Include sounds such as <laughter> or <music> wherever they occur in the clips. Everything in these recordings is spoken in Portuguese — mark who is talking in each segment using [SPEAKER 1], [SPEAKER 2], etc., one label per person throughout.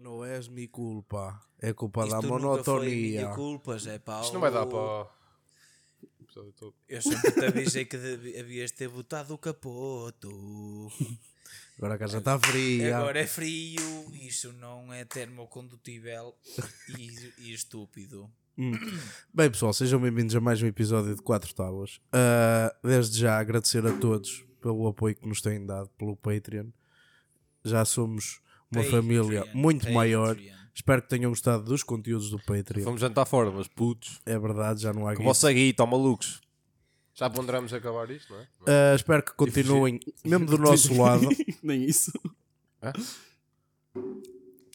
[SPEAKER 1] Não és mi culpa. É culpa
[SPEAKER 2] Isto
[SPEAKER 1] da
[SPEAKER 2] nunca foi
[SPEAKER 1] monotonia.
[SPEAKER 2] minha culpas, é pá.
[SPEAKER 3] Isto não vai dar
[SPEAKER 2] o-
[SPEAKER 3] para. o episódio todo.
[SPEAKER 2] Eu sempre te avisei que devi- havias de ter botado o capoto.
[SPEAKER 1] Agora a casa está fria.
[SPEAKER 2] Agora é frio, isso não é termocondutível e, e estúpido.
[SPEAKER 1] Bem, pessoal, sejam bem-vindos a mais um episódio de Quatro Tábuas. Ah, desde já agradecer a todos pelo apoio que nos têm dado pelo Patreon. Já somos uma
[SPEAKER 2] Patreon,
[SPEAKER 1] família muito
[SPEAKER 2] Patreon.
[SPEAKER 1] maior. Espero que tenham gostado dos conteúdos do Patreon.
[SPEAKER 4] Vamos jantar fora, mas putos.
[SPEAKER 1] É verdade, já não há
[SPEAKER 4] Com
[SPEAKER 1] guito.
[SPEAKER 4] você
[SPEAKER 3] tá
[SPEAKER 4] aí, estão malucos.
[SPEAKER 3] Já ponderamos acabar isto, não é?
[SPEAKER 1] Ah, espero que continuem, mesmo do nosso
[SPEAKER 2] <laughs>
[SPEAKER 5] <laughs>
[SPEAKER 1] lado.
[SPEAKER 5] Nem isso.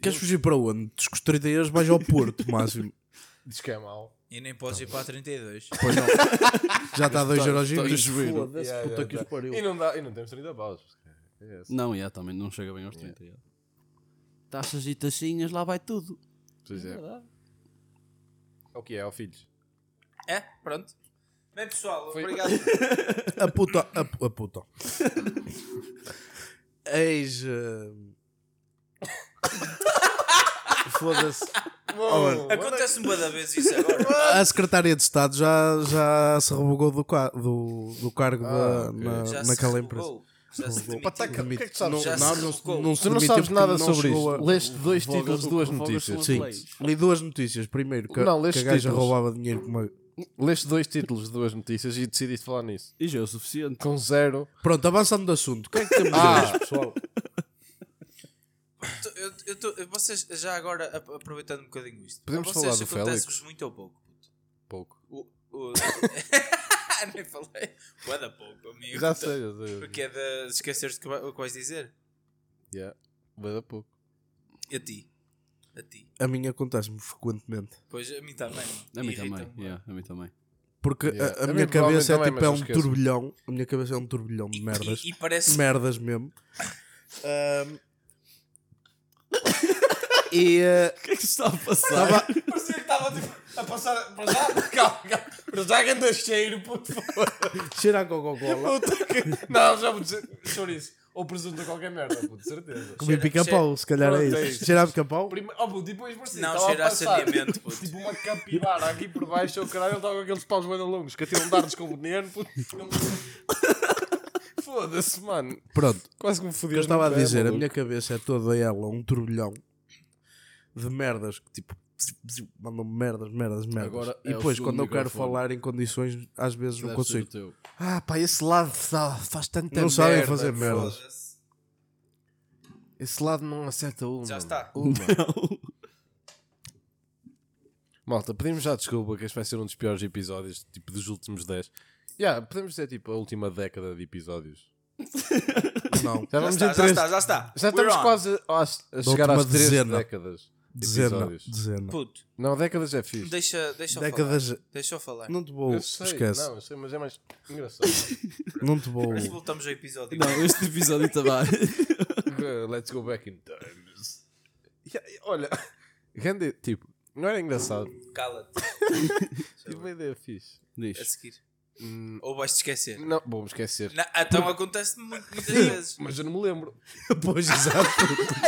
[SPEAKER 1] Queres fugir para onde? Descostriteiras mais ao Porto, máximo.
[SPEAKER 3] Diz que é mau.
[SPEAKER 2] E nem podes ir para a 32.
[SPEAKER 1] Pois
[SPEAKER 2] <laughs>
[SPEAKER 1] não. Já está a
[SPEAKER 2] Tá,
[SPEAKER 1] 2 euros e
[SPEAKER 4] Estou a
[SPEAKER 5] Tá
[SPEAKER 1] meio.
[SPEAKER 4] chover.
[SPEAKER 1] Foda-se,
[SPEAKER 5] É,
[SPEAKER 3] Yeah,
[SPEAKER 1] puta
[SPEAKER 3] yeah,
[SPEAKER 1] que os
[SPEAKER 3] yeah.
[SPEAKER 1] pariu.
[SPEAKER 3] E não, dá, e não temos 30 balas. É esse.
[SPEAKER 5] Não, já também não chega bem aos 30. já. Taxas e taxinhas, lá vai tudo.
[SPEAKER 3] Pois é. É o que é, ó filhos.
[SPEAKER 2] É, pronto. Bem, pessoal,
[SPEAKER 3] <laughs> Foi-
[SPEAKER 2] obrigado.
[SPEAKER 1] A puta. A, pu- a puta. Eis. eh, Foda-se.
[SPEAKER 2] Acontece-me uma da vez isso
[SPEAKER 1] <laughs>
[SPEAKER 2] agora.
[SPEAKER 1] A secretária de Estado já, já se revogou do, ca- do, do cargo da- na,
[SPEAKER 2] Já se
[SPEAKER 1] naquela empresa.
[SPEAKER 2] revogou. tá, Já se demitiu.
[SPEAKER 3] Pataca, o que é que tu sabes?
[SPEAKER 1] Não,
[SPEAKER 2] Já se
[SPEAKER 1] não, não, se-
[SPEAKER 2] revogou.
[SPEAKER 1] não se
[SPEAKER 3] Tu não
[SPEAKER 1] demitiu
[SPEAKER 3] sabes
[SPEAKER 1] porque
[SPEAKER 3] nada
[SPEAKER 1] não
[SPEAKER 3] sobre
[SPEAKER 1] chegou
[SPEAKER 3] isto.
[SPEAKER 1] a-
[SPEAKER 3] Leste dois
[SPEAKER 5] Vogas-
[SPEAKER 3] títulos, duas
[SPEAKER 5] Vogas são
[SPEAKER 3] notícias.
[SPEAKER 5] as
[SPEAKER 1] Sim.
[SPEAKER 5] leis.
[SPEAKER 1] Li duas notícias. Primeiro, que,
[SPEAKER 3] Não,
[SPEAKER 1] que
[SPEAKER 3] leste
[SPEAKER 1] a gaja
[SPEAKER 3] títulos.
[SPEAKER 1] roubava dinheiro com uma.
[SPEAKER 3] Leste dois títulos de duas notícias e decidiste falar nisso.
[SPEAKER 5] E já é o suficiente.
[SPEAKER 3] Com zero.
[SPEAKER 1] Pronto, avançando do assunto. O que é que temos
[SPEAKER 3] Ah.
[SPEAKER 1] hoje, pessoal?
[SPEAKER 2] Tô- eu- eu tô- eu- Vocês, já agora, ap- aproveitando um bocadinho isto.
[SPEAKER 3] Podemos
[SPEAKER 2] a vocês
[SPEAKER 3] falar do
[SPEAKER 2] acontece-vos
[SPEAKER 3] Félix?
[SPEAKER 2] muito ou pouco? puto?
[SPEAKER 3] Pouco.
[SPEAKER 2] O- o- <laughs> Nem falei. Bué da pouco, amigo.
[SPEAKER 3] Já sei, já sei. já sei.
[SPEAKER 2] Porque é de esqueceres o que vai- o que vais dizer.
[SPEAKER 3] Yeah. Vai dar pouco.
[SPEAKER 2] A ti. A ti.
[SPEAKER 1] A mim acontece-me frequentemente.
[SPEAKER 2] Pois a mim também.
[SPEAKER 5] A mim
[SPEAKER 2] Irrita-me.
[SPEAKER 5] também. yeah, a mim também.
[SPEAKER 1] Porque a-
[SPEAKER 3] Yeah.
[SPEAKER 1] a,
[SPEAKER 3] A mim
[SPEAKER 1] minha cabeça é tipo é
[SPEAKER 3] provavelmente também,
[SPEAKER 1] um
[SPEAKER 3] mas eu esqueço.
[SPEAKER 1] turbilhão. A minha cabeça é um turbilhão de merdas.
[SPEAKER 2] <laughs> E, e parece.
[SPEAKER 1] merdas mesmo. Ahm. <coughs> e eh,
[SPEAKER 5] O que é que se <laughs> está a passar?
[SPEAKER 1] tava-
[SPEAKER 2] Parecia que estava tipo, a passar. Para já, calma, calma. Para já, ganda cheiro, por favor.
[SPEAKER 1] cheira a Coca-Cola.
[SPEAKER 3] Não, já vou dizer. Chouriço. Ou presunto a qualquer merda, puto, de certeza.
[SPEAKER 1] Comi
[SPEAKER 2] Cheira-
[SPEAKER 1] pica-pau, se calhar é
[SPEAKER 3] Pronto, é
[SPEAKER 1] isso.
[SPEAKER 3] isso.
[SPEAKER 1] Cheira a pica-pau.
[SPEAKER 3] Prima... Oh, puto, e depois parecia.
[SPEAKER 2] Não,
[SPEAKER 3] estava
[SPEAKER 2] cheira a
[SPEAKER 3] passar,
[SPEAKER 2] saneamento, puto.
[SPEAKER 3] <laughs> Tipo uma capivara aqui por baixo, o caralho, ele estava com aqueles paus bem longos que atiram dardos com veneno,
[SPEAKER 2] <laughs>
[SPEAKER 3] puto. Foda-se, mano.
[SPEAKER 1] Pronto,
[SPEAKER 3] Quase que me
[SPEAKER 1] o
[SPEAKER 3] fodi.
[SPEAKER 1] que eu estava a dizer, a minha cabeça é toda ela um turbilhão de merdas que tipo bziu, bziu, mandam merdas, merdas, merdas.
[SPEAKER 5] Agora
[SPEAKER 1] e
[SPEAKER 5] é o
[SPEAKER 1] depois,
[SPEAKER 5] segundo
[SPEAKER 1] quando eu quero
[SPEAKER 5] microfone.
[SPEAKER 1] falar em condições, às vezes não
[SPEAKER 5] Deve ser o
[SPEAKER 1] consigo.
[SPEAKER 5] teu.
[SPEAKER 3] Ah, pá, esse lado fa- faz tanta
[SPEAKER 1] Não sabem
[SPEAKER 3] merda,
[SPEAKER 1] fazer
[SPEAKER 3] pô.
[SPEAKER 1] merdas.
[SPEAKER 3] Esse lado não acerta uma.
[SPEAKER 2] Já está.
[SPEAKER 3] Uma. Malta, pedimos já desculpa que este vai ser um dos piores episódios, tipo, dos últimos 10. Já, podemos dizer, tipo, a última década de episódios.
[SPEAKER 1] Não,
[SPEAKER 3] Já
[SPEAKER 2] Já
[SPEAKER 3] vamos
[SPEAKER 2] está,
[SPEAKER 3] em
[SPEAKER 2] já
[SPEAKER 3] três-
[SPEAKER 2] está, já está.
[SPEAKER 3] já
[SPEAKER 2] We're
[SPEAKER 3] estamos
[SPEAKER 2] on.
[SPEAKER 3] quase a, a chegar às
[SPEAKER 1] última
[SPEAKER 3] três
[SPEAKER 1] dezena.
[SPEAKER 3] décadas de
[SPEAKER 1] dezena,
[SPEAKER 3] episódios.
[SPEAKER 1] dezena.
[SPEAKER 2] Puto,
[SPEAKER 3] Não, décadas é fixe.
[SPEAKER 2] deixa, deixa eu falar.
[SPEAKER 1] Décadas.
[SPEAKER 2] Deixa eu falar.
[SPEAKER 1] Não te vou.
[SPEAKER 3] Eu sei,
[SPEAKER 1] Esquece.
[SPEAKER 3] não, eu sei, mas é mais engraçado.
[SPEAKER 1] Não te vou.
[SPEAKER 2] Mas voltamos ao episódio.
[SPEAKER 5] Não, este episódio estava.
[SPEAKER 3] Uh, Let's go back in times. Yeah, e olha, <laughs> grande, tipo, não era engraçado.
[SPEAKER 2] Cala-te.
[SPEAKER 3] Tive uma ideia fixe.
[SPEAKER 1] É
[SPEAKER 3] Hum,
[SPEAKER 2] A
[SPEAKER 5] <laughs> Diz.
[SPEAKER 2] seguir. Ou vais-te esquecer.
[SPEAKER 3] Não, bom, esquecer.
[SPEAKER 2] Na- então acontece muito, muitas vezes.
[SPEAKER 3] Mas eu não me lembro.
[SPEAKER 1] Pois, exato.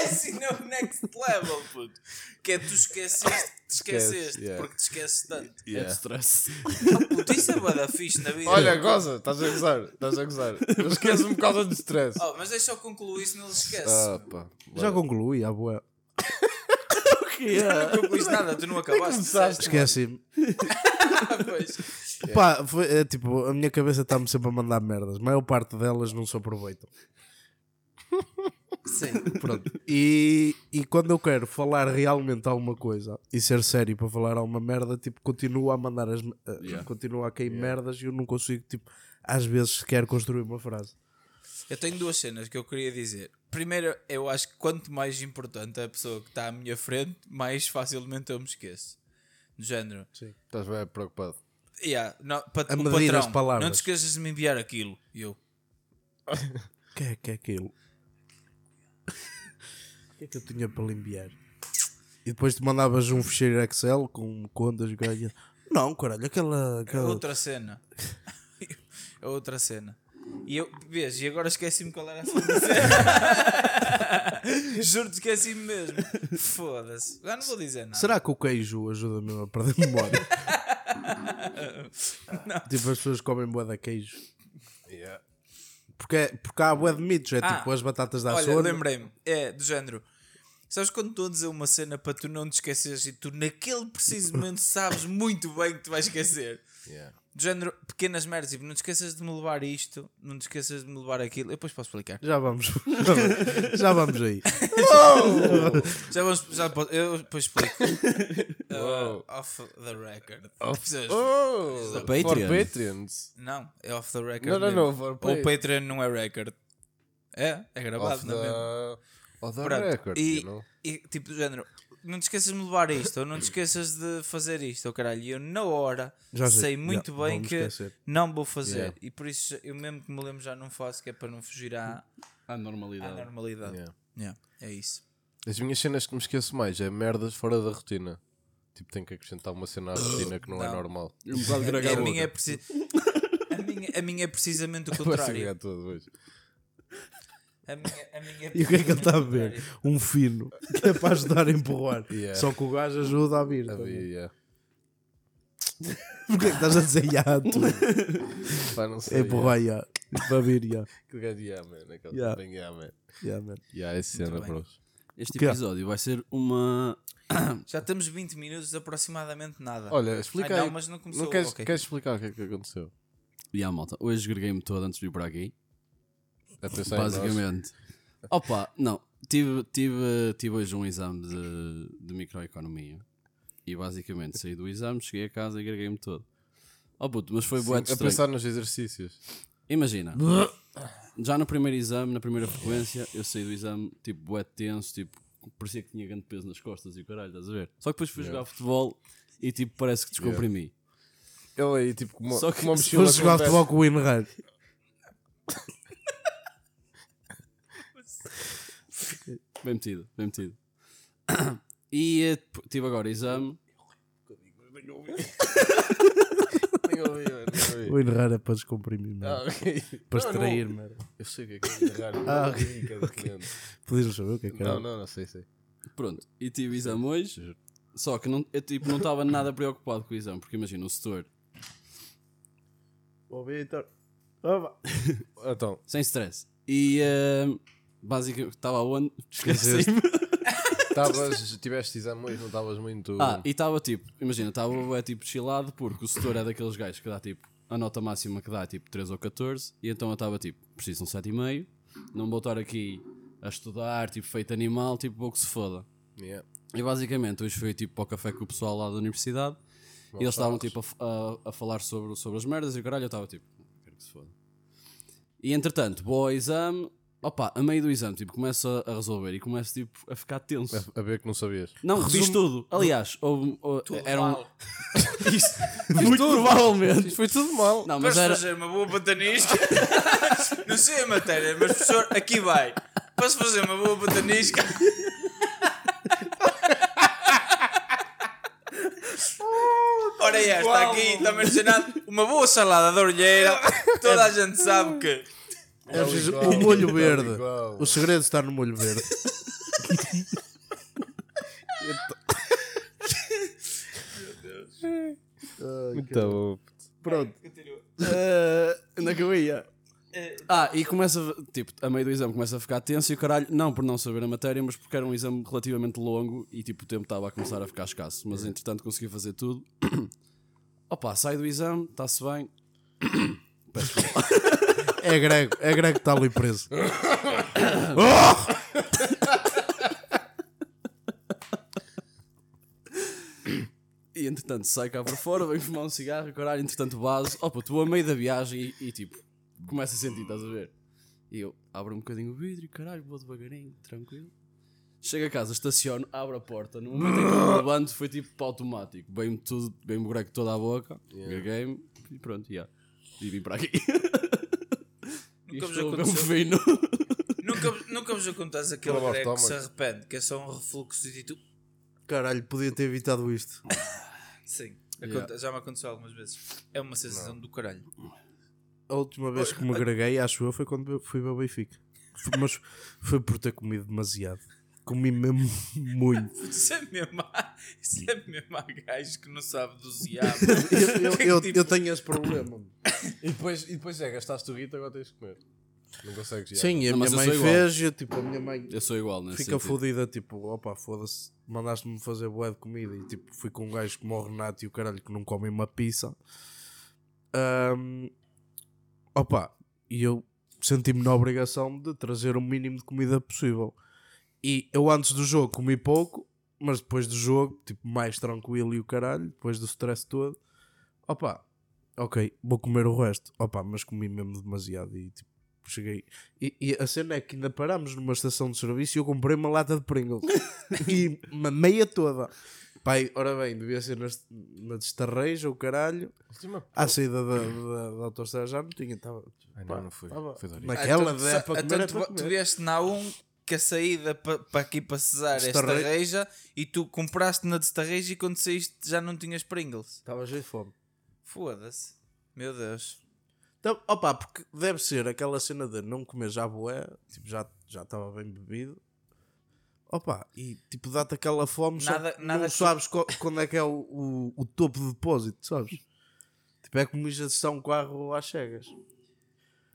[SPEAKER 2] Assim é o next level, puto. Que é tu esqueceste que te esqueceste.
[SPEAKER 3] yeah.
[SPEAKER 2] Porque te esqueces tanto.
[SPEAKER 5] É de <laughs> stress.
[SPEAKER 2] Puto, isso é bada fixe na vida.
[SPEAKER 3] Olha, goza, estás a gozar, estás a gozar. Eu esqueço-me por causa do stress.
[SPEAKER 2] Oh, mas deixa eu concluir, senão ele esquece.
[SPEAKER 3] Ah, pá.
[SPEAKER 1] Já concluí, à boa.
[SPEAKER 5] é?
[SPEAKER 2] Não concluís nada, tu não acabaste.
[SPEAKER 3] começaste.
[SPEAKER 1] Esqueci-me.
[SPEAKER 2] Ah, pois.
[SPEAKER 1] Pá, foi, é, tipo, a minha cabeça está-me sempre a mandar merdas. A maior parte delas não se aproveitam.
[SPEAKER 2] Sim.
[SPEAKER 1] Pronto. E, e quando eu quero falar realmente alguma coisa e ser sério para falar alguma merda, tipo, continuo a mandar as. me- eh,
[SPEAKER 5] Yeah.
[SPEAKER 1] Continuo a cair merdas e eu não consigo, tipo, às vezes sequer construir uma frase.
[SPEAKER 2] Eu tenho duas cenas que eu queria dizer. Primeiro, eu acho que quanto mais importante a pessoa que está à minha frente, mais facilmente eu me esqueço. Do género.
[SPEAKER 3] Estás bem preocupado.
[SPEAKER 2] Yeah, não, pa-
[SPEAKER 1] A
[SPEAKER 2] o
[SPEAKER 1] medir
[SPEAKER 2] patrão,
[SPEAKER 1] as palavras.
[SPEAKER 2] Não te esqueças de me enviar aquilo. E eu.
[SPEAKER 1] O que é que é aquilo? O que é que eu tinha para lhe enviar? E depois te mandavas um fecheiro Excel com contas e caralho. Não, caralho, aquela.
[SPEAKER 2] É <laughs>
[SPEAKER 1] aquela...
[SPEAKER 2] outra cena. É outra cena. E eu, vês, e agora esqueci-me qual era a <laughs> segunda cena. Juro-te, esqueci-me mesmo. Foda-se. Agora não vou dizer nada.
[SPEAKER 1] Será que o queijo ajuda mesmo a perder memória? Tipo, as pessoas comem bué de queijo.
[SPEAKER 3] Yeah.
[SPEAKER 1] Porque, é- porque há bué de mitos. É
[SPEAKER 2] Ah,
[SPEAKER 1] tipo as batatas da
[SPEAKER 2] Olha,
[SPEAKER 1] Sona.
[SPEAKER 2] lembrei-me. É, do género. Sabes quando estou a dizer uma cena para tu não te esqueceres e tu naquele preciso momento sabes muito bem que tu vais esquecer?
[SPEAKER 3] Yeah.
[SPEAKER 2] Do género, pequenas merdas, tipo, não te esqueças de me levar isto, não te esqueças de me levar aquilo. Eu depois posso explicar.
[SPEAKER 1] Já vamos. <laughs> já vamos aí.
[SPEAKER 2] Já vamos, já po- eu depois explico.
[SPEAKER 3] <laughs>
[SPEAKER 2] Uh, off the record. Precisas-
[SPEAKER 3] Oh!
[SPEAKER 2] For
[SPEAKER 5] Patreon.
[SPEAKER 3] For Patreons.
[SPEAKER 2] Não, é off the record.
[SPEAKER 3] Não, não,
[SPEAKER 2] mesmo.
[SPEAKER 3] não, for
[SPEAKER 2] Ou
[SPEAKER 3] Patreon.
[SPEAKER 2] Patreon não é record. É, é gravado,
[SPEAKER 3] Of
[SPEAKER 2] não é mesmo?
[SPEAKER 3] the, of the
[SPEAKER 2] Pronto,
[SPEAKER 3] record,
[SPEAKER 2] e,
[SPEAKER 3] you know?
[SPEAKER 2] e, tipo do género, não te esqueças de me levar isto, ou não te esqueças de fazer isto, ou caralho, e eu na hora
[SPEAKER 1] Já
[SPEAKER 2] sei,
[SPEAKER 1] sei,
[SPEAKER 2] muito
[SPEAKER 1] já,
[SPEAKER 2] bem
[SPEAKER 1] vamos
[SPEAKER 2] que
[SPEAKER 1] esquecer.
[SPEAKER 2] não vou fazer,
[SPEAKER 3] Yeah.
[SPEAKER 2] e por isso eu mesmo que me lembro já não faço, que é para não fugir à,
[SPEAKER 5] A
[SPEAKER 2] à
[SPEAKER 5] normalidade.
[SPEAKER 2] normalidade.
[SPEAKER 3] Yeah.
[SPEAKER 2] Yeah, é isso.
[SPEAKER 3] As minhas cenas que me esqueço mais é merdas fora da rotina. Tipo, tenho que acrescentar
[SPEAKER 2] <coughs>
[SPEAKER 3] uma cena à rotina que não, é
[SPEAKER 2] Não.
[SPEAKER 3] normal.
[SPEAKER 5] E um
[SPEAKER 3] <laughs>
[SPEAKER 5] bocado de
[SPEAKER 2] A,
[SPEAKER 5] gragaboca.
[SPEAKER 2] minha é preci- a, minha, a minha é precisamente o
[SPEAKER 3] Vai ser
[SPEAKER 2] contrário.
[SPEAKER 3] gato todo hoje.
[SPEAKER 2] A minha, a
[SPEAKER 1] <laughs>
[SPEAKER 2] minha
[SPEAKER 1] E o que é que ele está a
[SPEAKER 2] precisamente o
[SPEAKER 1] ver? Um fino. Que é para ajudar a empurrar.
[SPEAKER 3] Yeah.
[SPEAKER 1] Só que o gajo ajuda a
[SPEAKER 2] Tá
[SPEAKER 1] vir.
[SPEAKER 3] Havia, yeah.
[SPEAKER 1] Porquê é que estás a dizer <laughs> yato?
[SPEAKER 3] Pá, não sei.
[SPEAKER 1] É empurrar ya. Para vir ya.
[SPEAKER 3] Que gajo, yeah, man. Aquele
[SPEAKER 1] Yeah.
[SPEAKER 3] yeah. bem, yeah, man.
[SPEAKER 1] Ya, man.
[SPEAKER 3] Yeah, esse cena,
[SPEAKER 2] bem.
[SPEAKER 3] bros.
[SPEAKER 5] Este
[SPEAKER 1] Que é?
[SPEAKER 5] episódio vai ser uma.
[SPEAKER 2] contrário. Já temos 20 minutos de aproximadamente nada.
[SPEAKER 3] Olha, explica
[SPEAKER 2] Ai,
[SPEAKER 3] aí.
[SPEAKER 2] não, mas não começou.
[SPEAKER 3] queres,
[SPEAKER 2] ok.
[SPEAKER 3] queres explicar o que é que aconteceu?
[SPEAKER 5] E a malta, hoje greguei-me todo antes de vir para aqui.
[SPEAKER 3] A É pensar em nós.
[SPEAKER 5] Basicamente. Opa, não. Tive, tive, tive hoje um exame de, de microeconomia. E basicamente saí do exame, cheguei a casa e greguei-me todo. Oh puto, mas foi
[SPEAKER 3] Sim,
[SPEAKER 5] boa
[SPEAKER 3] a pensar nos exercícios.
[SPEAKER 5] Imagina. Já no primeiro exame, na primeira frequência, eu saí do exame, tipo, bué tenso, tipo, parecia que tinha grande peso nas costas e o caralho, estás a ver? Só que depois fui jogar futebol e, tipo, parece que descomprimi.
[SPEAKER 3] Ele aí, tipo, com uma,
[SPEAKER 5] Só
[SPEAKER 3] Só
[SPEAKER 5] que
[SPEAKER 3] que uma
[SPEAKER 5] se
[SPEAKER 1] Se
[SPEAKER 3] mochila.
[SPEAKER 1] fosse jogar
[SPEAKER 3] com um <laughs>
[SPEAKER 1] futebol com o Inran.
[SPEAKER 5] Bem metido, bem metido. <coughs> E eh, depo- tive agora exame,
[SPEAKER 3] pés. Nem ouvi, nem ouvi.
[SPEAKER 1] O Inran é para descomprimir,
[SPEAKER 3] Ah,
[SPEAKER 1] merda.
[SPEAKER 3] ok.
[SPEAKER 1] Para
[SPEAKER 3] Não, não.
[SPEAKER 1] extrair, merda.
[SPEAKER 3] Eu sei o que é que é raro.
[SPEAKER 1] Ah,
[SPEAKER 3] Ah, ok.
[SPEAKER 1] Podias saber o que é que era.
[SPEAKER 3] Não, não, não sei, sei.
[SPEAKER 5] pronto, e tive exame hoje, só que não, eu, tipo, não estava nada preocupado com o exame, porque imagina, o setor,
[SPEAKER 1] Ó, Vitor. Ó, vá.
[SPEAKER 3] <laughs> Então,
[SPEAKER 5] sem stress. E, eh, basicamente, estava onde? <laughs>
[SPEAKER 1] Esqueceste.
[SPEAKER 5] Esqueci-me.
[SPEAKER 3] estavas, tiveste exame hoje, não estavas muito.
[SPEAKER 5] Ah, e estava tipo, imagina, estava é tipo chilado porque o setor é daqueles gajos que dá tipo, a nota máxima que dá é tipo 3 ou 14, e então eu estava tipo, preciso de um 7,5, não vou estar aqui a estudar, tipo, feito animal, tipo, pouco se foda.
[SPEAKER 3] Yeah.
[SPEAKER 5] E basicamente hoje fui tipo para o café com o pessoal lá da universidade e eles estavam tipo a, f- a- a falar sobre, sobre as merdas e o caralho, eu estava tipo, quero que se foda. E entretanto, vou ao exame, opa, a meio do exame, tipo, começo a, a resolver e começo tipo a ficar tenso.
[SPEAKER 3] A ver que não
[SPEAKER 1] É
[SPEAKER 3] sabias.
[SPEAKER 5] Não, fiz tudo. Aliás, houve, houve- era um- <laughs>
[SPEAKER 2] Mal.
[SPEAKER 5] Isto, muito provavelmente.
[SPEAKER 3] Foi tudo mal.
[SPEAKER 5] Não,
[SPEAKER 2] Mas
[SPEAKER 5] mas era.
[SPEAKER 2] fazer uma boa botanisca. <laughs> não sei a matéria, mas professor, aqui vai. Posso fazer uma boa botanisca? Ora, esta aqui está mencionado uma boa salada de orelheira. Toda a gente sabe que.
[SPEAKER 1] É preciso o molho verde. O segredo está no molho verde.
[SPEAKER 3] Então,
[SPEAKER 1] Pronto. Uh, ainda acabei já.
[SPEAKER 5] Ah, e começa. a- Tipo, a meio do exame começa a ficar tenso e o caralho. Não por não saber a matéria, mas porque era um exame relativamente longo e tipo o tempo estava a começar a ficar escasso. Mas entretanto consegui fazer tudo. <clears throat> Opa, sai do exame, está-se bem.
[SPEAKER 1] É grego. É grego que está ali preso.
[SPEAKER 5] E entretanto sai cá para fora, venho fumar um cigarro, e caralho, entretanto vaso. Opa, estou a meio da viagem e, e, tipo, começo a sentir, estás a ver? E eu abro um bocadinho o vidro e caralho, vou devagarinho, tranquilo. Chego a casa, estaciono, abro a porta. No momento em que eu me levanto foi tipo para automático. Bem-me tudo, bem-me greco toda a boca, gaguei-me e pronto, já. E vim para aqui.
[SPEAKER 1] <laughs>
[SPEAKER 5] E
[SPEAKER 2] Nunca vos
[SPEAKER 5] estou a beber um
[SPEAKER 2] aconteceu.
[SPEAKER 5] vinho.
[SPEAKER 2] Nunca, nunca vos acontece aquele
[SPEAKER 3] Lavar o
[SPEAKER 2] grego que se
[SPEAKER 3] estômago.
[SPEAKER 2] arrepende, que é só um refluxo de tu.
[SPEAKER 1] Caralho, podia ter evitado isto.
[SPEAKER 2] Sim, aconte- já me aconteceu algumas vezes. É uma sensação do caralho.
[SPEAKER 1] a última vez que me agreguei, acho eu, foi quando eu fui ao Benfica. Foi- Mas foi por ter comido demasiado. Comi mesmo <laughs> muito.
[SPEAKER 2] <laughs> Isso é mesmo, há- isso é mesmo há gajo que não sabe dosear.
[SPEAKER 1] <laughs> Eu,
[SPEAKER 2] <laughs>
[SPEAKER 1] eu, eu, eu tenho esse problema.
[SPEAKER 3] E depois, e depois é, gastaste o guito, agora tens de comer. Não consegues já.
[SPEAKER 1] Sim, e a minha
[SPEAKER 5] Não, mas eu
[SPEAKER 1] mãe
[SPEAKER 5] sou igual.
[SPEAKER 1] fez, e eu, tipo, a minha mãe
[SPEAKER 5] Eu sou igual, né?
[SPEAKER 1] fica fodida, tipo, opa, foda-se, mandaste-me fazer bué de comida e tipo, fui com um gajo como o Renato e o caralho que não come uma pizza. Ahm, opa, e eu senti-me na obrigação de trazer o mínimo de comida possível. E eu antes do jogo comi pouco, mas depois do jogo, tipo, mais tranquilo e o caralho, depois do stress todo, opa, ok, vou comer o resto. Opa, mas comi mesmo demasiado e tipo, cheguei. E, e a cena é que ainda parámos numa estação de serviço e eu comprei uma lata de Pringles
[SPEAKER 2] <laughs>
[SPEAKER 1] e uma meia toda. Pai, ora bem, devia ser nas- na destarreja ou caralho.
[SPEAKER 3] Última-
[SPEAKER 1] À saída da, da, da autostrada já não tinha. Tava,
[SPEAKER 3] Ai,
[SPEAKER 1] pá,
[SPEAKER 3] não, não fui.
[SPEAKER 1] tava
[SPEAKER 3] Foi de origem.
[SPEAKER 1] naquela
[SPEAKER 2] Então,
[SPEAKER 1] de é
[SPEAKER 2] sa-
[SPEAKER 1] para comer,
[SPEAKER 2] então
[SPEAKER 1] é
[SPEAKER 2] tu,
[SPEAKER 1] para
[SPEAKER 2] tu
[SPEAKER 1] comer.
[SPEAKER 2] vieste na A1 que a saída para aqui para cesar é
[SPEAKER 1] Estarreja.
[SPEAKER 2] Estarreja e tu compraste na de Estarreja e quando saíste já não tinhas Pringles.
[SPEAKER 1] Estava cheio de fome.
[SPEAKER 2] Foda-se. Meu Deus.
[SPEAKER 1] Então, opa, porque deve ser aquela cena de não comer já boé, tipo, já já estava bem bebido. Opa, e tipo, dá-te aquela fome, só
[SPEAKER 2] Nada-
[SPEAKER 1] que
[SPEAKER 2] nada
[SPEAKER 1] não
[SPEAKER 2] que-
[SPEAKER 1] sabes co- quando é que é o, o, o topo do depósito, sabes? tipo, é como ingestão com carro às cegas.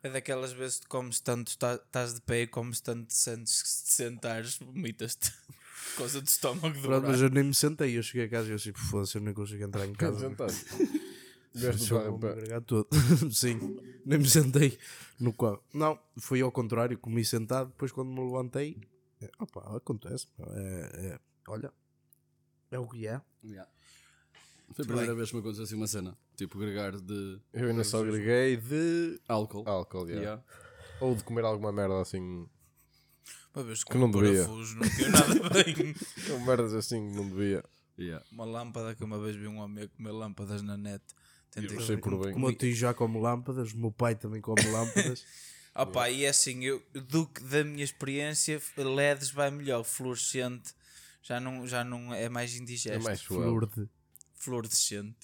[SPEAKER 2] É daquelas vezes que comes tanto, tá- estás de pé e comes tanto, sentes que se te sentares, vomitas-te. <laughs> Por causa do estômago
[SPEAKER 1] <laughs> Pronto,
[SPEAKER 2] dobrado.
[SPEAKER 1] mas eu nem me sentei, eu cheguei a casa e eu tipo, foda-se, eu nem consigo entrar em casa. <laughs>
[SPEAKER 3] Gaste
[SPEAKER 1] Só vou me agregar todo. <laughs> Sim, nem me sentei no carro. Não, foi ao contrário, comi sentado, depois quando me levantei, é, opa, acontece, meu, é, é, olha, é o que é.
[SPEAKER 5] Foi a primeira vez que me aconteceu assim uma cena. Tipo, gregar de
[SPEAKER 3] Eu ainda só agreguei de
[SPEAKER 5] álcool.
[SPEAKER 3] álcool, já.
[SPEAKER 5] Yeah.
[SPEAKER 3] ou de comer alguma merda assim. <laughs>
[SPEAKER 2] Uma vez com
[SPEAKER 3] Que não
[SPEAKER 2] um
[SPEAKER 3] devia.
[SPEAKER 2] parafuso, não caiu nada bem.
[SPEAKER 3] ou Merdas assim que não devia.
[SPEAKER 5] Yeah.
[SPEAKER 2] Uma lâmpada que uma vez vi um homem a comer lâmpadas na net. Tentei
[SPEAKER 3] Eu achei por bem.
[SPEAKER 1] Como o tio já come lâmpadas, o meu pai também come
[SPEAKER 3] <laughs>
[SPEAKER 1] lâmpadas.
[SPEAKER 2] Opa, e é assim, eu, do que da minha experiência, LEDs vai melhor, fluorescente já não, já não é mais
[SPEAKER 3] É
[SPEAKER 2] indigesto,
[SPEAKER 3] mais suave.
[SPEAKER 1] Flor de.
[SPEAKER 2] fluorescente.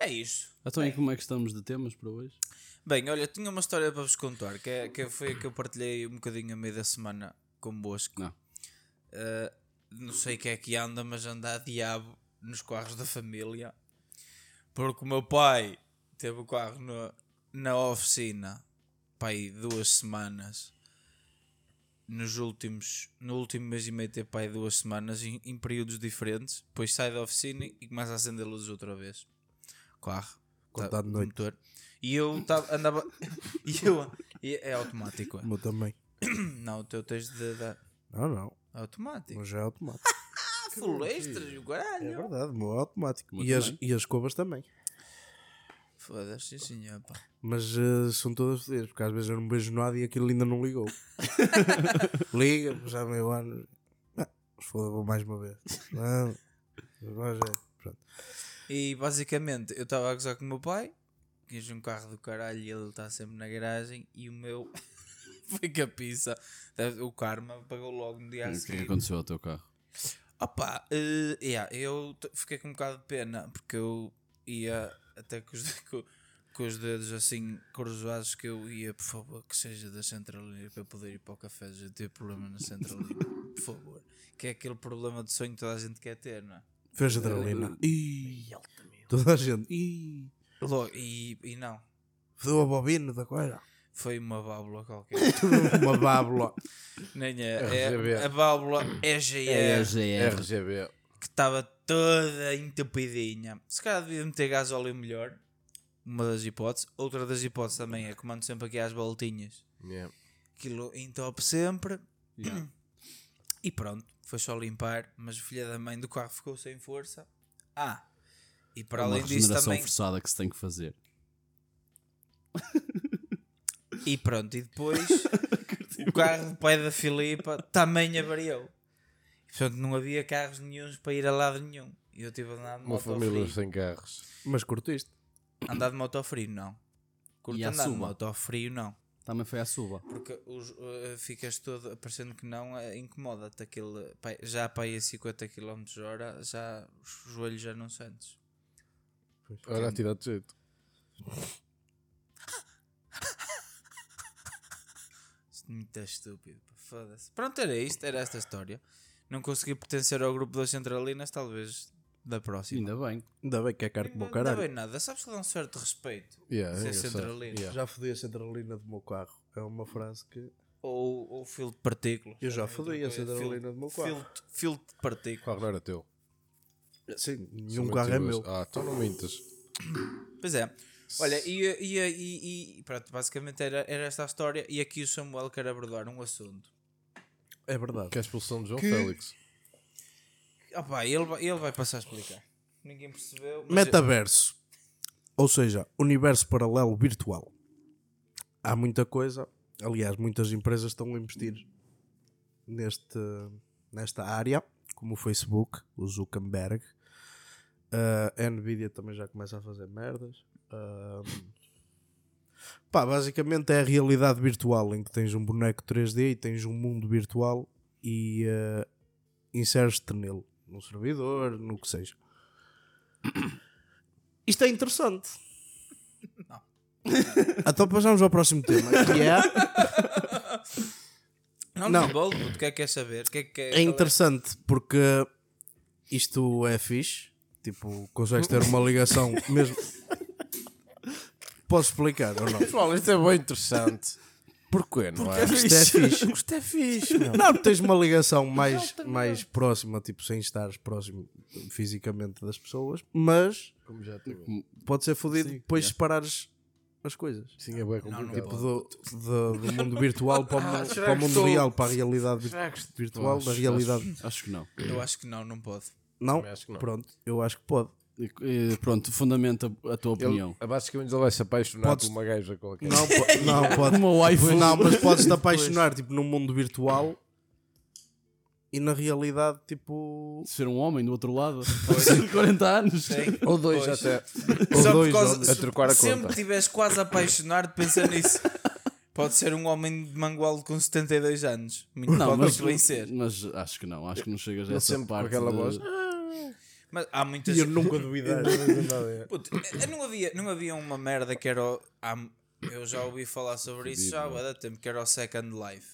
[SPEAKER 2] É isso.
[SPEAKER 5] Então, e como é que estamos de temas para hoje?
[SPEAKER 2] Bem, olha, tinha uma história para vos contar, que, é, que foi a que eu partilhei um bocadinho a meio da semana convosco.
[SPEAKER 5] Não.
[SPEAKER 2] Ah, não sei quem é que anda, mas anda a diabo nos carros da família. Porque o meu pai teve o carro no- na oficina, pai, duas semanas. Nos últimos, no último mês e meio, teve pai duas semanas em, em períodos diferentes. Depois sai da oficina e começa a acender luzes outra vez. Carro.
[SPEAKER 1] Quando
[SPEAKER 2] Tá-
[SPEAKER 1] tá de noite.
[SPEAKER 2] motor. E eu tava, andava. <laughs> e eu. e é automático. <clears throat> é.
[SPEAKER 1] O meu também.
[SPEAKER 2] Não, o teu tens de dar.
[SPEAKER 1] Não, não,
[SPEAKER 2] Automático.
[SPEAKER 1] mas é automático.
[SPEAKER 2] Ah, full extras, o
[SPEAKER 1] É
[SPEAKER 2] caralho.
[SPEAKER 1] verdade, o meu é automático.
[SPEAKER 5] O meu
[SPEAKER 1] E as,
[SPEAKER 5] também.
[SPEAKER 1] e as covas também.
[SPEAKER 2] Foda-se, sim, senhor. pá.
[SPEAKER 1] Mas eh, são todas fodidas, porque às vezes eu não vejo nada e aquilo ainda não ligou. Liga, mas há meio ano. Ah, mas foda, vou mais uma vez. Não, mas é. Pronto.
[SPEAKER 2] E basicamente, eu estava a gozar com o meu pai. Quis um carro do caralho e ele está sempre na garagem. E o meu. <laughs> Foi capiça. O karma pagou logo no dia a
[SPEAKER 5] O que é que
[SPEAKER 2] seguir.
[SPEAKER 5] aconteceu ao teu carro?
[SPEAKER 2] Opa, eh, yeah, eu t- fiquei com um bocado de pena porque eu ia até com os, de- <laughs> co- com os dedos assim cruzados que eu ia, por favor, que seja da Centralina para eu poder ir para o café, já ter problema na Centralina, por favor. Que é aquele problema de sonho que toda a gente quer ter, não é?
[SPEAKER 1] Fez adrenalina. Ih, toda a gente. Ih,
[SPEAKER 2] Logo, e, e não,
[SPEAKER 1] fodeu a bobina da coisa.
[SPEAKER 2] foi uma bábula qualquer.
[SPEAKER 1] <laughs>
[SPEAKER 2] <laughs>
[SPEAKER 1] Uma
[SPEAKER 3] <laughs>
[SPEAKER 1] bábula.
[SPEAKER 2] Nem é, é
[SPEAKER 3] RGB.
[SPEAKER 2] a bábula é
[SPEAKER 5] É
[SPEAKER 2] EGR.
[SPEAKER 3] É,
[SPEAKER 5] GR.
[SPEAKER 3] RGB.
[SPEAKER 2] que estava toda entupidinha. Se calhar devia meter gás óleo melhor. Uma das hipóteses. Outra das hipóteses também é que mando sempre aqui às voltinhas.
[SPEAKER 3] Yeah.
[SPEAKER 2] Aquilo entope sempre. E pronto, foi só limpar. Mas o filho da mãe do carro ficou sem força. Ah! E para
[SPEAKER 5] É Uma
[SPEAKER 2] além disso
[SPEAKER 5] regeneração
[SPEAKER 2] também.
[SPEAKER 5] forçada que se tem que fazer.
[SPEAKER 2] E pronto, e
[SPEAKER 5] <laughs>
[SPEAKER 2] depois o carro do pai da Filipa também avariou. E, portanto, não havia carros nenhums para ir a lado nenhum. E eu tive a andar de
[SPEAKER 3] Uma
[SPEAKER 2] moto ao
[SPEAKER 3] família
[SPEAKER 2] frio.
[SPEAKER 3] sem carros.
[SPEAKER 1] Mas curtiste.
[SPEAKER 2] Andar de moto ao frio, não. Curto
[SPEAKER 5] E à
[SPEAKER 2] andar de
[SPEAKER 5] suba?
[SPEAKER 2] moto ao frio, não.
[SPEAKER 5] Também foi à suba.
[SPEAKER 2] Porque os, eh, ficas todo, parecendo que não, eh, incomoda-te aquele. pá, Já para aí a 50 km hora, já os joelhos já não sentes.
[SPEAKER 3] Olha, a atividade de jeito.
[SPEAKER 2] Muito estúpido, pá, foda-se. Pronto, era isto, era esta história. Não consegui pertencer ao grupo das centralinas, talvez da próxima.
[SPEAKER 5] Ainda bem.
[SPEAKER 1] Ainda bem que é caro
[SPEAKER 2] Não,
[SPEAKER 1] como o
[SPEAKER 2] não
[SPEAKER 1] caralho.
[SPEAKER 2] bem nada, sabes que dá um certo respeito
[SPEAKER 3] Yeah, é
[SPEAKER 2] ser
[SPEAKER 3] engraçado.
[SPEAKER 2] centralino.
[SPEAKER 3] Yeah.
[SPEAKER 1] Já fodi a centralina do meu carro. É uma frase que.
[SPEAKER 2] Ou, ou filo de partículas.
[SPEAKER 1] Eu já
[SPEAKER 2] Outra
[SPEAKER 1] fodei a
[SPEAKER 2] coisa,
[SPEAKER 1] centralina
[SPEAKER 2] filo-
[SPEAKER 1] do meu quarto.
[SPEAKER 2] filo de- Filo de partículas.
[SPEAKER 3] Claro, não era teu.
[SPEAKER 1] Sim, nenhum
[SPEAKER 3] São
[SPEAKER 1] carro é
[SPEAKER 3] antigas.
[SPEAKER 1] meu.
[SPEAKER 3] Ah, tu não mintas.
[SPEAKER 2] Pois é. Olha, e, e, e, e- pronto, basicamente era, era esta a história. E aqui o Samuel quer abordar um assunto.
[SPEAKER 1] É verdade.
[SPEAKER 3] Que é a expulsão de João Félix.
[SPEAKER 2] Ah pá, ele, vai- ele vai passar a explicar. Ninguém percebeu. mas
[SPEAKER 1] Metaverso. Ou seja, universo paralelo virtual. Há muita coisa. Aliás, muitas empresas estão a investir neste, nesta área, como o Facebook, o Zuckerberg. Ah, a Nvidia também já começa a fazer merdas. Ah, pá, basicamente é a realidade virtual em que tens um boneco 3D e tens um mundo virtual e ah, inseres-te nele, num servidor, no que seja. Isto é interessante. <laughs> então passamos ao próximo tema, que é,
[SPEAKER 2] eu- Não,
[SPEAKER 1] não.
[SPEAKER 2] não. Bolo, puto, o que é que quer saber? O que é que
[SPEAKER 1] <laughs>
[SPEAKER 2] quer-
[SPEAKER 1] é interessante porque isto é fixe. Tipo, consegues ter uma ligação mesmo. Posso explicar ou não?
[SPEAKER 3] Pessoal, isto é bem interessante. <laughs> Porquê, não é?
[SPEAKER 1] Isto é fixe. Isto é fixe, meu. Não, tens uma ligação mais, mais próxima, tipo, sem estares próximo fisicamente das pessoas, mas
[SPEAKER 3] Como já tive.
[SPEAKER 1] pode ser fodido depois separares as coisas.
[SPEAKER 3] Sim, é bem complicado.
[SPEAKER 1] Tipo, do, do- do mundo virtual para o, mu- para o mundo real, para a realidade vir-
[SPEAKER 3] é
[SPEAKER 1] virtual, da realidade.
[SPEAKER 5] Acho que não.
[SPEAKER 2] Eu acho que não, não pode.
[SPEAKER 1] Não?
[SPEAKER 3] Também acho que não.
[SPEAKER 1] Pronto, eu acho que pode.
[SPEAKER 5] E, e, pronto, fundamenta a tua
[SPEAKER 3] <laughs>
[SPEAKER 5] opinião.
[SPEAKER 3] Ele, é basicamente ele vai se apaixonar
[SPEAKER 1] Podes-
[SPEAKER 3] por uma gaja qualquer. <laughs>
[SPEAKER 1] Não, po- <laughs> não pode.
[SPEAKER 5] Uma wife.
[SPEAKER 1] Não, mas podes-te apaixonar, tipo, num mundo virtual e na realidade, tipo.
[SPEAKER 5] Ser um homem do outro lado. <laughs> 40 anos.
[SPEAKER 2] Tem.
[SPEAKER 3] Ou dois
[SPEAKER 2] Pois.
[SPEAKER 3] até.
[SPEAKER 1] Ou
[SPEAKER 2] Só por
[SPEAKER 1] dois,
[SPEAKER 2] causa-
[SPEAKER 1] ou-
[SPEAKER 3] a trocar a
[SPEAKER 2] sempre
[SPEAKER 3] conta.
[SPEAKER 2] estiveres quase apaixonado, pensa nisso. Pode ser um homem de mangual com 72 anos. Muito
[SPEAKER 5] Não,
[SPEAKER 2] pode
[SPEAKER 5] mas,
[SPEAKER 2] muito bem ser.
[SPEAKER 5] mas acho que não. Acho que não chegas a
[SPEAKER 3] Ele
[SPEAKER 5] essa
[SPEAKER 3] sempre com
[SPEAKER 5] parte.
[SPEAKER 3] aquela
[SPEAKER 5] de-
[SPEAKER 3] voz.
[SPEAKER 2] Mas há muitas.
[SPEAKER 1] E eu nunca <laughs> duvidei.
[SPEAKER 2] Puto, eh, não havia, não havia uma merda que era. o- há- eu já ouvi falar sobre isso já há bué de tempo, que era o Second Life.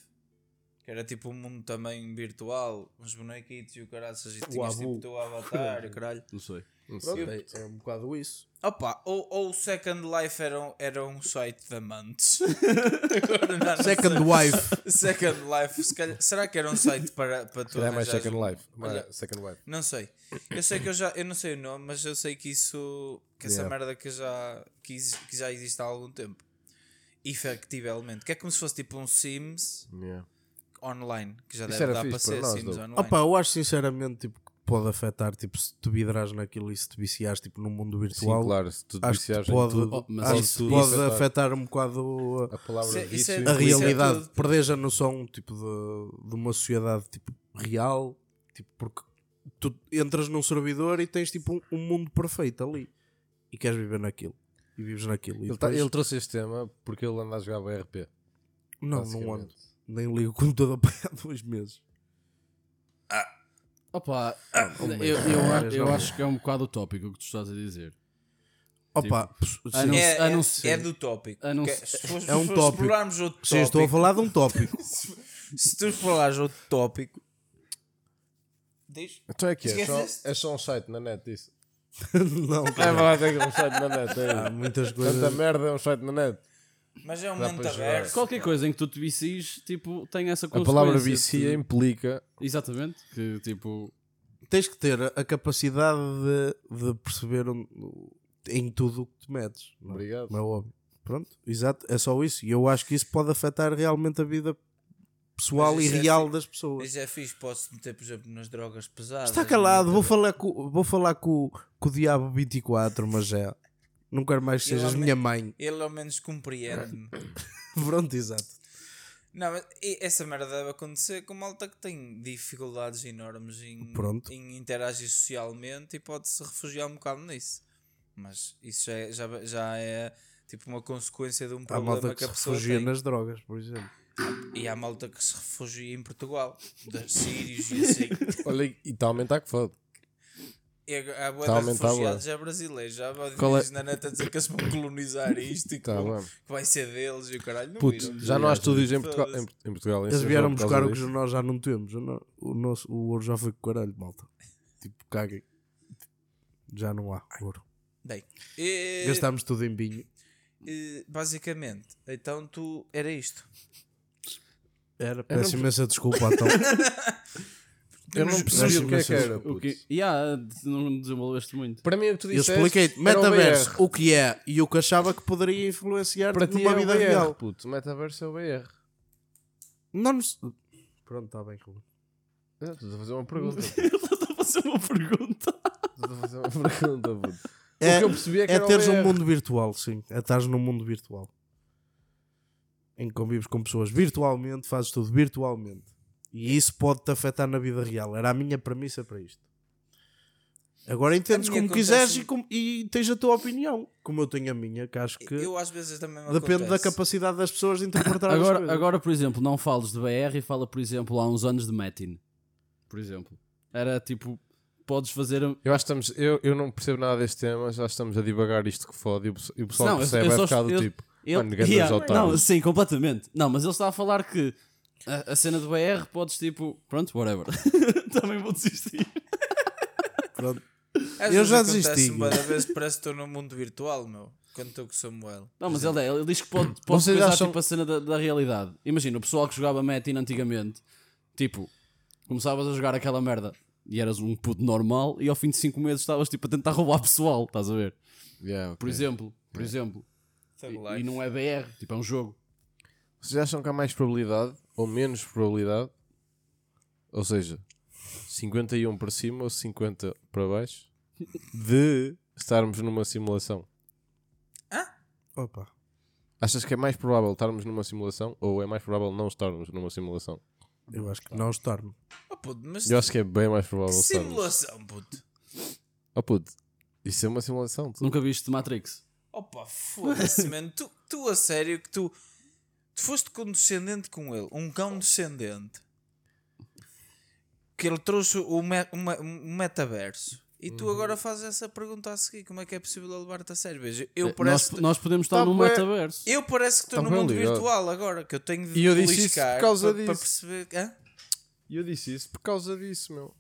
[SPEAKER 2] Que era tipo um mundo também virtual, uns bonequitos e o caraças, e tinhas tipo o
[SPEAKER 1] Abu.
[SPEAKER 2] teu avatar e o caralho.
[SPEAKER 5] Não sei.
[SPEAKER 1] Pronto, é, é um bocado isso.
[SPEAKER 2] Opa, ou, ou o Second Life era, um- era um site de amantes. Agora já não sei.
[SPEAKER 1] Second Wife.
[SPEAKER 2] Second Life, se calhar- será que era um site para, para tu
[SPEAKER 3] Era mais
[SPEAKER 2] arranjares
[SPEAKER 3] Second
[SPEAKER 2] um-
[SPEAKER 3] Life.
[SPEAKER 2] Olha.
[SPEAKER 3] Mais Second Life.
[SPEAKER 2] Não sei. Eu sei que eu já. Eu não sei o nome, mas eu sei que isso. Que essa
[SPEAKER 3] Yeah.
[SPEAKER 2] merda que já, que, exi- que já existe há algum tempo. Efectivamente. Que é como se fosse tipo um Sims
[SPEAKER 3] Yeah.
[SPEAKER 2] online. Que já
[SPEAKER 3] Isso
[SPEAKER 2] deve
[SPEAKER 3] era
[SPEAKER 2] dar
[SPEAKER 3] fixe
[SPEAKER 2] para ser
[SPEAKER 3] para nós,
[SPEAKER 2] Sims
[SPEAKER 3] Doug.
[SPEAKER 2] online.
[SPEAKER 1] Opa, eu acho sinceramente tipo, que pode afetar, tipo, se tu vidrares naquilo e se te viciares tipo, num mundo
[SPEAKER 3] Sim,
[SPEAKER 1] virtual.
[SPEAKER 3] claro. Se tu
[SPEAKER 1] Acho que
[SPEAKER 3] viciares
[SPEAKER 1] te
[SPEAKER 3] em
[SPEAKER 1] pode,
[SPEAKER 3] tudo,
[SPEAKER 5] Oh, mas
[SPEAKER 1] acho
[SPEAKER 5] isso-
[SPEAKER 1] que te pode
[SPEAKER 3] isso afeta-
[SPEAKER 1] afetar um bocado
[SPEAKER 3] a palavra
[SPEAKER 2] Isso é- isso é-
[SPEAKER 3] vício-
[SPEAKER 1] a, a
[SPEAKER 2] Isso
[SPEAKER 1] realidade.
[SPEAKER 2] tudo.
[SPEAKER 1] Perdes a noção tipo, de, de uma sociedade tipo, real, tipo, porque tu entras num servidor e tens tipo, um, um mundo perfeito ali e queres viver naquilo. E vives naquilo. E
[SPEAKER 3] Ele, tá-
[SPEAKER 1] depois-
[SPEAKER 3] ele trouxe este tema porque ele anda a jogar BRP.
[SPEAKER 1] não, não ando.
[SPEAKER 3] basicamente.
[SPEAKER 1] Nem ligo o computador para há <laughs> dois meses.
[SPEAKER 5] Opa, eu, eu, eu acho que é um bocado utópico o que tu estás a dizer.
[SPEAKER 1] Opa, pss,
[SPEAKER 5] ah,
[SPEAKER 1] sim.
[SPEAKER 5] não-
[SPEAKER 2] É,
[SPEAKER 5] a
[SPEAKER 2] é-
[SPEAKER 5] ser-
[SPEAKER 2] é do tópico.
[SPEAKER 5] a não
[SPEAKER 2] Que
[SPEAKER 5] ser-
[SPEAKER 2] se fores-
[SPEAKER 1] é um
[SPEAKER 2] se fores
[SPEAKER 1] tópico.
[SPEAKER 2] explorarmos outro
[SPEAKER 1] Sim, estou a
[SPEAKER 2] tópico-
[SPEAKER 1] falar de um
[SPEAKER 2] <laughs>
[SPEAKER 1] tópico.
[SPEAKER 2] Se tu explorarmos outro tópico. Diz.
[SPEAKER 3] Então é que é? Só,
[SPEAKER 2] Esqueceste?
[SPEAKER 3] é só um site na net isso.
[SPEAKER 1] não,
[SPEAKER 3] É verdade, é que é um site na net. é.
[SPEAKER 1] há muitas
[SPEAKER 3] Tanta
[SPEAKER 1] coisas.
[SPEAKER 3] merda é um site na net.
[SPEAKER 2] Mas é um
[SPEAKER 3] Dá para jogar.
[SPEAKER 2] metaverso.
[SPEAKER 5] Qualquer coisa em que tu te vicies, tipo, tem essa
[SPEAKER 3] A
[SPEAKER 5] consequência.
[SPEAKER 3] palavra
[SPEAKER 5] de-
[SPEAKER 3] vicia é implica
[SPEAKER 5] Exatamente. Que tipo.
[SPEAKER 1] Tens que ter a- a capacidade de, de perceber onde- em tudo o que te metes. não é?
[SPEAKER 3] Obrigado.
[SPEAKER 1] Como é óbvio. Pronto, exato, é só isso. E eu acho que isso pode afetar realmente a vida pessoal
[SPEAKER 2] Mas
[SPEAKER 1] e
[SPEAKER 2] isso é assim, é
[SPEAKER 1] real das pessoas.
[SPEAKER 2] Mas é fixe, posso meter, por exemplo, nas drogas pesadas.
[SPEAKER 1] Está calado, vou falar com, vou falar com, com o Diabo 24, mas é. Não quero mais que
[SPEAKER 2] Ele
[SPEAKER 1] sejas
[SPEAKER 2] ao
[SPEAKER 1] minha mãe. <laughs>
[SPEAKER 2] Ele ao menos compreende-me.
[SPEAKER 1] Pronto, exato.
[SPEAKER 2] Não, mas e- essa merda deve acontecer com malta que tem dificuldades enormes em,
[SPEAKER 1] Pronto.
[SPEAKER 2] em interagir socialmente e pode-se refugiar um bocado nisso. Mas isso já é, já, já é tipo uma consequência de um
[SPEAKER 1] Há
[SPEAKER 2] problema
[SPEAKER 1] malta
[SPEAKER 2] que,
[SPEAKER 1] que
[SPEAKER 2] a
[SPEAKER 1] se
[SPEAKER 2] pessoa
[SPEAKER 1] refugia
[SPEAKER 2] tem.
[SPEAKER 1] nas drogas, por exemplo.
[SPEAKER 2] E há malta que se
[SPEAKER 3] <laughs>
[SPEAKER 2] refugia em Portugal, das sírios e assim.
[SPEAKER 3] Olha, e está a aumentar que foda.
[SPEAKER 2] E a, a boa
[SPEAKER 3] Tá a
[SPEAKER 2] de
[SPEAKER 3] aumentar,
[SPEAKER 2] refugiados é brasileira. Já vai
[SPEAKER 3] Qual é-
[SPEAKER 2] dizer na neta a dizer que eles vão colonizar isto e que,
[SPEAKER 3] Tá
[SPEAKER 2] vão-
[SPEAKER 3] bem.
[SPEAKER 2] que vai ser deles e o caralho. Não
[SPEAKER 3] Puto,
[SPEAKER 2] viram?
[SPEAKER 3] já não há estúdios em Portugal. Em,
[SPEAKER 2] Foda-se.
[SPEAKER 3] em Portugal em
[SPEAKER 1] Eles
[SPEAKER 3] São
[SPEAKER 1] vieram
[SPEAKER 3] João é por
[SPEAKER 1] buscar
[SPEAKER 3] causa
[SPEAKER 1] o que
[SPEAKER 3] disso.
[SPEAKER 1] nós já não temos. O, no- o nosso, o ouro já foi com o caralho, malta. Tipo, caguem. Já não há ouro.
[SPEAKER 2] Bem, e-
[SPEAKER 1] Gastámos tudo em vinho.
[SPEAKER 2] e, basicamente, então tu era isto.
[SPEAKER 1] Era, peço imensa desculpa,
[SPEAKER 3] <laughs>
[SPEAKER 1] então.
[SPEAKER 3] Eu não percebi o que é que era.
[SPEAKER 5] O
[SPEAKER 3] puto.
[SPEAKER 5] que... Yeah, não desenvolveste muito.
[SPEAKER 3] Para mim, o que tu
[SPEAKER 1] Eu
[SPEAKER 3] disseste.
[SPEAKER 1] expliquei-te.
[SPEAKER 3] era um
[SPEAKER 1] Metaverso,
[SPEAKER 3] BR.
[SPEAKER 1] o que é e o que achava que poderia influenciar
[SPEAKER 3] Para ti é
[SPEAKER 1] numa
[SPEAKER 3] o
[SPEAKER 1] vida
[SPEAKER 3] BR,
[SPEAKER 1] real.
[SPEAKER 3] puto. Metaverso é o BR.
[SPEAKER 1] Não nos... Pronto,
[SPEAKER 3] tá
[SPEAKER 1] está bem, Ruben.
[SPEAKER 3] Ah, Estou a fazer uma pergunta.
[SPEAKER 5] Ele está a fazer uma pergunta.
[SPEAKER 3] Estou a fazer uma pergunta, puto. o
[SPEAKER 1] É,
[SPEAKER 3] que eu percebi é que
[SPEAKER 1] é
[SPEAKER 3] era o
[SPEAKER 1] teres um
[SPEAKER 3] BR.
[SPEAKER 1] mundo virtual, sim. É estares num mundo virtual. Em que convives com pessoas virtualmente, fazes tudo virtualmente. E isso pode-te afetar na vida real. Era a minha premissa para isto. Agora entendes
[SPEAKER 2] A
[SPEAKER 1] como
[SPEAKER 2] minha
[SPEAKER 1] quiseres
[SPEAKER 2] acontece-
[SPEAKER 1] e, como- e tens a tua opinião. Como eu tenho a minha, que acho que
[SPEAKER 2] Eu às vezes também me
[SPEAKER 1] depende da
[SPEAKER 2] acontece.
[SPEAKER 1] capacidade das pessoas de interpretar as
[SPEAKER 5] Agora,
[SPEAKER 1] coisas.
[SPEAKER 5] agora, por exemplo, não fales de BR e fala, por exemplo, há uns anos de Metin. Por exemplo. Era tipo, podes fazer. um- a-
[SPEAKER 3] Eu acho que estamos. Eu, eu não percebo nada deste tema, já estamos a divagar isto que fode. E o pessoal- e o pessoal
[SPEAKER 5] Não, eu-
[SPEAKER 3] percebe,
[SPEAKER 5] eu
[SPEAKER 3] é
[SPEAKER 5] só-
[SPEAKER 3] ficar do
[SPEAKER 5] eu-
[SPEAKER 3] tipo.
[SPEAKER 5] Ele-
[SPEAKER 3] Mano, grandes
[SPEAKER 5] Yeah.
[SPEAKER 3] otários.
[SPEAKER 5] Não, sim, completamente. Não, mas ele está a falar que a, a cena do BR podes tipo, pronto, whatever. <laughs> Também vou desistir.
[SPEAKER 1] Pronto.
[SPEAKER 2] Às
[SPEAKER 1] Eu
[SPEAKER 2] vezes
[SPEAKER 1] já
[SPEAKER 2] acontece-me
[SPEAKER 1] desisti.
[SPEAKER 2] bué da vez parece que estou num mundo virtual, meu. Quando estou com o Samuel.
[SPEAKER 5] Não, mas ele, é, ele diz que pode, pode
[SPEAKER 3] Vocês
[SPEAKER 5] coisar
[SPEAKER 3] acham-
[SPEAKER 5] tipo, a cena da, da realidade. Imagina, o pessoal que jogava Metin antigamente, tipo, começavas a jogar aquela merda e eras um puto normal e ao fim de 5 meses estavas tipo a tentar roubar pessoal, estás a ver?
[SPEAKER 3] Yeah,
[SPEAKER 5] Por
[SPEAKER 3] ok.
[SPEAKER 5] exemplo, por
[SPEAKER 3] É.
[SPEAKER 5] exemplo.
[SPEAKER 2] Thug
[SPEAKER 5] E, e
[SPEAKER 2] Life.
[SPEAKER 5] não é BR, tipo, é um jogo.
[SPEAKER 3] Vocês acham que há mais probabilidade ou menos probabilidade? Ou seja, 51 para cima ou 50 para
[SPEAKER 5] <laughs>
[SPEAKER 3] baixo de estarmos numa simulação?
[SPEAKER 1] Opa.
[SPEAKER 3] Achas que é mais provável estarmos numa simulação ou é mais provável não estarmos numa simulação?
[SPEAKER 1] Eu acho que não estar-me.
[SPEAKER 2] Oh, puto, mas
[SPEAKER 3] Eu acho que é bem mais
[SPEAKER 2] que
[SPEAKER 3] provável estarmos.
[SPEAKER 2] simulação, puto.
[SPEAKER 3] Oh puto, isso é uma simulação. tu.
[SPEAKER 5] Nunca viste Matrix.
[SPEAKER 2] Opa, foda-se, mano. Tu, tu a sério que tu, tu foste condescendente com ele, um cão descendente. Que ele trouxe o me- o me- um metaverso. E
[SPEAKER 5] Uhum.
[SPEAKER 2] tu agora fazes essa pergunta a seguir: como é que é possível ele levar-te a sério? Veja, eu
[SPEAKER 5] É,
[SPEAKER 1] Eh,
[SPEAKER 5] nós,
[SPEAKER 2] parece.
[SPEAKER 5] nós podemos estar
[SPEAKER 3] Tá
[SPEAKER 5] num
[SPEAKER 3] bué-
[SPEAKER 5] metaverso.
[SPEAKER 2] Eu parece que estou
[SPEAKER 3] Tá
[SPEAKER 2] no
[SPEAKER 3] bem
[SPEAKER 2] mundo
[SPEAKER 3] ligado.
[SPEAKER 2] virtual agora, que eu tenho de
[SPEAKER 3] E eu disse isso por
[SPEAKER 2] beliscar
[SPEAKER 3] causa
[SPEAKER 2] para, para
[SPEAKER 3] disso.
[SPEAKER 2] perceber. Hã?
[SPEAKER 3] E eu disse isso por causa disso, meu.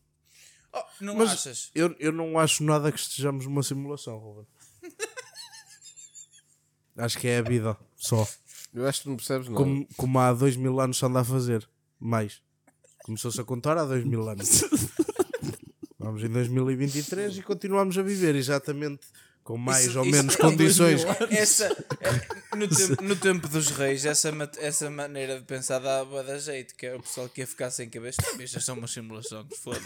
[SPEAKER 2] Oh, não
[SPEAKER 1] Mas-
[SPEAKER 2] achas?
[SPEAKER 1] Eu, eu não acho nada que estejamos numa simulação,
[SPEAKER 2] <laughs>
[SPEAKER 1] Ruben. acho que é a vida, só.
[SPEAKER 3] Eu acho que não percebes nada.
[SPEAKER 1] Como, como há dois mil anos se anda a fazer. Mais. Começou-se a contar há dois mil
[SPEAKER 2] <laughs>
[SPEAKER 1] anos. Vamos em 2023 e continuamos a viver exatamente com mais
[SPEAKER 2] Isso-
[SPEAKER 1] ou
[SPEAKER 2] isso-
[SPEAKER 1] menos
[SPEAKER 2] é-
[SPEAKER 1] condições.
[SPEAKER 2] Essa, é-
[SPEAKER 3] <laughs>
[SPEAKER 2] no, tempo, no tempo dos reis, essa, ma- essa maneira de pensar dava da jeito, que é o pessoal que ia ficar sem cabeça. Isto é só uma simulação, que se foda.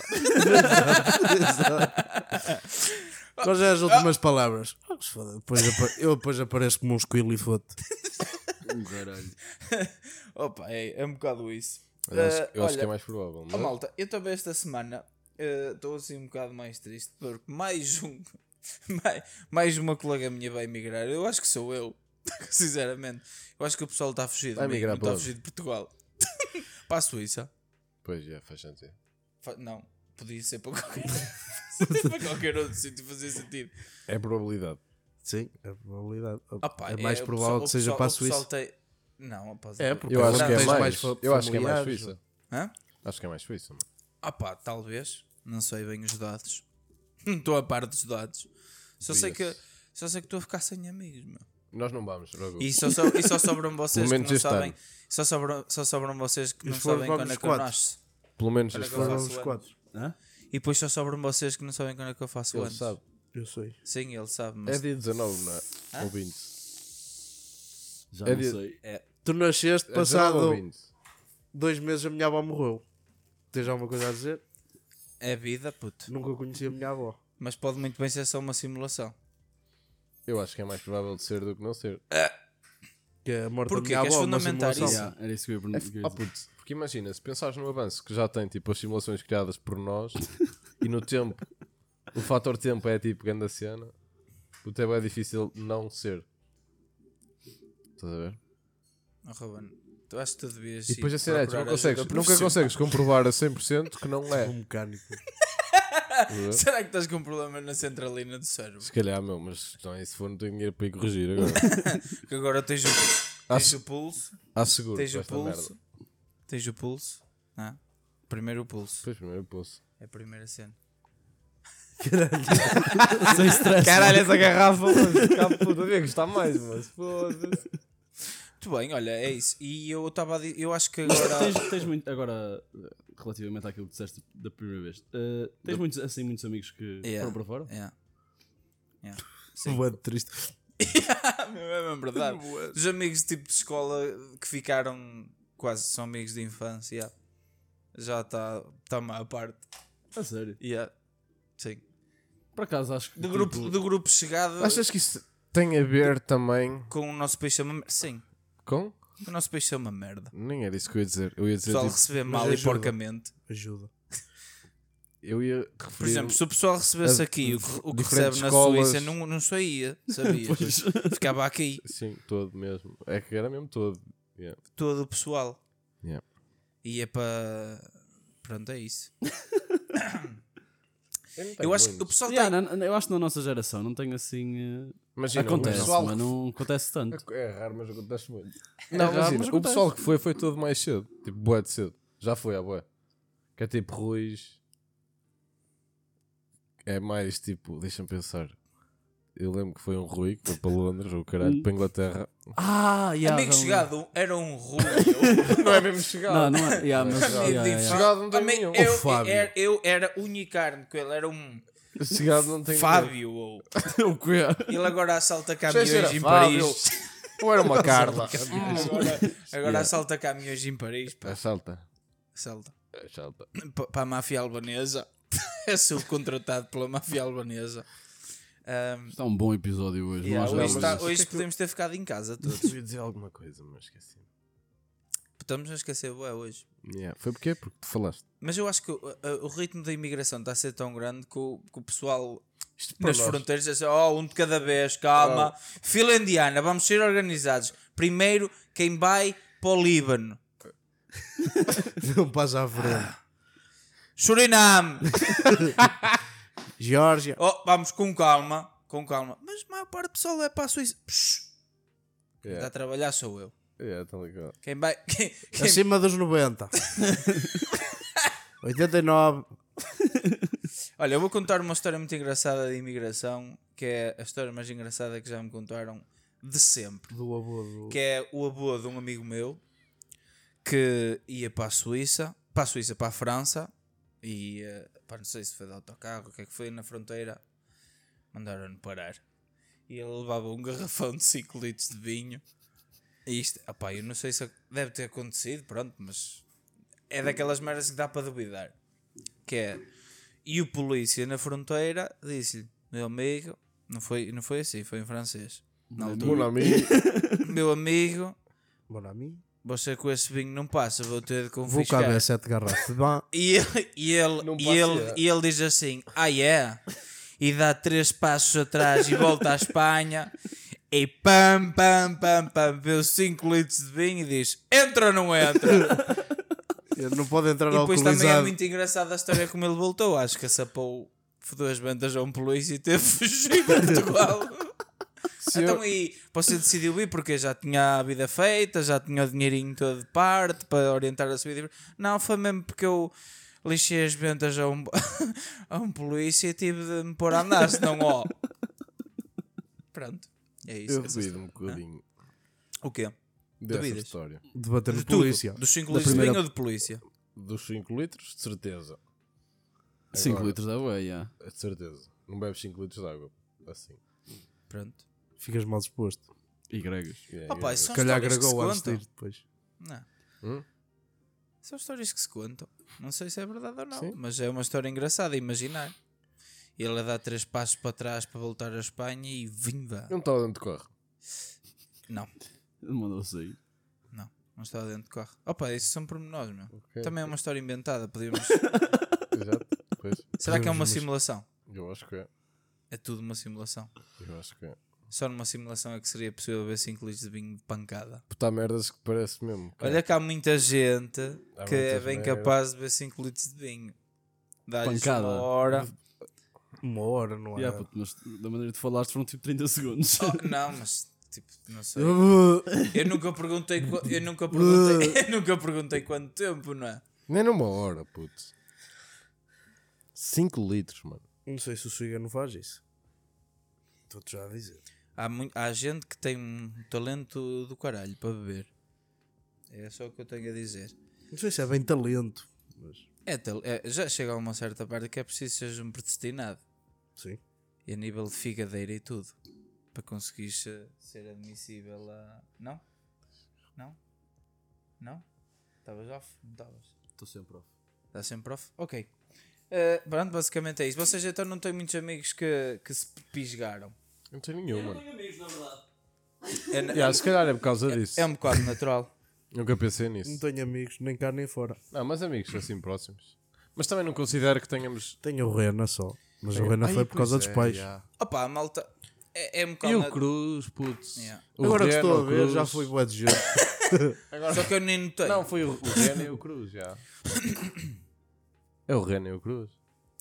[SPEAKER 1] Quais é as últimas palavras? Ah, se foda, Depois apa- eu depois apareço como um esquilo e foto.
[SPEAKER 2] Opa, é, é um bocado isso.
[SPEAKER 3] Eu acho,
[SPEAKER 2] Eh,
[SPEAKER 3] eu acho que é
[SPEAKER 2] olha,
[SPEAKER 3] mais provável.
[SPEAKER 2] ó
[SPEAKER 3] Não? é?
[SPEAKER 2] malta, eu também esta semana estou assim um bocado mais triste porque mais um. <laughs> Mais, mais uma colega minha vai emigrar. Eu acho que sou eu, <laughs> sinceramente. Eu acho que o pessoal está fugido.
[SPEAKER 3] Vai
[SPEAKER 2] amigo,
[SPEAKER 3] migrar
[SPEAKER 2] não
[SPEAKER 3] para
[SPEAKER 2] está
[SPEAKER 3] onde?
[SPEAKER 2] fugido de Portugal. <laughs> para a Suíça.
[SPEAKER 3] Pois é, faz sentido.
[SPEAKER 2] Fa- Não, podia ser para qualquer,
[SPEAKER 1] <laughs>
[SPEAKER 2] para qualquer outro sítio fazer sentido.
[SPEAKER 3] É probabilidade.
[SPEAKER 1] Sim, é a probabilidade.
[SPEAKER 2] Ah pá,
[SPEAKER 1] é mais
[SPEAKER 2] o
[SPEAKER 1] provável
[SPEAKER 2] pessoal-
[SPEAKER 1] que seja
[SPEAKER 2] o
[SPEAKER 1] para a
[SPEAKER 2] pessoal-
[SPEAKER 1] Suíça.
[SPEAKER 2] o pessoal tem- Não, após
[SPEAKER 1] É, porque
[SPEAKER 3] Eu acho
[SPEAKER 1] Não,
[SPEAKER 3] que é
[SPEAKER 1] tens
[SPEAKER 3] mais.
[SPEAKER 1] mais fa-
[SPEAKER 3] eu acho que é mais
[SPEAKER 1] familiares.
[SPEAKER 3] Suíça.
[SPEAKER 2] Hã?
[SPEAKER 3] Acho que é mais Suíça, mano.
[SPEAKER 2] Ah pá, talvez. Não sei bem os dados. <laughs> Não estou a par dos dados. Só sei que só sei que estou a ficar sem amigos, meu.
[SPEAKER 3] Nós não vamos, Rago.
[SPEAKER 2] E só, so- e só
[SPEAKER 3] <laughs>
[SPEAKER 2] sobram vocês
[SPEAKER 3] Pelo
[SPEAKER 2] que
[SPEAKER 3] menos
[SPEAKER 2] não
[SPEAKER 3] este
[SPEAKER 2] sabem.
[SPEAKER 3] ano.
[SPEAKER 2] Só sobram, só sobram vocês que não
[SPEAKER 1] foram
[SPEAKER 2] sabem
[SPEAKER 1] vamos
[SPEAKER 2] quando é que eu
[SPEAKER 1] quatro.
[SPEAKER 2] nasço.
[SPEAKER 3] Pelo menos
[SPEAKER 2] Olha
[SPEAKER 3] este
[SPEAKER 2] agora.
[SPEAKER 3] ano.
[SPEAKER 1] Foram os
[SPEAKER 2] Suécia.
[SPEAKER 1] quatro.
[SPEAKER 2] E depois só sobram vocês que não sabem quando é que eu faço
[SPEAKER 3] Ele
[SPEAKER 2] anos.
[SPEAKER 3] sabe.
[SPEAKER 1] Eu sei.
[SPEAKER 2] Sim, ele sabe,
[SPEAKER 3] É
[SPEAKER 2] mas
[SPEAKER 3] dia 19, não é?
[SPEAKER 2] Ah?
[SPEAKER 3] Ou 20.
[SPEAKER 5] Já
[SPEAKER 3] É
[SPEAKER 5] não
[SPEAKER 3] de-
[SPEAKER 5] sei.
[SPEAKER 1] Tu nasceste
[SPEAKER 3] É
[SPEAKER 1] passado
[SPEAKER 3] 19 ou 20.
[SPEAKER 1] dois meses a minha avó morreu. Tens alguma coisa a dizer?
[SPEAKER 2] é vida, puto.
[SPEAKER 1] Nunca conheci a minha avó.
[SPEAKER 2] Mas pode muito bem ser só uma simulação.
[SPEAKER 3] Eu acho que é mais provável de ser do que não ser.
[SPEAKER 1] Que a morte
[SPEAKER 2] Porquê?
[SPEAKER 1] da minha
[SPEAKER 2] Queres
[SPEAKER 1] avó é uma
[SPEAKER 2] fundamentar
[SPEAKER 1] simulação.
[SPEAKER 2] isso?
[SPEAKER 5] Yeah, era isso que eu ia perguntar.
[SPEAKER 3] Ah, puto, porque imagina, se pensares no avanço que já tem tipo as simulações criadas por nós e no tempo, o fator tempo é tipo grande a cena, o tempo é difícil não ser. Estás a ver?
[SPEAKER 2] Oh, Ruben, tu acho que tu devias.
[SPEAKER 3] E depois
[SPEAKER 2] ir
[SPEAKER 3] a cena é, tu não
[SPEAKER 2] procurar ajuda
[SPEAKER 3] consegues, nunca consegues comprovar a 100% que não
[SPEAKER 1] É Um
[SPEAKER 3] é.
[SPEAKER 1] mecânico.
[SPEAKER 2] <laughs> Será que estás com um problema na centralina do cérebro?
[SPEAKER 3] <laughs> Se calhar, meu, mas não é, se for, não tenho dinheiro para ir corrigir <laughs> agora.
[SPEAKER 2] Que agora tens o,
[SPEAKER 3] Ah,
[SPEAKER 2] tens o pulso,
[SPEAKER 3] Há seguro.
[SPEAKER 2] tens
[SPEAKER 3] para
[SPEAKER 2] o
[SPEAKER 3] esta
[SPEAKER 2] pulso,
[SPEAKER 3] merda.
[SPEAKER 2] tens o pulso, não é? Primeiro o pulso,
[SPEAKER 3] Pois, primeiro pulso.
[SPEAKER 2] é a primeira cena. <laughs>
[SPEAKER 5] Sem
[SPEAKER 3] <laughs>
[SPEAKER 5] stress.
[SPEAKER 3] Caralho, essa garrafa, mano. Cá puta, devia gostar mais, mas foda-se.
[SPEAKER 2] Muito bem, olha, é isso. E eu estava a di- eu acho que
[SPEAKER 5] Mas
[SPEAKER 2] <laughs> agora.
[SPEAKER 5] tens, tens muito, agora, eh, relativamente àquilo que disseste da primeira vez, eh, tens muitos, assim, muitos amigos que
[SPEAKER 2] Yeah.
[SPEAKER 5] foram para fora?
[SPEAKER 2] Yeah. Yeah.
[SPEAKER 1] Bué de triste.
[SPEAKER 2] Meu, é mesmo verdade. Dos amigos tipo de escola que ficaram quase são amigos de infância. yeah. Já está tá má a parte.
[SPEAKER 3] É.
[SPEAKER 5] A sério.
[SPEAKER 2] Yeah. Sim.
[SPEAKER 5] Por acaso acho que.
[SPEAKER 2] Do grupo,
[SPEAKER 5] tipo,
[SPEAKER 2] do grupo chegado
[SPEAKER 3] Achas que isso tem a ver também
[SPEAKER 2] com o nosso peixe é uma merda. Sim,
[SPEAKER 3] com?
[SPEAKER 2] o nosso peixe é uma merda.
[SPEAKER 3] Nem era isso que eu ia dizer. Eu ia
[SPEAKER 2] O
[SPEAKER 3] dizer.
[SPEAKER 2] pessoal
[SPEAKER 3] Tipo,
[SPEAKER 2] receber
[SPEAKER 1] mas
[SPEAKER 2] mal e
[SPEAKER 1] ajuda.
[SPEAKER 2] porcamente.
[SPEAKER 1] Ajuda.
[SPEAKER 3] eu ia
[SPEAKER 2] Por
[SPEAKER 3] referir.
[SPEAKER 2] exemplo, se o pessoal recebesse
[SPEAKER 3] a-
[SPEAKER 2] aqui o que, o que
[SPEAKER 3] diferentes
[SPEAKER 2] recebe na
[SPEAKER 3] escolas.
[SPEAKER 2] Suíça, não, não saía,
[SPEAKER 3] <laughs>
[SPEAKER 2] sabias? Ficava aqui
[SPEAKER 3] Sim, todo mesmo. É que era mesmo todo. Yeah.
[SPEAKER 2] todo o pessoal.
[SPEAKER 3] Yeah.
[SPEAKER 2] E é para. Pronto, é isso.
[SPEAKER 3] Eu, não tenho
[SPEAKER 2] Eu acho que o
[SPEAKER 3] muitos.
[SPEAKER 2] pessoal tá-
[SPEAKER 5] yeah,
[SPEAKER 2] tem.
[SPEAKER 5] na- na- eu acho que na nossa geração não tenho assim. eh,
[SPEAKER 3] Imagina,
[SPEAKER 5] acontece,
[SPEAKER 3] o um pessoal
[SPEAKER 5] mas não acontece tanto.
[SPEAKER 3] É raro, mas acontece muito.
[SPEAKER 5] É
[SPEAKER 3] Não,
[SPEAKER 5] raro,
[SPEAKER 3] imagina,
[SPEAKER 5] mas
[SPEAKER 3] o
[SPEAKER 5] acontece.
[SPEAKER 3] pessoal que foi, foi todo mais cedo. Tipo, boé de cedo. Já foi à boé. Que é tipo Ruiz. É mais tipo, deixa-me pensar. Eu lembro que foi um Rui que foi para Londres, ou caralho, para a Inglaterra.
[SPEAKER 5] Ah,
[SPEAKER 2] Amigo
[SPEAKER 5] yeah, já me lembro.
[SPEAKER 2] chegado era um Rúlio.
[SPEAKER 3] <laughs> Não é mesmo chegado.
[SPEAKER 5] Não, não é. Yeah, mas,
[SPEAKER 2] Amigo
[SPEAKER 5] yeah,
[SPEAKER 2] de
[SPEAKER 5] yeah, yeah.
[SPEAKER 2] infância.
[SPEAKER 3] Chegado não tem
[SPEAKER 2] Amigo-
[SPEAKER 3] nenhum.
[SPEAKER 2] Eu,
[SPEAKER 1] Ou Fábio.
[SPEAKER 2] Era, eu era unicarne com ele, era um
[SPEAKER 3] Chegado não tem
[SPEAKER 2] Fábio. Ou...
[SPEAKER 3] O quê?
[SPEAKER 2] Ele agora
[SPEAKER 3] <laughs>
[SPEAKER 2] assalta
[SPEAKER 3] Sei se era
[SPEAKER 2] caminhões em
[SPEAKER 3] Fábio.
[SPEAKER 2] Paris.
[SPEAKER 3] Ou era uma Carla.
[SPEAKER 2] Agora, agora assalta caminhões em Paris.
[SPEAKER 3] É
[SPEAKER 2] pá.
[SPEAKER 3] Assalta.
[SPEAKER 2] Assalta.
[SPEAKER 3] Assalta.
[SPEAKER 2] P- Para a máfia albanesa. <laughs> é subcontratado pela máfia albanesa. Ahm,
[SPEAKER 5] Está um bom episódio hoje.
[SPEAKER 2] yeah,
[SPEAKER 5] não
[SPEAKER 3] não,
[SPEAKER 2] hoje
[SPEAKER 3] mas
[SPEAKER 5] haja
[SPEAKER 2] está-
[SPEAKER 3] isso
[SPEAKER 5] dúvidas.
[SPEAKER 3] é
[SPEAKER 2] hoje
[SPEAKER 3] que eu-
[SPEAKER 2] podemos ter ficado em casa todos.
[SPEAKER 3] <laughs> Eu ia dizer alguma coisa, mas esqueci.
[SPEAKER 2] Estamos a esquecer, ué, hoje.
[SPEAKER 3] Yeah. Foi porquê? Porque tu falaste.
[SPEAKER 2] Mas eu acho que o, a- o ritmo da imigração está a ser tão grande que o, que o pessoal
[SPEAKER 3] Isto para
[SPEAKER 2] nas
[SPEAKER 3] nós.
[SPEAKER 2] fronteiras é assim, oh, um de cada vez, calma. Fila indiana, vamos ser organizados. Primeiro, quem vai para o Líbano.
[SPEAKER 1] <laughs> Não passa à frente.
[SPEAKER 2] Suriname.
[SPEAKER 1] Geórgia.
[SPEAKER 2] Oh, vamos com calma, com calma. Mas a maior parte do pessoal é para a Suíça. Psh, quem está a
[SPEAKER 3] Yeah.
[SPEAKER 2] trabalhar sou eu.
[SPEAKER 3] Yeah, tá ligado.
[SPEAKER 2] Quem vai... <laughs> Quem, quem-
[SPEAKER 1] Acima dos 90. 89.
[SPEAKER 2] Olha, eu vou contar uma história muito engraçada de imigração, que é a história mais engraçada que já me contaram de sempre.
[SPEAKER 1] Do avô do.
[SPEAKER 2] que é o avô de um amigo meu que ia para a Suíça, para a Suíça, para a França, e eh, pá, não sei se foi de autocarro, o que é que foi, na fronteira, mandaram-no parar. E ele levava um garrafão de 5 litros de vinho. E isto, opá, eu não sei se ac- deve ter acontecido, pronto, mas é daquelas merdas que dá para duvidar. Que é, e o polícia na fronteira disse-lhe, meu amigo, não foi, não foi assim, foi em francês. Na altura,
[SPEAKER 3] Mon
[SPEAKER 2] <laughs>
[SPEAKER 3] ami.
[SPEAKER 2] meu amigo,
[SPEAKER 1] Bom, a mim.
[SPEAKER 2] você com esse vinho não passa, vou ter de
[SPEAKER 1] Vou
[SPEAKER 2] confiscar.
[SPEAKER 1] caber 7 garrafas de
[SPEAKER 2] <laughs>
[SPEAKER 1] ban.
[SPEAKER 2] E ele, e ele,
[SPEAKER 3] Não
[SPEAKER 2] e
[SPEAKER 3] passa,
[SPEAKER 2] ele,
[SPEAKER 3] é.
[SPEAKER 2] e ele diz assim: Ah, é? E dá três passos atrás e volta à Espanha. E pam, pam, pam, pam, vê os 5 litros de vinho e diz: Entra ou não entra?
[SPEAKER 1] Não pode entrar
[SPEAKER 2] e depois também é
[SPEAKER 1] alcoolizado.
[SPEAKER 2] muito engraçada a história como ele voltou. Acho que sapou, fodeu as bandas a um polícia e teve fugido para Portugal. Então e você decidiu vir porque já tinha a vida feita, já tinha o dinheirinho todo de parte para orientar a sua vida. Não, foi mesmo porque eu lixei as ventas a um, <laughs> a um polícia e tive de me pôr a andar, senão ó. Pronto, é isso.
[SPEAKER 3] Eu
[SPEAKER 2] Essa-
[SPEAKER 3] duvido um bocadinho
[SPEAKER 2] O quê?
[SPEAKER 3] dessa
[SPEAKER 2] Duvidas?
[SPEAKER 3] história.
[SPEAKER 1] De bater
[SPEAKER 2] De
[SPEAKER 1] no
[SPEAKER 2] tudo.
[SPEAKER 1] polícia.
[SPEAKER 2] Dos 5
[SPEAKER 5] Da
[SPEAKER 2] litros de
[SPEAKER 5] primeira-
[SPEAKER 2] vinho ou de polícia?
[SPEAKER 3] Dos 5 litros, de certeza.
[SPEAKER 5] 5
[SPEAKER 3] Agora,
[SPEAKER 5] litros da boa, yeah.
[SPEAKER 3] De certeza. Não bebes 5 litros de água. Assim.
[SPEAKER 2] Pronto.
[SPEAKER 1] Ficas mal disposto.
[SPEAKER 2] Então
[SPEAKER 5] E gregas.
[SPEAKER 3] Yeah,
[SPEAKER 2] Ah pá,
[SPEAKER 3] yeah.
[SPEAKER 2] isso
[SPEAKER 1] Se
[SPEAKER 2] são
[SPEAKER 1] calhar
[SPEAKER 2] histórias que se
[SPEAKER 1] agregou antes de
[SPEAKER 2] contam.
[SPEAKER 1] ir depois.
[SPEAKER 2] Não.
[SPEAKER 3] Hum?
[SPEAKER 2] São histórias que se contam. Não sei se é verdade ou não,
[SPEAKER 3] Sim.
[SPEAKER 2] mas é uma história engraçada a imaginar. Ele a dar três passos para trás para voltar à Espanha e vinda.
[SPEAKER 3] Não estava dentro de carro.
[SPEAKER 2] Não,
[SPEAKER 5] Mandou sair.
[SPEAKER 2] não, não está dentro de carro. Opa, isso são pormenores, meu.
[SPEAKER 3] Ok.
[SPEAKER 2] Também é uma história inventada.
[SPEAKER 3] <laughs>
[SPEAKER 2] Podíamos...
[SPEAKER 3] Exato. Pois.
[SPEAKER 2] Será que é uma
[SPEAKER 1] Podemos, mas-
[SPEAKER 2] simulação?
[SPEAKER 3] Eu acho que é.
[SPEAKER 2] É tudo uma simulação.
[SPEAKER 3] Eu acho que é.
[SPEAKER 2] Só numa simulação é que seria possível ver 5 litros de vinho de pancada.
[SPEAKER 3] Puta há merdas que parece mesmo. que
[SPEAKER 2] Olha que há muita gente
[SPEAKER 3] Há
[SPEAKER 2] que é
[SPEAKER 3] muitas
[SPEAKER 2] bem
[SPEAKER 3] merdas.
[SPEAKER 2] capaz de ver 5 litros de vinho. Dá-lhes uma
[SPEAKER 5] Pancada.
[SPEAKER 2] hora.
[SPEAKER 1] Uma hora, não é?
[SPEAKER 5] Yeah, puto, mas da maneira de falaste foram tipo
[SPEAKER 2] <laughs>
[SPEAKER 5] 30 segundos.
[SPEAKER 2] Oh, não, mas tipo, não sei. Eu nunca perguntei, qua- eu nunca perguntei, eu nunca perguntei quanto tempo, não é?
[SPEAKER 3] Nem numa hora, puto. 5 litros, mano.
[SPEAKER 1] Não sei se o cigano faz isso. Estou-te já a dizer.
[SPEAKER 2] Há, mui- há gente que tem um talento do caralho para beber. É só o que eu tenho a dizer.
[SPEAKER 1] Não sei se é bem talento, mas
[SPEAKER 2] É tal- é- já chega a uma certa parte que é preciso seres um predestinado.
[SPEAKER 1] sim.
[SPEAKER 2] E a nível de figadeira e tudo. Para conseguires eh, ser admissível a. Não? Não? Não? Estavas off? Não estavas?
[SPEAKER 5] Estou sempre off.
[SPEAKER 2] Está sempre off? Ok. Eh, pronto, basicamente é isso. Vocês então não têm muitos amigos que, que se pisgaram.
[SPEAKER 3] Não tem nenhum, mano.
[SPEAKER 2] É, na-
[SPEAKER 3] Yeah, se calhar é por causa disso.
[SPEAKER 2] é um bocado natural.
[SPEAKER 3] Nunca pensei nisso.
[SPEAKER 1] Não tenho amigos, nem cá nem fora.
[SPEAKER 3] Não, mas amigos assim próximos. Mas também não considero que tenhamos. é,
[SPEAKER 1] Tenho o Rena só. Mas o Rena foi por causa dos pais.
[SPEAKER 2] Opa, a malta. É, é um
[SPEAKER 3] E
[SPEAKER 2] bocado.
[SPEAKER 3] o
[SPEAKER 2] na-
[SPEAKER 3] Cruz, putz.
[SPEAKER 2] Yeah.
[SPEAKER 3] O
[SPEAKER 1] Agora que
[SPEAKER 3] Reno,
[SPEAKER 1] estou a
[SPEAKER 3] o
[SPEAKER 1] ver,
[SPEAKER 3] Cruz.
[SPEAKER 1] já foi bué de gente.
[SPEAKER 2] Só que eu nem notei.
[SPEAKER 3] Não, foi o, o Reno e o Cruz, já. É o Reno e o Cruz.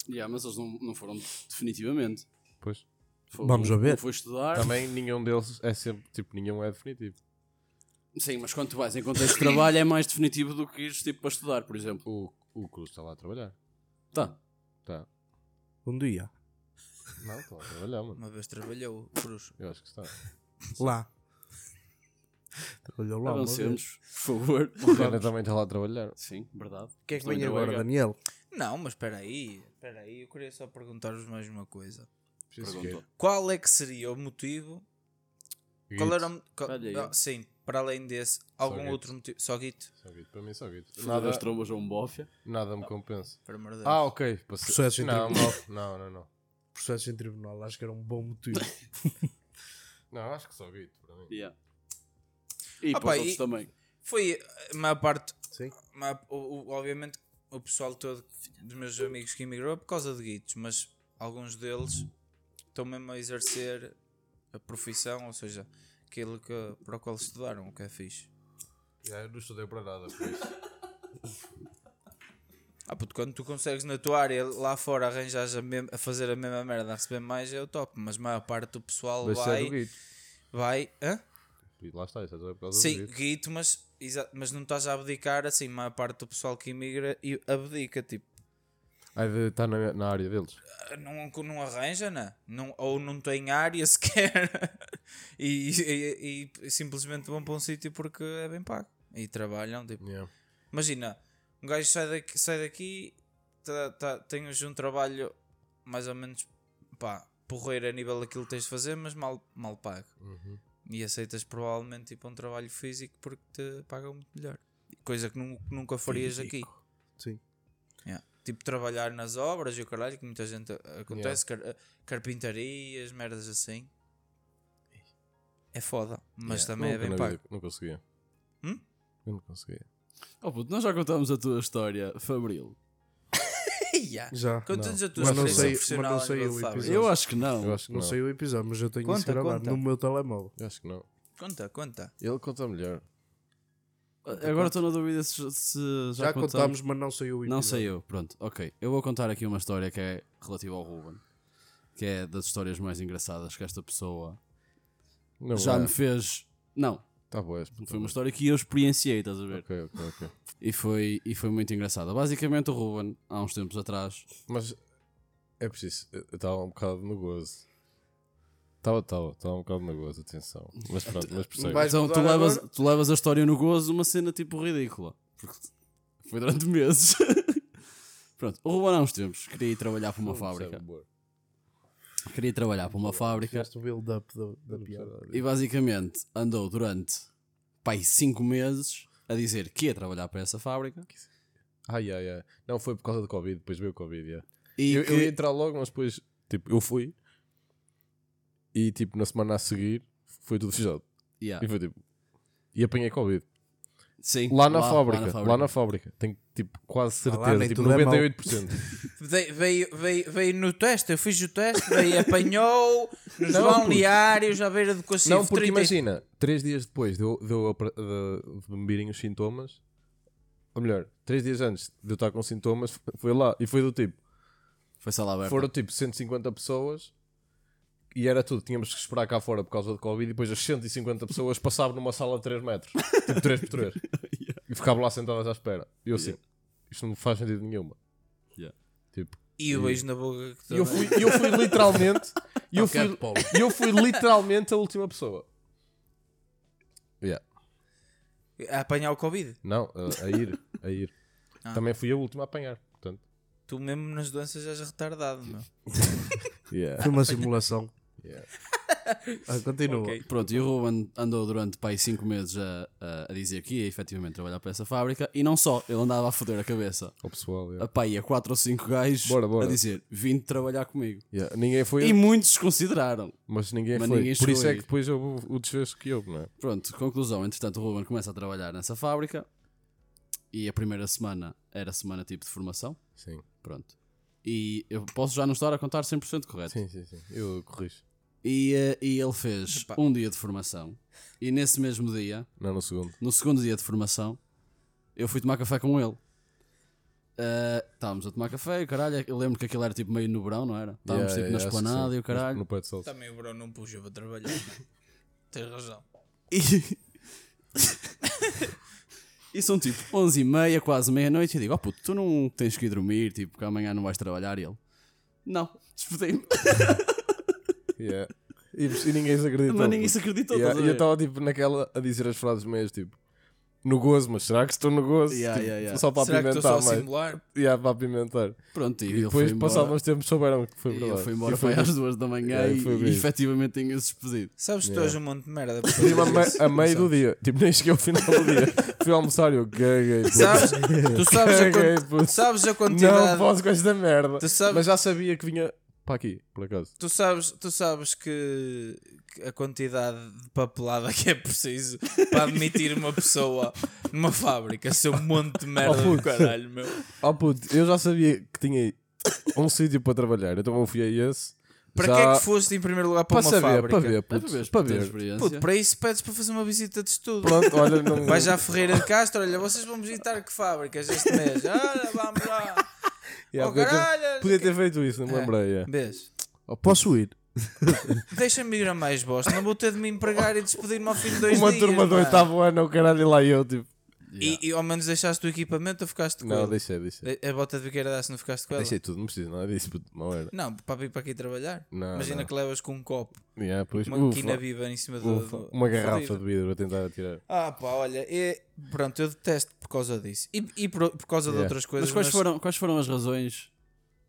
[SPEAKER 5] Yeah, mas eles não, não foram definitivamente.
[SPEAKER 3] Pois.
[SPEAKER 5] Foi-
[SPEAKER 1] Vamos a
[SPEAKER 5] um-
[SPEAKER 1] ver.
[SPEAKER 5] um Foi estudar.
[SPEAKER 3] Também nenhum deles é sempre. Tipo, nenhum é definitivo.
[SPEAKER 5] Sim, mas quando tu vais em contexto de trabalho é mais definitivo do que ires tipo para estudar, por exemplo.
[SPEAKER 3] O, o Cruz está lá a trabalhar.
[SPEAKER 5] Tá.
[SPEAKER 3] Tá.
[SPEAKER 1] Um dia.
[SPEAKER 3] Não, está lá a trabalhar, mano.
[SPEAKER 2] Uma vez trabalhou o Cruz.
[SPEAKER 3] Eu acho que está.
[SPEAKER 1] Lá. Trabalhou lá. uma vez.
[SPEAKER 5] Avancemos, por favor.
[SPEAKER 2] <laughs>
[SPEAKER 3] O Reno também está lá a trabalhar.
[SPEAKER 5] Sim, verdade.
[SPEAKER 1] O que é que
[SPEAKER 5] Também
[SPEAKER 1] vem
[SPEAKER 5] não é
[SPEAKER 1] agora,
[SPEAKER 5] gato.
[SPEAKER 1] Daniel?
[SPEAKER 2] Não, mas espera aí. Espera aí, eu queria só perguntar-vos mais uma coisa.
[SPEAKER 5] Perguntou.
[SPEAKER 2] Qual é que seria o motivo? Qual era o. qual-
[SPEAKER 5] Olha aí.
[SPEAKER 2] não, sim, para além desse, algum
[SPEAKER 3] Guito.
[SPEAKER 2] outro motivo? Só Guito,
[SPEAKER 3] Só guito, para mim só guito.
[SPEAKER 2] é.
[SPEAKER 5] Nada
[SPEAKER 3] Nada,
[SPEAKER 5] as trombas ou um bófia.
[SPEAKER 3] nada me compensa.
[SPEAKER 2] para amor de Deus.
[SPEAKER 3] Ah, ok. Passei-
[SPEAKER 1] Processo em
[SPEAKER 3] não,
[SPEAKER 1] tribunal.
[SPEAKER 3] mal- não, não, não.
[SPEAKER 1] Processos em tribunal, acho que era um bom <laughs> motivo.
[SPEAKER 3] Não, acho que só guito para mim.
[SPEAKER 5] Yeah. E
[SPEAKER 2] Ah,
[SPEAKER 5] para os
[SPEAKER 2] pá,
[SPEAKER 5] outros
[SPEAKER 2] e-
[SPEAKER 5] também.
[SPEAKER 2] Foi a maior parte.
[SPEAKER 1] Sim.
[SPEAKER 2] a maior- o- o- obviamente, o pessoal todo dos meus amigos que emigrou é por causa de Guitos, mas alguns deles estão mesmo a exercer a profissão, ou seja, aquilo que, para o qual estudaram, o que é fixe.
[SPEAKER 3] Yeah, eu não estudei para nada, por isso.
[SPEAKER 2] Ah, puto, quando tu consegues na tua área lá fora arranjares a, mem- a fazer a mesma merda, a receber mais, é o top. Mas a maior parte do pessoal
[SPEAKER 3] Mas isso é do
[SPEAKER 2] vai.
[SPEAKER 3] guito.
[SPEAKER 2] vai hã?
[SPEAKER 3] E lá está, isso é tudo por causa
[SPEAKER 2] Sim,
[SPEAKER 3] do guito.
[SPEAKER 2] guito, mas, exa- mas não estás a abdicar assim. A maior parte do pessoal que emigra e abdica, tipo, "Ah,
[SPEAKER 3] Aí de estar na, na área deles.
[SPEAKER 2] não, não arranja, né? não, ou não tem área <laughs> sequer e, e- e- e simplesmente vão para um sítio porque é bem pago e trabalham. Tipo.
[SPEAKER 3] Yeah.
[SPEAKER 2] Imagina, um gajo sai daqui, sai daqui tá, tá, tens um trabalho mais ou menos pá, porreiro a nível daquilo que tens de fazer, mas mal, mal pago. E aceitas provavelmente tipo, um trabalho físico porque te pagam muito melhor, coisa que nu- nunca farias aqui.
[SPEAKER 1] Sim.
[SPEAKER 2] Yeah. Tipo, trabalhar nas obras e o caralho, que muita gente a- acontece, car- eh, carpintarias, merdas assim. É foda, mas também é
[SPEAKER 3] Nunca
[SPEAKER 2] bem
[SPEAKER 3] na
[SPEAKER 2] pago.
[SPEAKER 3] vida, Não conseguia.
[SPEAKER 2] Hum?
[SPEAKER 3] Eu não conseguia.
[SPEAKER 5] Oh puto, nós já contámos a tua história, Fabril.
[SPEAKER 2] <laughs> Yeah.
[SPEAKER 1] Já.
[SPEAKER 2] Conta-nos a tua
[SPEAKER 1] Mas não
[SPEAKER 2] experiência
[SPEAKER 1] sei-
[SPEAKER 2] profissional
[SPEAKER 1] mas não sei
[SPEAKER 2] a nível
[SPEAKER 1] o
[SPEAKER 2] de fábrica.
[SPEAKER 1] episódio.
[SPEAKER 5] Eu acho que não.
[SPEAKER 3] Eu acho que
[SPEAKER 1] Não sei o episódio, mas eu tenho
[SPEAKER 2] Conta,
[SPEAKER 1] isso gravado
[SPEAKER 2] conta.
[SPEAKER 1] no meu telemóvel.
[SPEAKER 3] Eu acho que não.
[SPEAKER 2] Conta, conta.
[SPEAKER 3] Ele conta melhor.
[SPEAKER 5] Agora estou na dúvida se, se já,
[SPEAKER 1] Já, contámos, mas não saiu o episódio.
[SPEAKER 5] Não sei eu, pronto, ok. Eu vou contar aqui uma história que é relativa ao Ruben, que é das histórias mais engraçadas que esta pessoa
[SPEAKER 3] Não
[SPEAKER 5] já
[SPEAKER 3] é.
[SPEAKER 5] me fez. Não,
[SPEAKER 3] Tá boa essa.
[SPEAKER 5] foi uma história que eu experienciei, estás a ver?
[SPEAKER 3] Ok, ok, ok.
[SPEAKER 5] E foi, e foi muito engraçada. Basicamente, o Ruben, há uns tempos atrás,
[SPEAKER 3] Mas é preciso. Eu estava um bocado no gozo. Estava, estava, estava um bocado no gozo, atenção. Mas pronto, mas
[SPEAKER 1] Vai-
[SPEAKER 3] percebe.
[SPEAKER 1] Vais
[SPEAKER 5] então tu
[SPEAKER 1] mudar
[SPEAKER 5] levas,
[SPEAKER 1] agora?
[SPEAKER 5] tu levas a história no gozo, uma cena tipo ridícula. Porque foi durante meses. <laughs> pronto, o Ruben, há uns tempos, queria ir trabalhar para uma
[SPEAKER 3] é
[SPEAKER 5] fábrica. Queria ir trabalhar para uma fábrica.
[SPEAKER 1] Fizeste o build-up da, da piada.
[SPEAKER 3] é
[SPEAKER 5] E basicamente andou durante pai 5 meses a dizer que ia trabalhar para essa fábrica
[SPEAKER 3] Ai, ai, ai. Não, foi por causa do Covid, depois veio o Covid, yeah.
[SPEAKER 5] e
[SPEAKER 3] eu,
[SPEAKER 5] que-
[SPEAKER 3] eu ia entrar logo, mas depois, tipo, eu fui. E, tipo, na semana a seguir, foi tudo fechado.
[SPEAKER 5] Yeah,
[SPEAKER 3] E foi tipo. E apanhei Covid.
[SPEAKER 5] sim,
[SPEAKER 3] Lá na, fábrica, lá na fábrica. Tenho, tipo, quase
[SPEAKER 1] Ah, lá
[SPEAKER 3] certeza.
[SPEAKER 1] nem
[SPEAKER 3] tipo,
[SPEAKER 1] tudo é mau. <laughs>
[SPEAKER 3] 98%.
[SPEAKER 2] Veio, veio, veio, veio no teste, eu fiz o teste, veio, apanhou nos
[SPEAKER 3] Não, puto.
[SPEAKER 2] balneários, à beira do cacifo.
[SPEAKER 3] não, porque
[SPEAKER 2] 30 e-
[SPEAKER 3] imagina, três dias depois de eu, de, eu apre- de- de me virem os sintomas, ou melhor, três dias antes de eu estar com sintomas, foi lá. E foi do tipo,
[SPEAKER 5] Foi sala aberta.
[SPEAKER 3] Foram tipo 150 pessoas e era tudo. Tínhamos que esperar cá fora por causa do Covid e depois as 150 pessoas passavam numa sala de 3 metros, tipo 3 por
[SPEAKER 1] <laughs>
[SPEAKER 3] 3 e ficavam lá sentadas à espera. E eu assim, isto não faz sentido nenhuma.
[SPEAKER 5] Yeah.
[SPEAKER 3] Tipo,
[SPEAKER 2] E o beijo na boca que
[SPEAKER 3] e eu
[SPEAKER 2] também-
[SPEAKER 3] fui, e eu fui literalmente, e eu
[SPEAKER 1] Qualquer
[SPEAKER 3] fui,
[SPEAKER 1] polo.
[SPEAKER 3] e eu fui literalmente a última pessoa. Yeah.
[SPEAKER 2] A apanhar o Covid.
[SPEAKER 3] Não, a, a ir, a ir.
[SPEAKER 2] Ah.
[SPEAKER 3] Também fui a última a apanhar, portanto.
[SPEAKER 2] Tu mesmo nas doenças és retardado, meu.
[SPEAKER 1] Foi uma simulação.
[SPEAKER 3] Yeah.
[SPEAKER 1] Ah, continua.
[SPEAKER 2] Ok.
[SPEAKER 5] Pronto, e o Ruben andou durante pai 5 meses a, a, a dizer que ia efetivamente trabalhar para essa fábrica e não só, ele andava a foder a cabeça.
[SPEAKER 3] O pessoal,
[SPEAKER 5] A
[SPEAKER 3] yeah.
[SPEAKER 5] pai ia 4 ou 5 gajos
[SPEAKER 3] Bora, bora.
[SPEAKER 5] a dizer: Vim trabalhar comigo.
[SPEAKER 3] Yeah. Ninguém foi.
[SPEAKER 5] E muitos desconsideraram.
[SPEAKER 3] Mas ninguém
[SPEAKER 5] Mas
[SPEAKER 3] foi.
[SPEAKER 5] ninguém
[SPEAKER 3] Por
[SPEAKER 5] chegou
[SPEAKER 3] isso é
[SPEAKER 5] aí.
[SPEAKER 3] que depois houve o desfecho que houve, não é?
[SPEAKER 5] Pronto, conclusão. Entretanto, o Ruben começa a trabalhar nessa fábrica e a primeira semana era semana tipo de formação.
[SPEAKER 3] Sim.
[SPEAKER 5] Pronto. E eu posso já não estar a contar 100% correto.
[SPEAKER 3] Sim, sim, sim. Eu corrijo.
[SPEAKER 5] E, eh, e ele fez
[SPEAKER 2] Epá.
[SPEAKER 5] um dia de formação e nesse mesmo dia
[SPEAKER 3] Não, no segundo.
[SPEAKER 5] no segundo dia de formação, eu fui tomar café com ele. Ah, estávamos a tomar café e o caralho. Eu lembro que aquilo era tipo meio no verão, não era? Estávamos tipo na
[SPEAKER 3] acho que
[SPEAKER 5] esplanada
[SPEAKER 3] sim.
[SPEAKER 5] e o caralho.
[SPEAKER 3] No pé de sol.
[SPEAKER 2] Também o Bruno não puxa para trabalhar. Tens razão.
[SPEAKER 5] E... <laughs> e são tipo 11 e meia, quase meia-noite. E eu digo: Oh puto, tu não tens que ir dormir, tipo, que amanhã não vais trabalhar. E ele: Não, despedi-me.
[SPEAKER 3] Yeah. E, e ninguém se acreditou.
[SPEAKER 5] <laughs> Mas ninguém se acreditou.
[SPEAKER 3] Yeah,
[SPEAKER 5] estás
[SPEAKER 3] E
[SPEAKER 5] a
[SPEAKER 3] eu
[SPEAKER 5] ver?
[SPEAKER 3] estava tipo naquela a dizer as frases meias tipo. No gozo, mas será que estou no gozo?
[SPEAKER 5] Yeah,
[SPEAKER 3] Tipo,
[SPEAKER 5] yeah, yeah.
[SPEAKER 3] Só para
[SPEAKER 2] Será que estou
[SPEAKER 3] apimentar
[SPEAKER 2] só assim a
[SPEAKER 3] mais.
[SPEAKER 2] simular?
[SPEAKER 3] Yeah, para apimentar.
[SPEAKER 5] Pronto, e,
[SPEAKER 3] E
[SPEAKER 5] ele
[SPEAKER 3] depois,
[SPEAKER 5] foi embora.
[SPEAKER 3] passados uns tempos, souberam que foi
[SPEAKER 5] E
[SPEAKER 3] verdade.
[SPEAKER 5] ele foi embora
[SPEAKER 3] E foi tipo,
[SPEAKER 5] foi
[SPEAKER 2] <laughs>
[SPEAKER 5] às duas da manhã
[SPEAKER 3] Yeah,
[SPEAKER 5] e,
[SPEAKER 3] foi
[SPEAKER 5] e
[SPEAKER 3] mesmo.
[SPEAKER 5] efetivamente tenho esse despedido.
[SPEAKER 2] Sabes que tu
[SPEAKER 3] Yeah.
[SPEAKER 2] és um monte de merda. por
[SPEAKER 3] Fui-me tipo, a,
[SPEAKER 2] causa disso.
[SPEAKER 3] me- a meio do dia. Tipo, nem cheguei ao final
[SPEAKER 2] <laughs>
[SPEAKER 3] do dia. Fui almoçar e eu caguei. puto.
[SPEAKER 2] Sabes? Tu sabes
[SPEAKER 3] <laughs>
[SPEAKER 2] a,
[SPEAKER 3] Caguei,
[SPEAKER 2] quan-
[SPEAKER 3] puto.
[SPEAKER 2] sabes a
[SPEAKER 3] Não
[SPEAKER 2] quantidade.
[SPEAKER 3] posso com esta merda.
[SPEAKER 2] Tu sabes-
[SPEAKER 3] Mas já sabia que vinha para aqui, por acaso.
[SPEAKER 2] Tu sabes, tu sabes que que a quantidade de papelada <laughs> que é preciso para admitir uma pessoa numa fábrica, seu monte de merda
[SPEAKER 3] Oh,
[SPEAKER 2] do
[SPEAKER 3] puto.
[SPEAKER 2] caralho, meu.
[SPEAKER 3] Oh puto, eu já sabia que tinha um sítio para trabalhar, então eu fui a esse.
[SPEAKER 2] Para
[SPEAKER 3] já...
[SPEAKER 2] que é que foste em primeiro lugar para,
[SPEAKER 3] Para
[SPEAKER 2] uma
[SPEAKER 3] saber,
[SPEAKER 2] fábrica? É
[SPEAKER 3] para ver, puto,
[SPEAKER 5] para ver,
[SPEAKER 3] É para
[SPEAKER 5] para ter
[SPEAKER 3] ver.
[SPEAKER 5] experiência.
[SPEAKER 2] Puto, para isso pedes para fazer uma visita de estudo.
[SPEAKER 3] Pronto, olha, não.
[SPEAKER 2] Vais à Ferreira de Castro, olha, vocês vão visitar que fábricas este
[SPEAKER 3] <laughs>
[SPEAKER 2] mês? Olha, vamos lá.
[SPEAKER 3] Yeah,
[SPEAKER 2] oh,
[SPEAKER 3] podia, ter,
[SPEAKER 2] caralho.
[SPEAKER 3] podia ter feito isso,
[SPEAKER 2] É.
[SPEAKER 3] não me lembrei. é. yeah.
[SPEAKER 2] Vês?
[SPEAKER 1] Oh, Posso ir?
[SPEAKER 2] Deixa-me ir a mais bosta, não vou ter de me empregar e despedir-me ao fim de dois
[SPEAKER 3] Uma
[SPEAKER 2] dias.
[SPEAKER 3] turma tá- do
[SPEAKER 2] pá.
[SPEAKER 3] oitavo ano, o caralho, e lá eu, tipo.
[SPEAKER 2] E, e ao menos deixaste o equipamento ou ficaste com
[SPEAKER 3] Não,
[SPEAKER 2] ele?
[SPEAKER 3] deixei, deixei.
[SPEAKER 2] A bota de biqueira dá-se, não ficaste com ela?
[SPEAKER 3] Deixei tudo, não preciso nada disso, puto, não era.
[SPEAKER 2] Não, para vir para aqui trabalhar.
[SPEAKER 3] Não,
[SPEAKER 2] Imagina
[SPEAKER 3] não.
[SPEAKER 2] que levas com um copo,
[SPEAKER 3] Yeah, por isso-
[SPEAKER 2] uma
[SPEAKER 3] ufa,
[SPEAKER 2] quina viva em cima do.
[SPEAKER 3] ufa,
[SPEAKER 2] do-
[SPEAKER 3] uma
[SPEAKER 2] do
[SPEAKER 3] garrafa
[SPEAKER 2] fodido.
[SPEAKER 3] de vidro a tentar atirar.
[SPEAKER 2] Ah, pá, olha, é- pronto, eu detesto por causa disso. E, e por, por causa de
[SPEAKER 3] Yeah.
[SPEAKER 2] outras coisas.
[SPEAKER 5] Mas quais foram, quais foram as razões,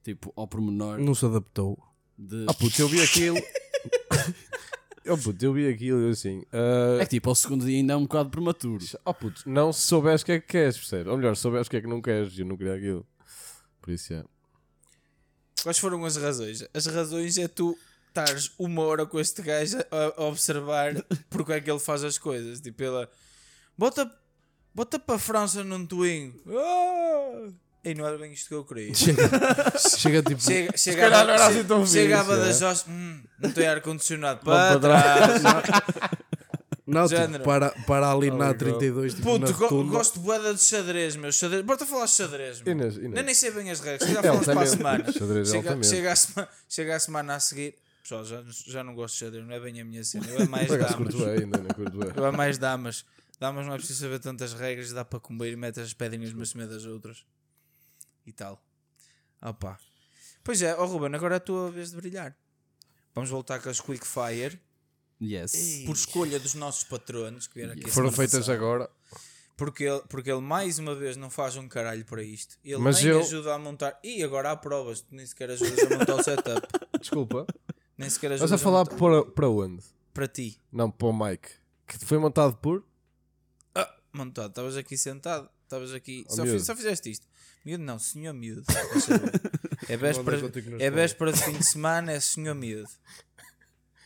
[SPEAKER 5] tipo, ao pormenor
[SPEAKER 1] Não se
[SPEAKER 3] <laughs>
[SPEAKER 1] adaptou.
[SPEAKER 5] de.
[SPEAKER 3] Ah, puto, eu vi aquilo.
[SPEAKER 2] <laughs>
[SPEAKER 3] oh, puto, eu vi aquilo e eu assim. ah,
[SPEAKER 5] É que tipo, ao segundo dia ainda é um bocado prematuro.
[SPEAKER 3] Oh puto, não se souberes o que é que queres, percebes? Ou melhor, se souberes o que é que não queres, eu não queria aquilo. Por isso é.
[SPEAKER 2] Quais foram as razões? As razões é tu estares uma hora com este gajo a, a
[SPEAKER 5] <laughs>
[SPEAKER 2] observar porque é que ele faz as coisas. Tipo, ele. Bota, bota para a França num Twingo. Ah! E não era bem isto que eu
[SPEAKER 3] <laughs>
[SPEAKER 2] queria.
[SPEAKER 1] Chega tipo.
[SPEAKER 2] Chega, chega
[SPEAKER 3] calhar não era
[SPEAKER 2] che-
[SPEAKER 3] assim tão fixe,
[SPEAKER 2] chegava
[SPEAKER 3] é?
[SPEAKER 2] das horas, hum, não tem ar-condicionado para
[SPEAKER 3] Vamos
[SPEAKER 2] trás.
[SPEAKER 1] Não,
[SPEAKER 2] género.
[SPEAKER 1] tipo, para, para ali na
[SPEAKER 3] Obrigado.
[SPEAKER 1] 32, tipo,
[SPEAKER 2] Puto,
[SPEAKER 1] na
[SPEAKER 2] go-
[SPEAKER 1] rotunda.
[SPEAKER 2] gosto de boeda de xadrez, meu. Xadrez. Bora falar de xadrez, meu.
[SPEAKER 3] Inês, Inês.
[SPEAKER 2] Eu nem sei bem as regras.
[SPEAKER 3] <laughs>
[SPEAKER 2] Se calhar falamos para a
[SPEAKER 3] altamente.
[SPEAKER 2] semana.
[SPEAKER 3] Xadrez é
[SPEAKER 2] Chega,
[SPEAKER 3] altamente.
[SPEAKER 2] chega, a semana chega a semana a seguir. Pessoal, já, já não gosto de xadrez, não é bem a minha cena. Eu é mais
[SPEAKER 3] <laughs> Por acaso curto
[SPEAKER 2] damas.
[SPEAKER 3] bem, ainda não curto bem.
[SPEAKER 2] <laughs> Eu é mais damas. Damas não é preciso saber tantas regras, dá para comer e metes as pedrinhas umas cima das outras. E tal. Opa. Pois é, ó Ruben, agora é a tua vez de brilhar. Vamos voltar com as Quick Fire.
[SPEAKER 5] Yes.
[SPEAKER 2] por escolha dos nossos patronos que vieram aqui a
[SPEAKER 3] Foram
[SPEAKER 2] semana
[SPEAKER 3] feitas
[SPEAKER 2] passada.
[SPEAKER 3] agora.
[SPEAKER 2] porque ele, porque ele mais uma vez não faz um caralho para isto ele
[SPEAKER 3] Mas
[SPEAKER 2] nem
[SPEAKER 3] eu-
[SPEAKER 2] ajuda a montar e agora há provas tu nem sequer ajudas a montar o setup
[SPEAKER 3] <laughs> Desculpa.
[SPEAKER 2] nem sequer ajudas
[SPEAKER 3] Estás a falar
[SPEAKER 2] montar-
[SPEAKER 3] para, para onde?
[SPEAKER 2] para ti
[SPEAKER 3] Não, para o Mike. Que foi montado por.
[SPEAKER 2] ah, montado estavas aqui sentado estavas aqui
[SPEAKER 3] Oh,
[SPEAKER 2] só, fi-
[SPEAKER 3] miúdo.
[SPEAKER 2] só fizeste isto miúdo não senhor
[SPEAKER 3] <laughs>
[SPEAKER 2] miúdo por favor. é véspera
[SPEAKER 3] Não, deixa eu ter que nos
[SPEAKER 2] é véspera de fim
[SPEAKER 3] <laughs>
[SPEAKER 2] de semana é senhor miúdo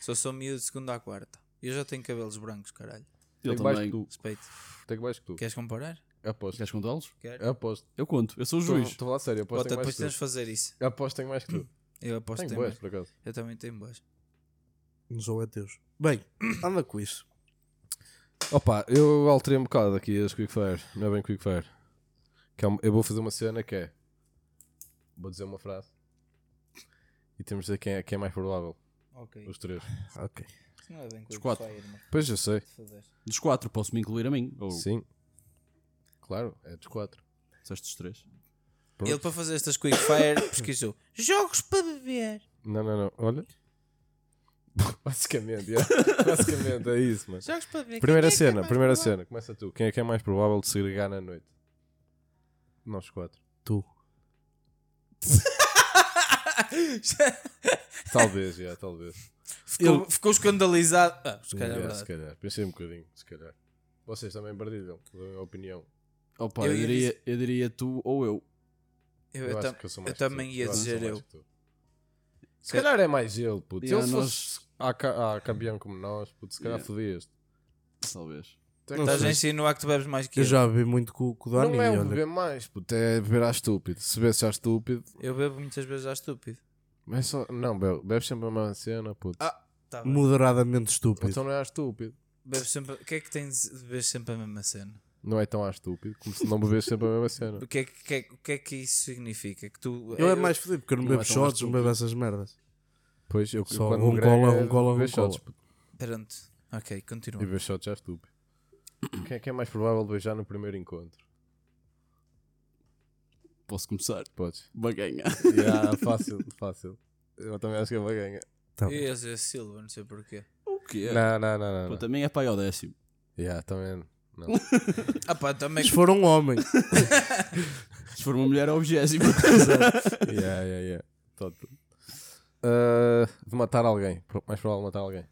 [SPEAKER 2] só sou miúdo de segunda à quarta eu já tenho cabelos brancos caralho
[SPEAKER 5] Eu
[SPEAKER 3] Tem mais
[SPEAKER 5] também.
[SPEAKER 3] que tu.
[SPEAKER 2] respeito
[SPEAKER 3] Tem mais que tu.
[SPEAKER 2] queres comparar?
[SPEAKER 3] Aposto.
[SPEAKER 5] Queres contá-los?
[SPEAKER 2] Quero.
[SPEAKER 3] Aposto.
[SPEAKER 5] Eu conto, eu sou o
[SPEAKER 3] Estou
[SPEAKER 5] juiz.
[SPEAKER 3] estou a falar sério. Aposto
[SPEAKER 2] Bota,
[SPEAKER 3] tem
[SPEAKER 2] depois
[SPEAKER 3] mais que
[SPEAKER 2] tens de
[SPEAKER 3] tu.
[SPEAKER 2] fazer isso
[SPEAKER 3] Aposto tem mais que tu.
[SPEAKER 2] eu aposto
[SPEAKER 3] Tem
[SPEAKER 2] que tem
[SPEAKER 3] boas,
[SPEAKER 2] mais.
[SPEAKER 3] por acaso.
[SPEAKER 2] eu também tenho boas
[SPEAKER 1] Não são ateus.
[SPEAKER 3] <coughs>
[SPEAKER 1] Bem, anda com isso.
[SPEAKER 3] Opa, eu alterei um bocado aqui as Quickfire. Não é bem Quickfire. Que é um- eu vou fazer uma cena que é. Vou dizer uma frase. E temos de dizer quem é, quem é mais provável.
[SPEAKER 2] Ok.
[SPEAKER 3] Os três.
[SPEAKER 1] Ok.
[SPEAKER 2] Isso Não é bem
[SPEAKER 5] Os
[SPEAKER 2] coisa
[SPEAKER 5] quatro.
[SPEAKER 2] de Fire, mas
[SPEAKER 3] Pois eu sei.
[SPEAKER 2] foder.
[SPEAKER 5] Dos quatro, posso me incluir a mim? Ou
[SPEAKER 3] Sim. Claro, é dos quatro.
[SPEAKER 5] disseste os três?
[SPEAKER 3] Pronto.
[SPEAKER 2] Ele para fazer estas quick fire <coughs> pesquisou jogos para beber.
[SPEAKER 3] Não, não, não. Olha. <laughs>
[SPEAKER 2] <laughs>
[SPEAKER 3] Basicamente, yeah. Basicamente, é isso, mano.
[SPEAKER 2] Jogos para beber.
[SPEAKER 3] Primeira
[SPEAKER 2] Quem é que é
[SPEAKER 3] cena,
[SPEAKER 2] mais
[SPEAKER 3] primeira
[SPEAKER 2] provável?
[SPEAKER 3] cena. Começa tu. Quem é que é mais provável de se agregar na noite? Nós quatro.
[SPEAKER 1] Tu.
[SPEAKER 3] <laughs> Talvez, já, talvez.
[SPEAKER 2] Ficou, ficou escandalizado. Ah, se calhar é
[SPEAKER 3] Yeah,
[SPEAKER 2] verdade.
[SPEAKER 3] se calhar. Pensei um bocadinho, se calhar. Vocês também perdiram, da minha opinião.
[SPEAKER 5] Opa,
[SPEAKER 2] Eu
[SPEAKER 5] eu,
[SPEAKER 2] ia
[SPEAKER 5] diria, eu diria tu ou eu.
[SPEAKER 2] Eu,
[SPEAKER 3] Eu,
[SPEAKER 2] eu,
[SPEAKER 3] acho
[SPEAKER 2] tam-
[SPEAKER 3] que eu sou
[SPEAKER 2] eu
[SPEAKER 3] mais que tu.
[SPEAKER 2] também ia
[SPEAKER 3] acho que sou
[SPEAKER 2] dizer
[SPEAKER 3] mais
[SPEAKER 2] eu.
[SPEAKER 3] que tu. Se calhar é mais ele, puto. Se
[SPEAKER 5] Yeah,
[SPEAKER 3] ele
[SPEAKER 5] nós-
[SPEAKER 3] fosse a, ca- a campeão como nós, puto, se calhar é
[SPEAKER 5] Yeah.
[SPEAKER 3] fodias.
[SPEAKER 5] Talvez.
[SPEAKER 2] Estás a insinuar que tu bebes mais que
[SPEAKER 1] Eu
[SPEAKER 2] eu.
[SPEAKER 1] já bebi muito com, com o Dani.
[SPEAKER 3] Não é
[SPEAKER 1] e
[SPEAKER 3] o
[SPEAKER 1] olha-
[SPEAKER 3] um beber mais, puto, é beber à estúpido. Se bebesse à estúpido,
[SPEAKER 2] Eu bebo muitas vezes à estúpido.
[SPEAKER 3] mas só. Não, bebe, bebe sempre a mesma cena, puto.
[SPEAKER 2] Tá bem.
[SPEAKER 1] moderadamente estúpido.
[SPEAKER 3] então não é à estúpido.
[SPEAKER 2] Bebo sempre. O que é que tens de beber sempre a mesma cena?
[SPEAKER 3] Não é tão à estúpido como se não bebesse sempre a mesma <laughs> cena.
[SPEAKER 2] O que é que, que é- o que, é que isso significa? Que tu.
[SPEAKER 1] eu é mais fodido porque eu não
[SPEAKER 3] Não
[SPEAKER 1] bebo
[SPEAKER 3] é tão
[SPEAKER 1] shots, não
[SPEAKER 3] estúpido.
[SPEAKER 1] bebo essas merdas.
[SPEAKER 3] Pois, eu
[SPEAKER 1] Só
[SPEAKER 3] quando
[SPEAKER 1] um
[SPEAKER 3] me grego
[SPEAKER 1] cola,
[SPEAKER 3] é
[SPEAKER 1] um cola, um
[SPEAKER 3] beber shots,
[SPEAKER 1] cola.
[SPEAKER 3] puto.
[SPEAKER 2] Pronto. Ok, continua.
[SPEAKER 3] E beber shots já é <coughs> estúpido. Quem é que é mais provável de beijar no primeiro encontro?
[SPEAKER 5] Posso começar?
[SPEAKER 3] Podes.
[SPEAKER 5] Baganha.
[SPEAKER 3] <laughs> Yeah, fácil, fácil. Eu também acho que é ele vai ganhar.
[SPEAKER 1] Tá
[SPEAKER 2] Eu
[SPEAKER 1] bem.
[SPEAKER 2] ia dizer Silva, não sei porquê.
[SPEAKER 5] O que é?
[SPEAKER 3] Não, não, não, não. não.
[SPEAKER 5] também é pai ao décimo.
[SPEAKER 3] Yeah, também. Não.
[SPEAKER 2] Ah pá, também.
[SPEAKER 1] Mas foram um homem.
[SPEAKER 5] Se for uma mulher, é o vigésimo.
[SPEAKER 3] <laughs> yeah, yeah, yeah. Toto. Ah, de matar alguém. Pro- Mais provável matar alguém.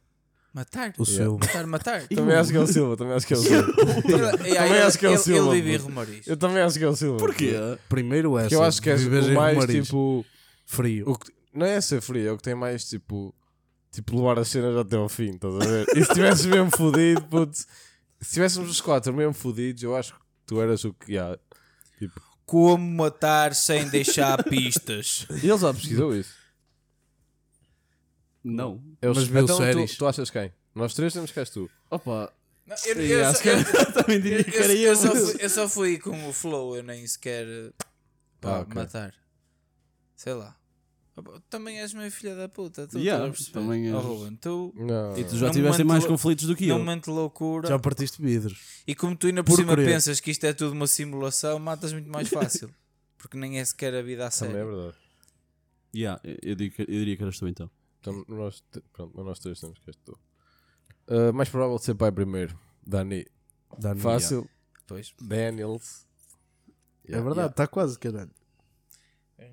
[SPEAKER 2] Matar.
[SPEAKER 3] <laughs>
[SPEAKER 1] O seu.
[SPEAKER 2] Matar, matar.
[SPEAKER 3] Também acho que é o Silva, também acho que é o Silva. <laughs>
[SPEAKER 2] também
[SPEAKER 3] acho que é o Silva,
[SPEAKER 2] Ele vive em
[SPEAKER 3] puto.
[SPEAKER 2] rumores.
[SPEAKER 3] Eu também acho que é o Silva.
[SPEAKER 5] Porquê?
[SPEAKER 1] Primeiro essa.
[SPEAKER 3] Porque eu acho que é
[SPEAKER 1] viveres em
[SPEAKER 3] o mais
[SPEAKER 1] Romariz.
[SPEAKER 3] tipo.
[SPEAKER 1] Frio.
[SPEAKER 3] O que, não é ser frio, é o que tem mais tipo. Tipo, levar as cenas até ao fim, estás a ver? E se tivesses <laughs> mesmo fodido, puto. Se tivéssemos os quatro mesmo fodidos, eu acho que tu eras o que. Yeah.
[SPEAKER 2] Como matar sem deixar pistas.
[SPEAKER 3] E ele já <laughs> pesquisou isso.
[SPEAKER 5] Não.
[SPEAKER 3] Eu-
[SPEAKER 1] Mas viu
[SPEAKER 3] então,
[SPEAKER 1] séries.
[SPEAKER 3] Tu, tu achas quem? Nós três temos que és tu.
[SPEAKER 5] Opa,
[SPEAKER 2] Não, eu, eu
[SPEAKER 5] Yeah,
[SPEAKER 2] só-
[SPEAKER 5] se calhar também diria que era
[SPEAKER 2] eu- eu
[SPEAKER 5] eu.
[SPEAKER 2] só fui, eu só fui com o flow, eu nem sequer eh, pá,
[SPEAKER 3] Ah, ok.
[SPEAKER 2] matar. Sei lá. Ah, pá, Também és meio filha da puta, tu
[SPEAKER 5] Yeah,
[SPEAKER 2] estás a perceber?
[SPEAKER 5] também és.
[SPEAKER 2] Oh, Ruben, tu
[SPEAKER 3] Não. é
[SPEAKER 5] E tu já
[SPEAKER 2] Não
[SPEAKER 5] tiveste
[SPEAKER 2] manto-
[SPEAKER 5] mais conflitos do que
[SPEAKER 2] num
[SPEAKER 5] eu.
[SPEAKER 2] momento de loucura.
[SPEAKER 1] Já partiste vidros.
[SPEAKER 2] E como tu ainda por,
[SPEAKER 1] Por
[SPEAKER 2] cima
[SPEAKER 1] querer.
[SPEAKER 2] pensas que isto é tudo uma simulação, matas muito mais fácil. Porque nem é sequer a vida a
[SPEAKER 3] Também é
[SPEAKER 2] sério.
[SPEAKER 3] verdade.
[SPEAKER 5] Yeah, eu, eu digo que- eu diria que eras tu então.
[SPEAKER 3] Então, nós, te- pronto, mas nós três temos que és tu. Ah, mais provável de ser pai primeiro. Dani.
[SPEAKER 1] Dá no-
[SPEAKER 3] Fácil.
[SPEAKER 2] Pois,
[SPEAKER 3] Daniels.
[SPEAKER 1] É verdade, está quase, caralho.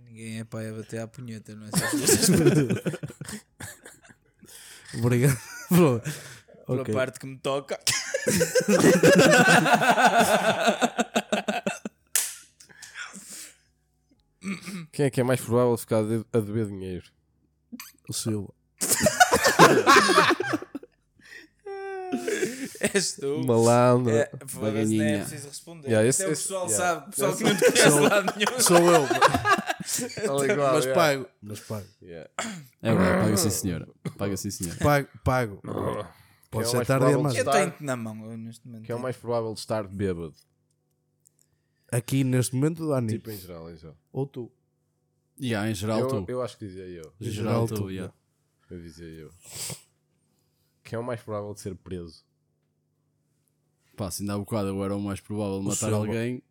[SPEAKER 2] ninguém é pai a bater à punheta, não é? Só esta
[SPEAKER 1] Obrigado. <laughs> Bro. Ok.
[SPEAKER 2] parte que me toca. <laughs>
[SPEAKER 3] Quem é que é mais provável de ficar a de- a dever dinheiro?
[SPEAKER 1] O seu.
[SPEAKER 2] És tu.
[SPEAKER 3] Malandro.
[SPEAKER 2] É, foda-se, nem é
[SPEAKER 5] Baganinha.
[SPEAKER 2] preciso responder.
[SPEAKER 3] Yeah,
[SPEAKER 2] Até
[SPEAKER 3] esse-
[SPEAKER 2] o
[SPEAKER 3] esse-
[SPEAKER 2] pessoal
[SPEAKER 3] yeah.
[SPEAKER 2] sabe, o pessoal que não
[SPEAKER 3] <laughs>
[SPEAKER 2] te conhece lá nenhum.
[SPEAKER 1] Sou eu.
[SPEAKER 3] Tal e qual,
[SPEAKER 1] mas
[SPEAKER 3] yeah.
[SPEAKER 1] pago. Mas pago.
[SPEAKER 3] Yeah.
[SPEAKER 5] É verdade, paga sim senhora. Paga sim senhora.
[SPEAKER 1] Pago. pago.
[SPEAKER 3] Quem é
[SPEAKER 1] Pode
[SPEAKER 3] o
[SPEAKER 1] ser
[SPEAKER 3] mais
[SPEAKER 1] tarde
[SPEAKER 3] provável
[SPEAKER 1] demais.
[SPEAKER 3] de
[SPEAKER 2] Eu
[SPEAKER 3] estar-
[SPEAKER 2] tenho-te na mão, eu, neste momento.
[SPEAKER 3] Quem é o mais provável de estar bêbado?
[SPEAKER 1] Aqui neste momento, Dani.
[SPEAKER 3] Tipo, em geral, em geral.
[SPEAKER 1] Ou tu.
[SPEAKER 5] Yeah, em geral
[SPEAKER 3] Eu,
[SPEAKER 5] tu.
[SPEAKER 3] eu acho que dizia eu.
[SPEAKER 5] Em
[SPEAKER 1] geral,
[SPEAKER 5] geral
[SPEAKER 1] tu,
[SPEAKER 5] tu, yeah.
[SPEAKER 3] Eu dizia eu. Quem é o mais provável de ser preso?
[SPEAKER 5] Pá, se ainda há bocado eu era o mais provável de matar
[SPEAKER 1] Silva.
[SPEAKER 5] alguém.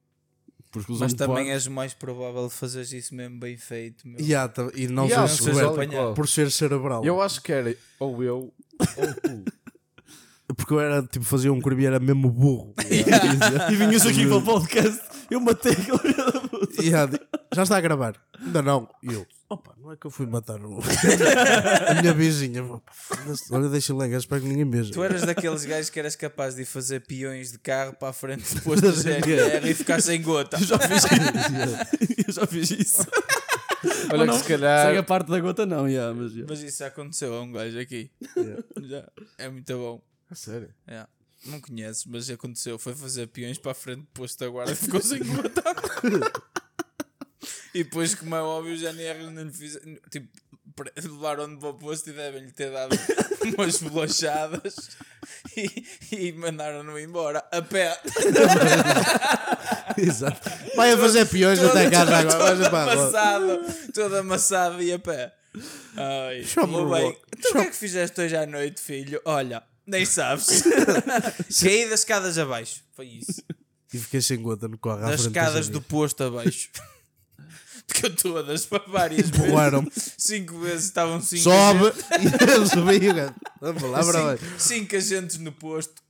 [SPEAKER 5] Por exclusão
[SPEAKER 2] Mas
[SPEAKER 5] de
[SPEAKER 2] também
[SPEAKER 5] parte.
[SPEAKER 2] és o mais provável de fazeres isso mesmo bem feito, meu.
[SPEAKER 1] Yeah, tá- e não
[SPEAKER 3] Yeah,
[SPEAKER 1] sei se
[SPEAKER 2] não seja
[SPEAKER 1] Roberto,
[SPEAKER 2] apanhado.
[SPEAKER 1] por ser cerebral.
[SPEAKER 3] Eu acho que era ou eu ou tu.
[SPEAKER 1] Porque eu era tipo, fazia um curva e era mesmo burro.
[SPEAKER 5] E vinhas aqui para o podcast. Eu matei aquele
[SPEAKER 1] E há de- já está a gravar? Ainda não. E eu, opa, não é que eu fui matar o- <laughs> a minha vizinha. Opa, foda-se, Olha, deixa lá, gajo, espero que ninguém beija. <laughs>
[SPEAKER 2] Tu eras daqueles gajos que eras capaz de ir fazer peões de carro para a frente
[SPEAKER 3] <laughs>
[SPEAKER 2] depois da GNR e ficar sem gota.
[SPEAKER 5] Eu já fiz isso. Eu já fiz <laughs> isso.
[SPEAKER 3] Olha
[SPEAKER 5] Ou não,
[SPEAKER 3] que se calhar.
[SPEAKER 5] Sem a parte da gota, não, yeah, mas. yeah.
[SPEAKER 2] Mas isso já aconteceu a um gajo aqui. Já. É muito bom.
[SPEAKER 3] Sério?
[SPEAKER 2] É. Não conheces, mas aconteceu. Foi fazer peões para a frente do posto da guarda e ficou sem gota. e depois, como é óbvio, os GNRs não lhe fizeram. Tipo, pre- levaram-no para o posto e devem-lhe ter dado umas bolachadas e, e mandaram-no embora a pé.
[SPEAKER 1] Exato. Vai a fazer peões até casa agora.
[SPEAKER 2] Todo
[SPEAKER 1] Vai para a
[SPEAKER 2] amassado, todo amassado e a pé. Ai,
[SPEAKER 1] Chama
[SPEAKER 2] tudo
[SPEAKER 1] o
[SPEAKER 2] bem.
[SPEAKER 1] Rock.
[SPEAKER 2] Tu o que é que fizeste hoje à noite, filho? Olha, nem sabes. Caí das escadas abaixo. Foi isso.
[SPEAKER 1] E fiquei sem gota no carro à frente
[SPEAKER 2] Das
[SPEAKER 1] dos
[SPEAKER 2] escadas do
[SPEAKER 1] amigos.
[SPEAKER 2] posto abaixo. <laughs> Porque eu todas para várias vezes.
[SPEAKER 1] Empurraram-me.
[SPEAKER 2] Cinco vezes estavam cinco.
[SPEAKER 1] Sobe! <laughs>
[SPEAKER 2] agentes-
[SPEAKER 1] Eu subi, gato. Vamos lá, para
[SPEAKER 2] cinco, cinco agentes no posto.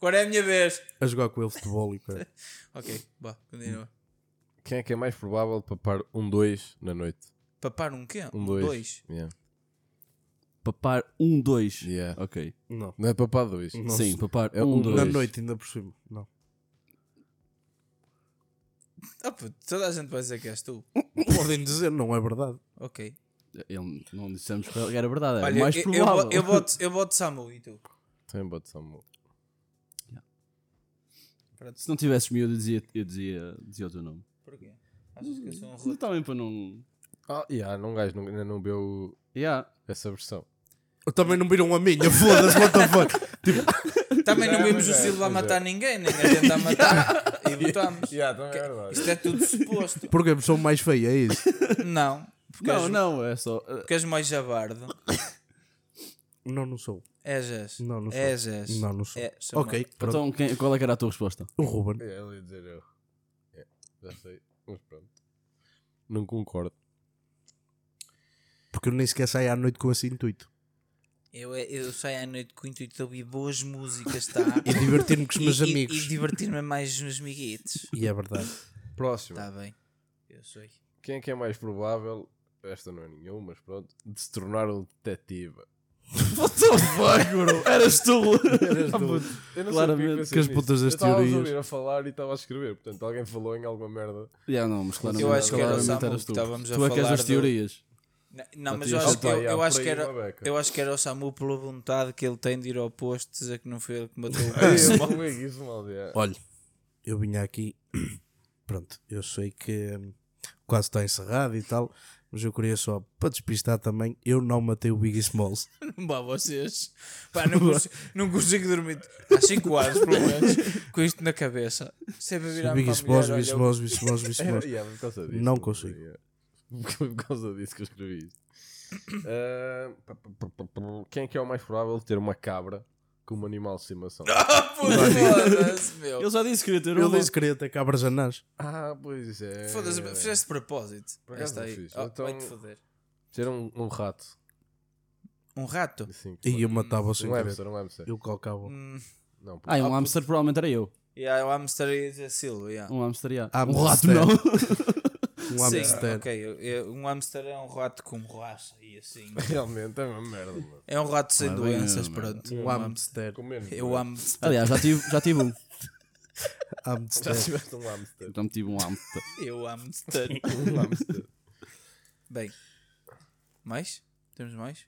[SPEAKER 2] Agora é a minha vez.
[SPEAKER 1] A jogar com ele futebol e cara.
[SPEAKER 2] Ok, vá, continua.
[SPEAKER 3] Quem é que é mais provável para par um 2 na noite?
[SPEAKER 2] Papar um quê?
[SPEAKER 3] Um 2.
[SPEAKER 2] dois.
[SPEAKER 3] Yeah.
[SPEAKER 5] Papar 1, 2.
[SPEAKER 3] Yeah.
[SPEAKER 5] Ok.
[SPEAKER 1] Não.
[SPEAKER 3] Não é para par 2.
[SPEAKER 1] Não. Nossa.
[SPEAKER 5] Sim, papar
[SPEAKER 3] É
[SPEAKER 5] 1,
[SPEAKER 3] um
[SPEAKER 5] 2.
[SPEAKER 1] Na noite ainda por cima. Não.
[SPEAKER 2] Ah, puto, toda a gente vai dizer que és tu.
[SPEAKER 1] Podem dizer, não é verdade.
[SPEAKER 2] Ok.
[SPEAKER 5] Ele, não dissemos que era verdade, era
[SPEAKER 2] Olha,
[SPEAKER 5] o É mais
[SPEAKER 2] eu, eu,
[SPEAKER 5] provável.
[SPEAKER 2] eu, eu, boto, eu boto Samu e tu.
[SPEAKER 3] Também pode ser um-
[SPEAKER 2] Pronto,
[SPEAKER 5] <laughs> Se não tivesses miúdo, eu dizia, eu dizia, dizia o teu nome.
[SPEAKER 2] porquê? Achas que eu sou um
[SPEAKER 5] Mas <laughs>
[SPEAKER 2] roto?
[SPEAKER 5] Também para não.
[SPEAKER 3] Ah, yeah, não gajo não- ainda não viu
[SPEAKER 5] Yeah.
[SPEAKER 3] essa versão.
[SPEAKER 1] Eu também não viram a minha, foda-se, what the fuck.
[SPEAKER 2] Também não
[SPEAKER 3] Não,
[SPEAKER 2] vimos o
[SPEAKER 3] mas é,
[SPEAKER 2] Silva a
[SPEAKER 3] mas é.
[SPEAKER 2] matar ninguém, nem a gente a matar. E botámos.
[SPEAKER 3] também é verdade.
[SPEAKER 2] Isto é tudo
[SPEAKER 1] <laughs>
[SPEAKER 2] suposto.
[SPEAKER 1] Porque a pessoa mais feia é isso.
[SPEAKER 2] Não, porque,
[SPEAKER 5] Não,
[SPEAKER 2] és,
[SPEAKER 5] não, é só. uh,
[SPEAKER 2] porque és mais jabardo.
[SPEAKER 1] Não, não sou.
[SPEAKER 2] És, és.
[SPEAKER 1] Não, não sou.
[SPEAKER 2] És, és.
[SPEAKER 1] Não, não sou.
[SPEAKER 2] É, sou
[SPEAKER 1] ok, pronto.
[SPEAKER 5] Então, quem- qual é que era a tua resposta?
[SPEAKER 1] O Ruben.
[SPEAKER 3] É, ele ia dizer eu. É, já sei, mas pronto. Não concordo.
[SPEAKER 1] Porque eu nem sequer saio à noite com esse intuito.
[SPEAKER 2] Eu, eu saio à noite com o intuito de ouvir boas músicas, tá?
[SPEAKER 1] <laughs> E divertir-me com os
[SPEAKER 2] E-
[SPEAKER 1] meus
[SPEAKER 2] e-
[SPEAKER 1] amigos.
[SPEAKER 2] E, divertir-me mais nos meus amiguetes.
[SPEAKER 1] E é verdade.
[SPEAKER 3] Próximo.
[SPEAKER 2] Está bem. Eu sei.
[SPEAKER 3] Quem é que é mais provável? Esta não é nenhuma, mas pronto. De se tornar um detetive.
[SPEAKER 5] What the fuck, bro? Eras tu!
[SPEAKER 3] Eu não
[SPEAKER 5] Claramente,
[SPEAKER 3] sei porque eu pensei
[SPEAKER 1] que as
[SPEAKER 3] nisto.
[SPEAKER 1] putas das
[SPEAKER 3] eu estava a
[SPEAKER 1] teorias.
[SPEAKER 3] ouvir a falar e estava a escrever. Portanto, alguém falou em alguma merda.
[SPEAKER 5] yeah, não, mas claramente,
[SPEAKER 2] Eu acho que era o
[SPEAKER 5] claramente
[SPEAKER 2] Samu
[SPEAKER 5] eras
[SPEAKER 2] que estávamos a
[SPEAKER 5] Tu é que és
[SPEAKER 2] falar
[SPEAKER 5] das
[SPEAKER 2] do-
[SPEAKER 5] teorias.
[SPEAKER 2] Não, não, mas
[SPEAKER 5] tu
[SPEAKER 2] eu
[SPEAKER 5] ias
[SPEAKER 2] acho, que,
[SPEAKER 3] Opa,
[SPEAKER 2] eu,
[SPEAKER 3] yeah,
[SPEAKER 2] eu acho que
[SPEAKER 3] por tá aí
[SPEAKER 2] era.
[SPEAKER 3] uma beca.
[SPEAKER 2] Eu acho que era o Samu pela vontade que ele tem de ir ao posto dizer que não foi ele
[SPEAKER 1] <laughs>
[SPEAKER 2] que matou o
[SPEAKER 3] Ei,
[SPEAKER 2] gajo.
[SPEAKER 3] <laughs> eu falei isso mal, yeah.
[SPEAKER 1] Olha, eu vinha aqui. <clears throat> Pronto, eu sei que hum, quase está encerrado e tal. Mas eu queria só, para despistar também, eu não matei o Biggie Smalls.
[SPEAKER 2] Não <laughs> vá vocês. Pá, não, consigo, não consigo dormir há 5 anos, pelo menos, com isto na cabeça. Sempre a virar para a
[SPEAKER 1] Biggie
[SPEAKER 2] mulher,
[SPEAKER 1] Smalls,
[SPEAKER 2] olha,
[SPEAKER 1] Biggie Smalls, Biggie Smalls,
[SPEAKER 2] <laughs>
[SPEAKER 3] <laughs>
[SPEAKER 1] Biggie
[SPEAKER 3] Era,
[SPEAKER 1] Smalls.
[SPEAKER 3] yeah, por causa disso,
[SPEAKER 1] Não consigo.
[SPEAKER 3] yeah. <laughs> Por causa disso que eu escrevi isto. Ah, pa- pa- pa- pa- pa- quem é que é o mais provável de ter uma cabra como animal de estimação?
[SPEAKER 2] Ah, pô, foda-se, meu.
[SPEAKER 5] Ele já disse que queria ter
[SPEAKER 1] Eu
[SPEAKER 5] uma.
[SPEAKER 1] disse que queria ter cabras anãs.
[SPEAKER 3] Ah, pois é.
[SPEAKER 2] Foda-se, fizeste de propósito.
[SPEAKER 3] Por acaso
[SPEAKER 2] Esta
[SPEAKER 3] não
[SPEAKER 2] aí.
[SPEAKER 3] fiz.
[SPEAKER 2] Oh,
[SPEAKER 3] Então-
[SPEAKER 2] Vai-te foder.
[SPEAKER 3] Ter um, um rato.
[SPEAKER 2] Um rato?
[SPEAKER 3] Assim, que-
[SPEAKER 1] E eu matava o sem
[SPEAKER 3] um
[SPEAKER 1] querer.
[SPEAKER 3] hamster, um hamster.
[SPEAKER 1] Eu colocava.
[SPEAKER 2] Hum,
[SPEAKER 3] Não, por-
[SPEAKER 5] Ah, e um hamster provavelmente era eu.
[SPEAKER 2] e yeah, é o hamster ia dizer Silva, yeah.
[SPEAKER 5] Um hamster, yeah.
[SPEAKER 1] Ah,
[SPEAKER 5] Um
[SPEAKER 1] mas
[SPEAKER 5] rato,
[SPEAKER 1] sério.
[SPEAKER 5] não.
[SPEAKER 1] Um
[SPEAKER 2] Sim,
[SPEAKER 1] hamster.
[SPEAKER 2] ok. eu- eu- Um hamster é um rato com borracha e assim.
[SPEAKER 3] <laughs> realmente é uma merda, mano.
[SPEAKER 2] É um rato sem
[SPEAKER 5] Ah, bem,
[SPEAKER 2] doenças,
[SPEAKER 5] é,
[SPEAKER 2] pronto.
[SPEAKER 1] Um hamster.
[SPEAKER 3] Comer.
[SPEAKER 2] Eu amo.
[SPEAKER 5] <laughs> Aliás, já tive, já tive um.
[SPEAKER 3] Já
[SPEAKER 1] Hamster.
[SPEAKER 3] tiveste um hamster.
[SPEAKER 5] Já me tive um hamster.
[SPEAKER 2] Eu amo tanto.
[SPEAKER 3] Um hamster.
[SPEAKER 2] Bem. Mais? Temos mais?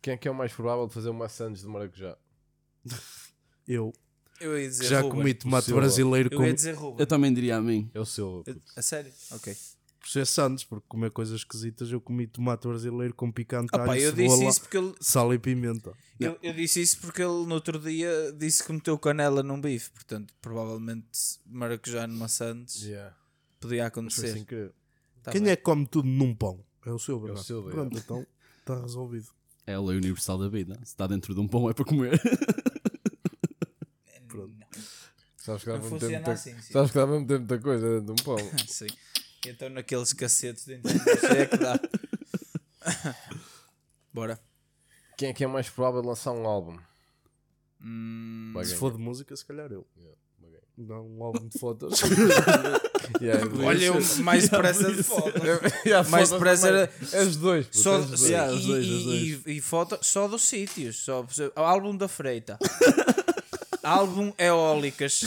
[SPEAKER 3] Quem é que é o mais provável de fazer uma sandes de maracujá?
[SPEAKER 1] Eu,
[SPEAKER 2] Eu ia
[SPEAKER 1] que
[SPEAKER 2] dizer
[SPEAKER 1] já
[SPEAKER 2] Ruben.
[SPEAKER 1] comi tomate
[SPEAKER 3] Silva.
[SPEAKER 1] brasileiro
[SPEAKER 2] Eu ia
[SPEAKER 1] com
[SPEAKER 2] dizer Ruben.
[SPEAKER 5] Eu também diria a mim.
[SPEAKER 3] É o Silva.
[SPEAKER 2] Eu- A sério? Ok.
[SPEAKER 1] por ser Santos, porque comer coisas esquisitas, eu comi tomate brasileiro com picante,
[SPEAKER 2] Ah, pá,
[SPEAKER 1] alho,
[SPEAKER 2] eu
[SPEAKER 1] cebola,
[SPEAKER 2] disse isso porque ele,
[SPEAKER 1] sal e pimenta.
[SPEAKER 2] eu, eu disse isso porque ele no outro dia disse que meteu canela num bife, portanto, provavelmente maracujá numa Santos
[SPEAKER 3] Yeah.
[SPEAKER 5] assim
[SPEAKER 2] podia
[SPEAKER 3] Foi assim
[SPEAKER 2] acontecer.
[SPEAKER 3] sem querer.
[SPEAKER 2] Tá
[SPEAKER 1] Quem
[SPEAKER 2] bem.
[SPEAKER 1] é que come tudo num pão? É o Silva.
[SPEAKER 3] É o
[SPEAKER 1] não é?
[SPEAKER 3] Silva, é.
[SPEAKER 1] Pronto, então está resolvido.
[SPEAKER 5] É a lei universal da vida. Se está dentro de um pão é para <laughs> comer.
[SPEAKER 2] Não,
[SPEAKER 3] Sabes que dá
[SPEAKER 2] não
[SPEAKER 3] para meter
[SPEAKER 2] funciona
[SPEAKER 3] muita-
[SPEAKER 2] assim. sim.
[SPEAKER 3] Sabes que dá para meter muita coisa dentro de um pão.
[SPEAKER 2] Sim. Então naqueles cacetes de internet é que dá. <laughs> Bora.
[SPEAKER 3] Quem é que é mais provável de lançar um álbum?
[SPEAKER 2] Hum,
[SPEAKER 3] Vai
[SPEAKER 1] Se
[SPEAKER 3] ganhar.
[SPEAKER 1] for de música, se calhar eu.
[SPEAKER 3] ok.
[SPEAKER 1] Não um álbum de
[SPEAKER 2] <laughs>
[SPEAKER 1] fotos.
[SPEAKER 3] <laughs> Yeah, eu-
[SPEAKER 2] Olha, <laughs> eu
[SPEAKER 5] <laughs>
[SPEAKER 2] mais depressa de foto.
[SPEAKER 3] Yeah,
[SPEAKER 2] mais
[SPEAKER 3] foda-se,
[SPEAKER 2] depressa
[SPEAKER 3] mano.
[SPEAKER 2] era-
[SPEAKER 3] És os dois. puto,
[SPEAKER 2] Só,
[SPEAKER 3] és os dois.
[SPEAKER 2] e,
[SPEAKER 5] Yeah, os dois,
[SPEAKER 2] e-
[SPEAKER 5] os dois.
[SPEAKER 2] e- e foto só dos sítios. Só, o álbum da
[SPEAKER 5] <laughs>
[SPEAKER 2] Freita. álbum Eólicas.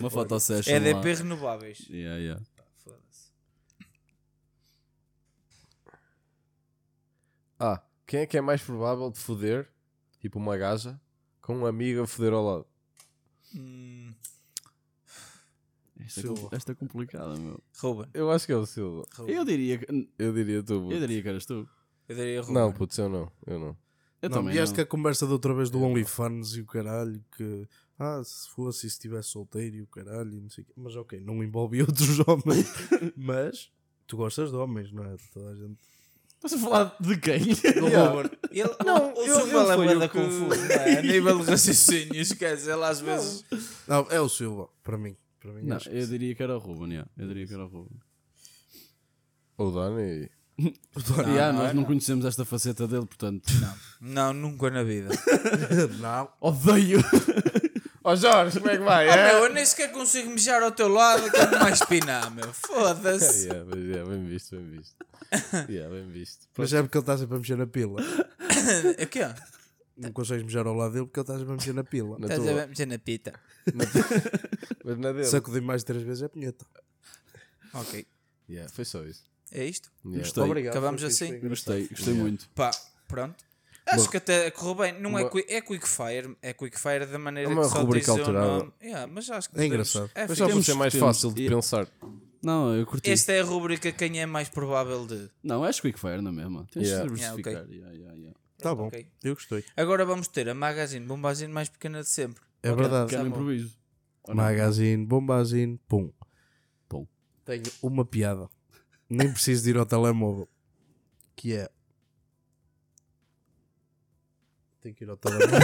[SPEAKER 5] Uma foto session
[SPEAKER 2] EDP
[SPEAKER 5] lá.
[SPEAKER 2] Renováveis.
[SPEAKER 5] Yeah, yeah.
[SPEAKER 3] Ah, quem é que é mais provável de foder, tipo uma gaja, com um amigo a foder ao lado?
[SPEAKER 2] Hum,
[SPEAKER 5] Esta, é compl- esta é complicada, meu.
[SPEAKER 2] Ruben.
[SPEAKER 3] Eu acho que é o Silva.
[SPEAKER 2] Ruben.
[SPEAKER 5] Eu diria que,
[SPEAKER 3] Eu diria tu. puto.
[SPEAKER 5] eu diria que eras tu.
[SPEAKER 2] Eu diria Ruben.
[SPEAKER 3] Não, putz, eu não. Eu não.
[SPEAKER 5] Eu
[SPEAKER 1] não,
[SPEAKER 5] também.
[SPEAKER 1] vieste
[SPEAKER 5] não.
[SPEAKER 1] com a conversa de outra vez do OnlyFans e o caralho que. Ah, se fosse e se estivesse solteiro e o caralho e não sei o quê. Mas ok, <laughs> não envolve outros homens. mas tu gostas de homens, não é? Toda a gente.
[SPEAKER 5] Estás a falar de quem?
[SPEAKER 2] Do Ruben. Ele, não, o
[SPEAKER 3] eu-
[SPEAKER 2] Silva
[SPEAKER 3] ele
[SPEAKER 2] é
[SPEAKER 3] foi
[SPEAKER 2] bué
[SPEAKER 3] o
[SPEAKER 2] da
[SPEAKER 3] que- <laughs>
[SPEAKER 2] confuso, não é? A nível de raciocínio, esquece. Ele às vezes.
[SPEAKER 1] Não, é o Silva, para mim. Para mim
[SPEAKER 5] <laughs> Não,
[SPEAKER 1] acho que
[SPEAKER 5] eu diria que era o Ruben, yeah. eu diria que era o Ruben.
[SPEAKER 3] O Dani.
[SPEAKER 5] e ah,
[SPEAKER 2] não
[SPEAKER 5] nós
[SPEAKER 2] é,
[SPEAKER 5] não
[SPEAKER 2] não.
[SPEAKER 5] conhecemos esta faceta dele, portanto.
[SPEAKER 2] Não, nunca na
[SPEAKER 3] <laughs>
[SPEAKER 2] vida.
[SPEAKER 1] Não,
[SPEAKER 5] Odeio!
[SPEAKER 3] Ó Jorge, como é que vai?
[SPEAKER 2] Ah, meu, eu nem sequer consigo mijar ao teu lado, quanto mais pinar, meu. Foda-se.
[SPEAKER 3] Yeah, mas, yeah, bem visto, bem visto. <laughs> Yeah, bem visto.
[SPEAKER 1] mas é porque ele está sempre a mexer na pila.
[SPEAKER 2] <laughs> O quê?
[SPEAKER 3] Tá
[SPEAKER 1] Não consegues mijar ao lado dele porque ele está sempre a mexer na pila.
[SPEAKER 3] Na
[SPEAKER 2] Estás a
[SPEAKER 3] tua,
[SPEAKER 2] ver- mexer na pita.
[SPEAKER 3] mas na dele.
[SPEAKER 1] Sacudir mais de três vezes é punheta.
[SPEAKER 2] Ok.
[SPEAKER 3] Yeah, foi só isso.
[SPEAKER 2] É isto?
[SPEAKER 3] Yeah.
[SPEAKER 5] Gostei,
[SPEAKER 2] Acabamos
[SPEAKER 1] foi fixe,
[SPEAKER 2] assim?
[SPEAKER 1] foi engraçado.
[SPEAKER 5] gostei, gostei muito.
[SPEAKER 2] Pá, pronto. Acho que até correu bem. Não é,
[SPEAKER 3] Uma-
[SPEAKER 2] qui é quickfire, é quickfire da maneira
[SPEAKER 3] É uma
[SPEAKER 2] que só
[SPEAKER 3] rubrica
[SPEAKER 2] diz o
[SPEAKER 3] alterada.
[SPEAKER 2] nome. Yeah, mas acho que
[SPEAKER 1] É
[SPEAKER 2] podemos-
[SPEAKER 1] engraçado.
[SPEAKER 2] É
[SPEAKER 3] Mas
[SPEAKER 2] fixe.
[SPEAKER 3] só por
[SPEAKER 5] Temos-
[SPEAKER 3] ser mais
[SPEAKER 5] temos-
[SPEAKER 3] fácil de
[SPEAKER 5] e-
[SPEAKER 3] pensar.
[SPEAKER 5] Não, eu curti.
[SPEAKER 2] Esta é a rubrica quem é mais provável de.
[SPEAKER 5] Não, és quickfire na mesma. Tens
[SPEAKER 3] Yeah.
[SPEAKER 5] de
[SPEAKER 2] Yeah,
[SPEAKER 5] diversificar. Yeah, yeah, yeah.
[SPEAKER 1] Tá bom,
[SPEAKER 2] Ok.
[SPEAKER 1] eu gostei.
[SPEAKER 2] Agora vamos ter a magazine bombazine mais pequena de sempre.
[SPEAKER 1] É verdade.
[SPEAKER 5] Quero
[SPEAKER 2] Tá bom.
[SPEAKER 5] improviso. Ou não?
[SPEAKER 1] Magazine, bombazine, pum.
[SPEAKER 5] Pum.
[SPEAKER 1] Tenho uma piada. Nem preciso de ir ao telemóvel. Que é. Tenho que ir ao telemóvel.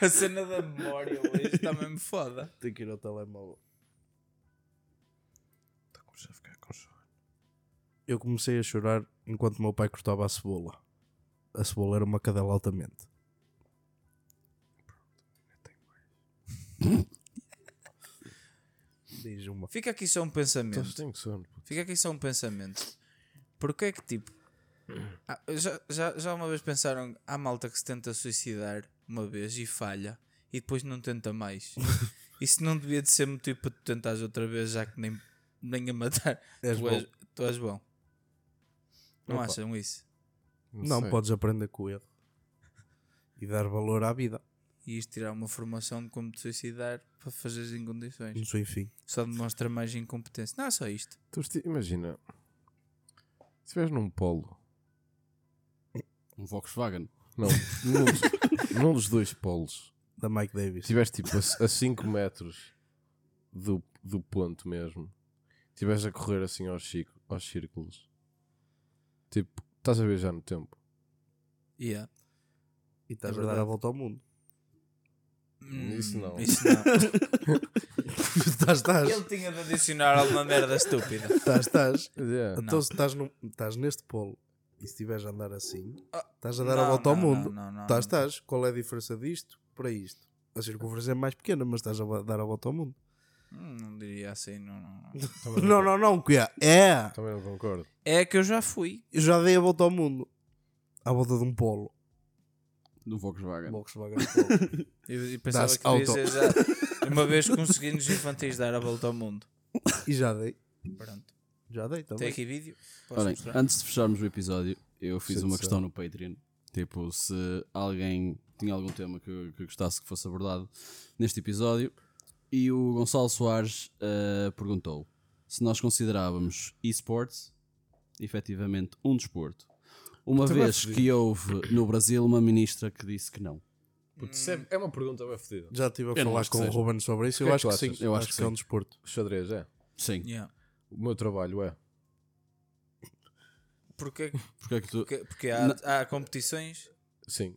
[SPEAKER 2] A cena da memória <laughs> hoje está mesmo foda.
[SPEAKER 1] <laughs> Tenho que ir ao telemóvel. Eu comecei a chorar enquanto meu pai cortava a cebola. A cebola era uma cadela altamente. Diz uma.
[SPEAKER 2] Fica aqui só um pensamento.
[SPEAKER 3] Todos
[SPEAKER 1] assim.
[SPEAKER 3] têm sono. puto.
[SPEAKER 2] Fica aqui só um pensamento. Porquê é que tipo.
[SPEAKER 1] Hum.
[SPEAKER 2] Ah, já, já, já uma vez pensaram há malta que se tenta suicidar uma vez e falha e depois não tenta
[SPEAKER 1] <laughs>
[SPEAKER 2] mais. Isso não devia de ser motivo para tu tentares outra vez, já que nem, nem a matar.
[SPEAKER 1] És
[SPEAKER 2] tu,
[SPEAKER 1] bom.
[SPEAKER 2] és, tu és bom. Não
[SPEAKER 1] Opa.
[SPEAKER 2] acham isso?
[SPEAKER 1] Não,
[SPEAKER 3] sei.
[SPEAKER 1] podes aprender com o erro e dar valor à vida.
[SPEAKER 2] E ias tirar uma formação de como te suicidar para fazeres em
[SPEAKER 1] No
[SPEAKER 2] condições.
[SPEAKER 1] seu fim.
[SPEAKER 2] Só demonstra mais incompetência. Não é só isto.
[SPEAKER 3] Tu esti- Imagina. Se estiveres num polo.
[SPEAKER 5] Um Volkswagen.
[SPEAKER 3] Não, num <laughs> dos, num dos dois polos.
[SPEAKER 1] Da Mike Davis.
[SPEAKER 3] Estiveste tipo a 5 metros do, do ponto mesmo. Estiveste a correr assim aos, cic- aos círculos. Tipo, estás a viajar no tempo.
[SPEAKER 2] Yeah.
[SPEAKER 1] E estás
[SPEAKER 2] É
[SPEAKER 1] a dar a
[SPEAKER 2] verdade.
[SPEAKER 1] volta ao mundo. Hum,
[SPEAKER 3] Isso não.
[SPEAKER 2] Isso
[SPEAKER 1] <laughs>
[SPEAKER 2] não.
[SPEAKER 1] estás, estás.
[SPEAKER 2] Ele tinha de adicionar alguma merda estúpida.
[SPEAKER 1] Estás,
[SPEAKER 3] <laughs>
[SPEAKER 1] estás.
[SPEAKER 3] Mas, yeah.
[SPEAKER 1] Então se estás, num, estás neste polo e se estiveres a andar assim,
[SPEAKER 2] Ah,
[SPEAKER 1] estás a dar a
[SPEAKER 2] Não,
[SPEAKER 1] volta ao
[SPEAKER 2] não,
[SPEAKER 1] mundo.
[SPEAKER 2] não, não, não,
[SPEAKER 1] Estás,
[SPEAKER 2] não.
[SPEAKER 1] estás. Qual é a diferença disto para isto? A circunferência é mais pequena, mas estás a va- dar a volta ao mundo.
[SPEAKER 2] Hum, Não diria assim, não, não, não.
[SPEAKER 3] Também
[SPEAKER 1] Não, não, não, que é. É!
[SPEAKER 3] Também não concordo.
[SPEAKER 2] É que eu já fui.
[SPEAKER 1] Eu já dei a volta ao mundo. À volta de um polo.
[SPEAKER 5] Do Volkswagen.
[SPEAKER 1] Volkswagen Polo.
[SPEAKER 2] Eu, eu pensava
[SPEAKER 1] Das
[SPEAKER 2] que tu ias
[SPEAKER 1] Auto.
[SPEAKER 2] dizer já. Uma vez consegui nos infantis dar a volta ao mundo.
[SPEAKER 1] e já dei.
[SPEAKER 2] Pronto.
[SPEAKER 1] Já dei
[SPEAKER 2] Tem
[SPEAKER 1] também.
[SPEAKER 2] aqui vídeo? Posso
[SPEAKER 5] Olhem,
[SPEAKER 2] mostrar?
[SPEAKER 5] antes de fecharmos o episódio, eu fiz
[SPEAKER 3] Sim,
[SPEAKER 5] uma
[SPEAKER 3] sim.
[SPEAKER 5] questão no Patreon. Tipo, se alguém tinha algum tema que, que gostasse que fosse abordado neste episódio. E o Gonçalo Soares eh, perguntou se nós considerávamos esportes efetivamente um desporto. Uma
[SPEAKER 3] Também
[SPEAKER 5] vez
[SPEAKER 3] fodido.
[SPEAKER 5] que houve no Brasil uma ministra que disse que não.
[SPEAKER 3] é uma pergunta bem fodida.
[SPEAKER 1] Já estive a
[SPEAKER 5] Eu não
[SPEAKER 1] falar
[SPEAKER 5] acho que
[SPEAKER 1] com o
[SPEAKER 5] seja.
[SPEAKER 1] Ruben sobre isso.
[SPEAKER 3] O
[SPEAKER 1] Eu
[SPEAKER 3] que é
[SPEAKER 1] acho
[SPEAKER 3] que
[SPEAKER 1] que
[SPEAKER 3] tu
[SPEAKER 1] sim.
[SPEAKER 3] achas?
[SPEAKER 5] Eu
[SPEAKER 1] Eu
[SPEAKER 5] acho
[SPEAKER 1] acho
[SPEAKER 5] que
[SPEAKER 1] que é um desporto.
[SPEAKER 3] Xadrez, é.
[SPEAKER 5] Sim.
[SPEAKER 2] Yeah.
[SPEAKER 3] O meu trabalho é.
[SPEAKER 2] Porque,
[SPEAKER 5] Porque é que tu.
[SPEAKER 2] porque, porque há, há competições.
[SPEAKER 3] Sim.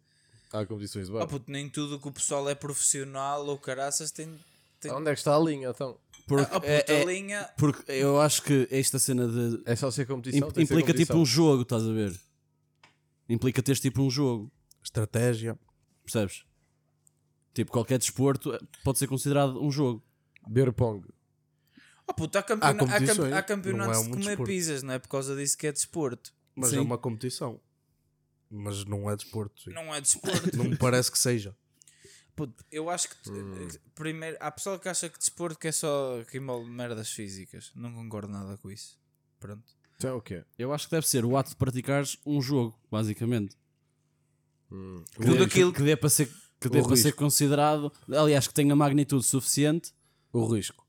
[SPEAKER 3] Há competições de
[SPEAKER 2] Ah,
[SPEAKER 3] bar.
[SPEAKER 2] puto, nem tudo que o pessoal é profissional ou caraças tem. tem...
[SPEAKER 3] Onde é que está a linha, então?
[SPEAKER 5] Porque,
[SPEAKER 2] Ah, puto,
[SPEAKER 5] é-
[SPEAKER 2] a
[SPEAKER 5] é-
[SPEAKER 2] linha.
[SPEAKER 5] porque eu acho que esta cena de,
[SPEAKER 3] É só ser competição?
[SPEAKER 5] Im-
[SPEAKER 3] tem que ser
[SPEAKER 5] implica tipo
[SPEAKER 3] competição.
[SPEAKER 5] um jogo, estás a ver? Implica teres tipo um jogo,
[SPEAKER 1] Estratégia.
[SPEAKER 5] percebes? Tipo, qualquer desporto eh, pode ser considerado um jogo.
[SPEAKER 3] Beer pong.
[SPEAKER 2] Ah, puto, há, campeona- há campe-
[SPEAKER 1] competições,
[SPEAKER 2] há
[SPEAKER 1] não
[SPEAKER 2] campeonatos
[SPEAKER 1] é
[SPEAKER 2] de
[SPEAKER 1] um
[SPEAKER 2] comer
[SPEAKER 1] desporto.
[SPEAKER 2] pizzas, não é por causa disso que é desporto.
[SPEAKER 1] Mas
[SPEAKER 5] Sim.
[SPEAKER 1] é uma competição. Mas não é desporto. sim.
[SPEAKER 2] Não
[SPEAKER 1] <laughs>
[SPEAKER 2] é desporto.
[SPEAKER 1] Não me parece que seja.
[SPEAKER 2] Puto, eu acho que
[SPEAKER 1] Hum.
[SPEAKER 2] eh, primeiro há pessoal que acha que desporto que é só que envolve merdas físicas. Não concordo nada com isso. Pronto.
[SPEAKER 3] Então é o quê?
[SPEAKER 5] Eu acho que deve ser o ato de praticares um jogo, basicamente. Que
[SPEAKER 2] Tudo
[SPEAKER 5] dê,
[SPEAKER 2] aquilo-
[SPEAKER 5] que dê para ser, que dê
[SPEAKER 3] O
[SPEAKER 5] para ser
[SPEAKER 3] risco.
[SPEAKER 5] considerado, aliás, que tenha magnitude suficiente,
[SPEAKER 3] O risco.